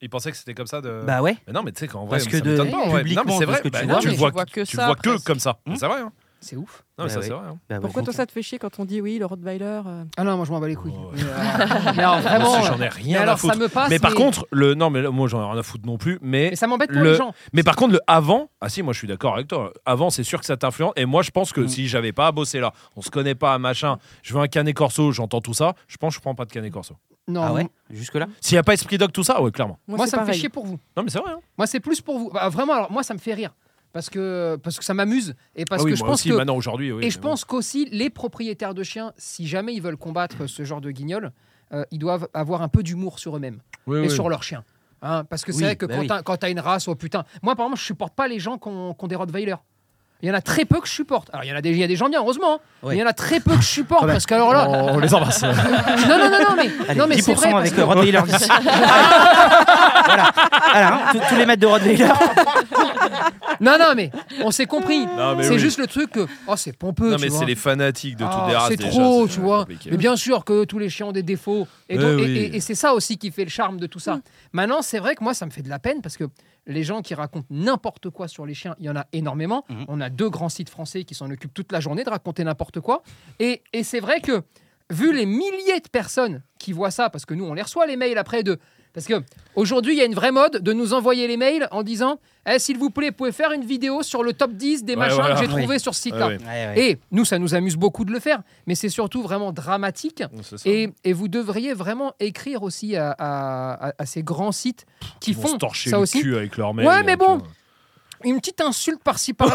Speaker 3: Ils pensaient que c'était comme ça de.
Speaker 1: Bah ouais.
Speaker 3: Mais non, mais tu sais qu'en vrai,
Speaker 1: Parce que
Speaker 3: ça
Speaker 1: de-
Speaker 3: m'étonne pas, en vrai.
Speaker 1: publiquement,
Speaker 3: Non, mais c'est
Speaker 1: de
Speaker 3: vrai,
Speaker 1: ce que tu
Speaker 3: bah,
Speaker 1: vois,
Speaker 3: tu
Speaker 1: mais
Speaker 3: vois
Speaker 4: je vois
Speaker 3: que
Speaker 4: que
Speaker 3: tu
Speaker 4: ça,
Speaker 3: vois que
Speaker 4: presque.
Speaker 3: comme ça.
Speaker 1: Hmm
Speaker 3: C'est vrai. hein.
Speaker 5: C'est ouf.
Speaker 3: Non, mais
Speaker 1: Bah
Speaker 3: ça,
Speaker 1: oui.
Speaker 3: c'est vrai. hein.
Speaker 1: Bah,
Speaker 9: Pourquoi
Speaker 1: bon,
Speaker 9: toi ça te fait chier quand on dit oui le Rottweiler euh,
Speaker 5: Ah non, moi je m'en bats les couilles.
Speaker 3: Oh, ouais.
Speaker 5: Mais, euh, mais alors vraiment.
Speaker 3: Parce que j'en ai
Speaker 5: mais
Speaker 3: rien à
Speaker 5: alors ça
Speaker 3: foutre.
Speaker 5: me passe.
Speaker 3: Mais par contre, le non, mais là, moi j'en ai rien à foutre non plus. Mais
Speaker 5: Mais ça m'embête pour
Speaker 3: le-
Speaker 5: les gens.
Speaker 3: mais par contre, le avant, ah si, moi je suis d'accord avec toi. Avant, c'est sûr que ça t'influence. Et moi, je pense que
Speaker 1: Mm.
Speaker 3: si j'avais pas à bosser là, on se connaît pas, machin. Je veux un canet corso, j'entends tout ça. Je pense que je prends pas de canet corso.
Speaker 5: Non.
Speaker 1: Ah ouais
Speaker 5: Moi,
Speaker 1: Jusque-là
Speaker 3: S'il y a pas esprit dog, tout ça, ouais, clairement.
Speaker 9: Moi, c'est
Speaker 5: ça me fait
Speaker 9: pareil.
Speaker 5: chier pour vous.
Speaker 3: Non, mais c'est vrai. hein.
Speaker 5: Moi c'est plus pour vous. Bah, vraiment, alors moi ça me fait rire parce que parce que ça m'amuse et parce
Speaker 3: Ah oui,
Speaker 5: que je
Speaker 3: moi
Speaker 5: pense
Speaker 3: aussi,
Speaker 5: que
Speaker 3: maintenant aujourd'hui. oui,
Speaker 5: Et je
Speaker 3: mais bon.
Speaker 5: pense qu'aussi, les propriétaires de chiens, si jamais ils veulent combattre ce genre de guignol, euh, ils doivent avoir un peu d'humour sur eux-mêmes
Speaker 3: Oui,
Speaker 5: et
Speaker 3: oui.
Speaker 5: sur leurs chiens. Hein, parce que c'est
Speaker 1: Oui,
Speaker 5: vrai que
Speaker 1: bah
Speaker 5: quand
Speaker 1: oui.
Speaker 5: t'as- quand t'as une race, oh putain. Moi, par exemple, je supporte pas les gens qui ont, qui ont des Rottweilers. Il y en a très peu que je supporte. Alors, il y en a des, il y a des gens bien, heureusement. hein.
Speaker 1: Ouais.
Speaker 5: Mais il y en a très peu que je
Speaker 3: Ah
Speaker 5: supporte.
Speaker 3: bah,
Speaker 5: parce que, alors là.
Speaker 3: On les embrasse.
Speaker 5: Non, non, non, non, mais,
Speaker 1: Allez,
Speaker 5: non, mais c'est
Speaker 1: 10%
Speaker 5: vrai. parce
Speaker 1: avec
Speaker 5: que-
Speaker 1: le Rottweiler d'ici. voilà, Voilà, hein, tous- tous les mètres de Rottweiler.
Speaker 5: Non, non, mais on s'est compris.
Speaker 3: Non, mais
Speaker 5: C'est
Speaker 3: oui.
Speaker 5: juste le truc que. Oh, c'est pompeux.
Speaker 3: Non,
Speaker 5: tu
Speaker 3: mais
Speaker 5: vois.
Speaker 3: c'est les fanatiques de toutes
Speaker 5: Ah,
Speaker 3: les races.
Speaker 5: C'est
Speaker 3: déjà,
Speaker 5: trop,
Speaker 3: c'est
Speaker 5: tu vois.
Speaker 3: compliqué.
Speaker 5: Mais bien sûr que tous les chiens ont des défauts. Et,
Speaker 3: Eh
Speaker 5: donc- et-
Speaker 3: oui.
Speaker 5: et- et c'est ça aussi qui fait le charme de tout ça. Maintenant, c'est vrai que moi, ça me fait de la peine parce que les gens qui racontent n'importe quoi sur les chiens, il y en a énormément.
Speaker 1: Mhm.
Speaker 5: On a deux grands sites français qui s'en occupent toute la journée de raconter n'importe quoi. Et, et c'est vrai que, vu les milliers de personnes qui voient ça, parce que nous, on les reçoit les mails après de. Parce que aujourd'hui, il y a une vraie mode de nous envoyer les mails en disant Eh, S'il vous plaît, vous pouvez faire une vidéo sur le top 10 des
Speaker 3: Ouais,
Speaker 5: machins
Speaker 3: voilà.
Speaker 5: que j'ai
Speaker 1: Oui.
Speaker 5: trouvé sur ce site-là.
Speaker 3: Ouais, ouais.
Speaker 5: Et nous, ça nous amuse beaucoup de le faire, mais c'est surtout vraiment dramatique.
Speaker 3: C'est ça.
Speaker 5: Et, et vous devriez vraiment écrire aussi à, à- à- à ces grands sites qui
Speaker 3: Ils vont se
Speaker 5: font
Speaker 3: torcher
Speaker 5: ça
Speaker 3: le
Speaker 5: aussi.
Speaker 3: cul avec leur hein,
Speaker 5: Ouais, mais bon. Une petite insulte par-ci par-là.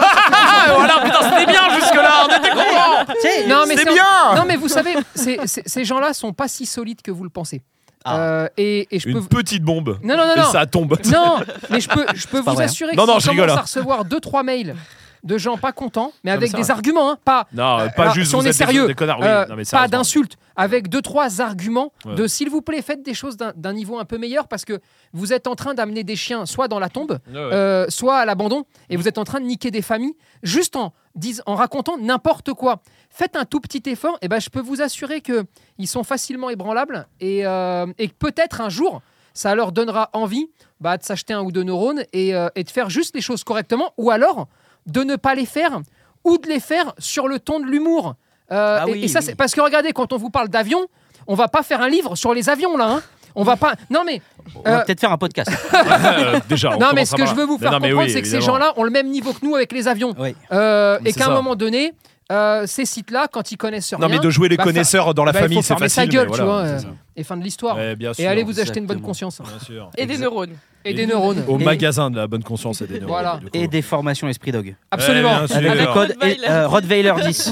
Speaker 3: voilà, putain, c'était bien jusque-là, on était contents.
Speaker 1: Tu sais,
Speaker 5: non, mais
Speaker 3: C'est
Speaker 5: c'est-
Speaker 3: bien.
Speaker 5: Non, mais vous savez, c'est- c'est- ces gens-là sont pas si solides que vous le pensez.
Speaker 1: Ah.
Speaker 5: Euh, et, et je peux.
Speaker 3: Une
Speaker 5: vous-
Speaker 3: petite bombe.
Speaker 5: Non, non, non,
Speaker 3: Et
Speaker 5: non.
Speaker 3: ça tombe.
Speaker 5: Non, mais je peux, je peux vous
Speaker 1: pas vrai, hein.
Speaker 5: assurer
Speaker 3: Non,
Speaker 5: que
Speaker 3: non,
Speaker 5: si
Speaker 3: je
Speaker 5: je
Speaker 3: rigole,
Speaker 5: commence
Speaker 3: hein.
Speaker 5: à recevoir deux trois mails de gens pas contents, mais
Speaker 3: Non, mais
Speaker 5: avec
Speaker 3: ça
Speaker 5: des
Speaker 3: va.
Speaker 5: arguments, hein, pas
Speaker 3: Non, euh, pas
Speaker 5: alors,
Speaker 3: juste
Speaker 5: si on
Speaker 3: vous
Speaker 5: est
Speaker 3: êtes des-
Speaker 5: sérieux,
Speaker 3: des connards, oui.
Speaker 5: Euh,
Speaker 3: non, mais
Speaker 5: pas
Speaker 3: sérieusement.
Speaker 5: d'insultes, avec deux, trois arguments
Speaker 3: Ouais.
Speaker 5: de s'il vous plaît, faites des choses d'un- d'un niveau un peu meilleur parce que vous êtes en train d'amener des chiens soit dans la tombe,
Speaker 3: Ouais, ouais.
Speaker 5: euh, soit à l'abandon, et vous êtes en train de niquer des familles juste en, dis- en racontant n'importe quoi. Faites un tout petit effort, et ben je peux vous assurer que ils sont facilement ébranlables et, euh, et que peut-être un jour, ça leur donnera envie bah, de s'acheter un ou deux neurones et, euh, et de faire juste les choses correctement, ou alors de ne pas les faire, ou de les faire sur le ton de l'humour. Euh,
Speaker 1: Ah
Speaker 5: et,
Speaker 1: oui,
Speaker 5: et ça,
Speaker 1: oui.
Speaker 5: c'est parce que regardez, quand on vous parle d'avion, on va pas faire un livre sur les avions là. hein. On va pas. Non mais
Speaker 1: on va
Speaker 5: euh,
Speaker 1: peut-être faire un podcast.
Speaker 3: Euh, déjà, on
Speaker 5: non mais
Speaker 3: commence
Speaker 5: ce que
Speaker 3: par
Speaker 5: je
Speaker 3: là.
Speaker 5: veux vous
Speaker 3: Mais
Speaker 5: faire
Speaker 3: non, mais
Speaker 5: comprendre,
Speaker 3: oui,
Speaker 5: c'est que ces
Speaker 3: évidemment.
Speaker 5: gens-là ont le même niveau que nous avec les avions.
Speaker 1: Oui.
Speaker 5: Euh,
Speaker 3: Mais
Speaker 5: et
Speaker 3: c'est
Speaker 5: qu'à un
Speaker 3: ça.
Speaker 5: moment donné, euh, ces sites-là, quand ils connaissent rien,
Speaker 3: Non, mais de jouer les
Speaker 5: bah,
Speaker 3: connaisseurs dans la
Speaker 5: bah, il faut
Speaker 3: famille, c'est
Speaker 5: fermer
Speaker 3: facile.
Speaker 5: sa gueule,
Speaker 3: mais
Speaker 5: tu
Speaker 3: voilà,
Speaker 5: vois,
Speaker 3: c'est
Speaker 5: euh,
Speaker 3: ça.
Speaker 5: et fin de l'histoire.
Speaker 3: Ouais, bien
Speaker 5: et
Speaker 3: sûr,
Speaker 5: allez vous acheter une bonne
Speaker 1: exactement.
Speaker 5: conscience
Speaker 3: bien sûr.
Speaker 4: Et des
Speaker 3: Exact.
Speaker 4: neurones.
Speaker 5: et des neurones.
Speaker 3: Au
Speaker 5: Et-
Speaker 3: magasin de la bonne conscience et des neurones.
Speaker 5: Voilà.
Speaker 3: du coup.
Speaker 1: Et des formations Esprit Dog.
Speaker 5: Absolument.
Speaker 3: Ouais, bien sûr.
Speaker 1: Avec le code et- euh, Rottweiler 10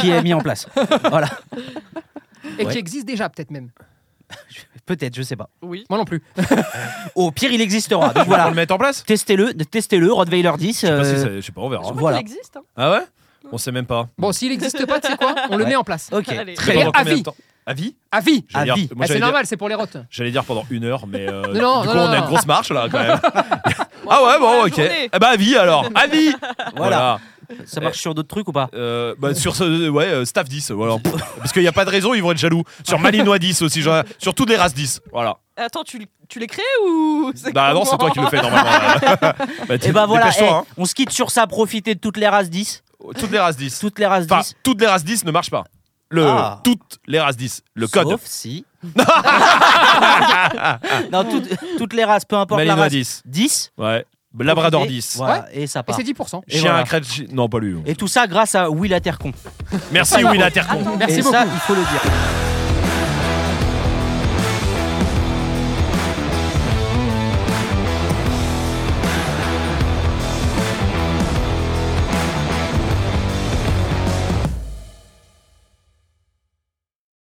Speaker 1: qui est mis en place. Voilà.
Speaker 5: Et
Speaker 1: Ouais.
Speaker 5: qui existe déjà peut-être même.
Speaker 1: Peut-être, je sais pas.
Speaker 4: Oui.
Speaker 5: Moi non plus.
Speaker 1: Au pire, il existera. Donc
Speaker 3: On va
Speaker 1: voilà.
Speaker 3: le mettre en place
Speaker 1: Testez-le, testez-le, Rottweiler 10.
Speaker 3: Je sais pas si
Speaker 1: euh,
Speaker 3: c'est- je sais pas, on verra.
Speaker 4: Je crois
Speaker 1: voilà.
Speaker 4: qu'il existe. hein.
Speaker 3: Ah ouais On sait même pas.
Speaker 5: Bon, s'il n'existe pas, tu sais quoi On le
Speaker 1: Ouais.
Speaker 5: met en place.
Speaker 1: Ok.
Speaker 4: Allez.
Speaker 1: Très
Speaker 5: Et
Speaker 1: bien.
Speaker 5: à vie.
Speaker 3: Avis
Speaker 5: À vie.
Speaker 1: À vie.
Speaker 5: Eh, c'est normal, c'est pour les rotes.
Speaker 3: J'allais dire pendant une heure, mais euh, du coup,
Speaker 5: non, non,
Speaker 3: on a
Speaker 5: non.
Speaker 3: une grosse marche là quand même. ah ouais,
Speaker 4: pour
Speaker 3: bon,
Speaker 4: la
Speaker 3: ok.
Speaker 4: journée.
Speaker 3: Eh bah, avis alors, avis
Speaker 1: Voilà. Ça marche sur d'autres trucs ou pas
Speaker 3: Euh, bah, sur ce, ouais, euh, staff 10, voilà. Pff, Parce qu'il n'y a pas de raison, ils vont être jaloux. Sur Malinois 10 aussi, genre, sur toutes les races 10, voilà.
Speaker 4: Attends, tu, l- tu l'es créé ou c'est
Speaker 3: Bah non, c'est toi
Speaker 4: comment
Speaker 3: qui le fais normalement. bah,
Speaker 1: Et
Speaker 3: tu-
Speaker 1: bah voilà,
Speaker 3: dépêche-toi,
Speaker 1: eh, on se quitte sur ça. Profitez de toutes les races 10.
Speaker 3: hein. Toutes les races 10.
Speaker 1: Toutes les races 10.
Speaker 3: Enfin, toutes les races 10 ne marchent pas. Le,
Speaker 1: Ah.
Speaker 3: Toutes les races 10. Le code.
Speaker 1: Sauf si. non, toutes, toutes les races, peu importe la
Speaker 3: Malinois
Speaker 1: race.
Speaker 3: 10.
Speaker 1: 10.
Speaker 3: Ouais. Labrador
Speaker 1: profitez,
Speaker 3: 10.
Speaker 1: Voilà, et ça
Speaker 5: Et
Speaker 1: part.
Speaker 3: Ah.
Speaker 5: c'est
Speaker 1: Et,
Speaker 5: 10%.
Speaker 1: et
Speaker 3: Chien
Speaker 1: voilà.
Speaker 3: à crête. chi- Non, pas lui.
Speaker 1: tout ça grâce à Will Atercon.
Speaker 3: Merci, Will Intercom.
Speaker 5: Merci
Speaker 1: et
Speaker 5: beaucoup.
Speaker 1: ça, il faut le dire.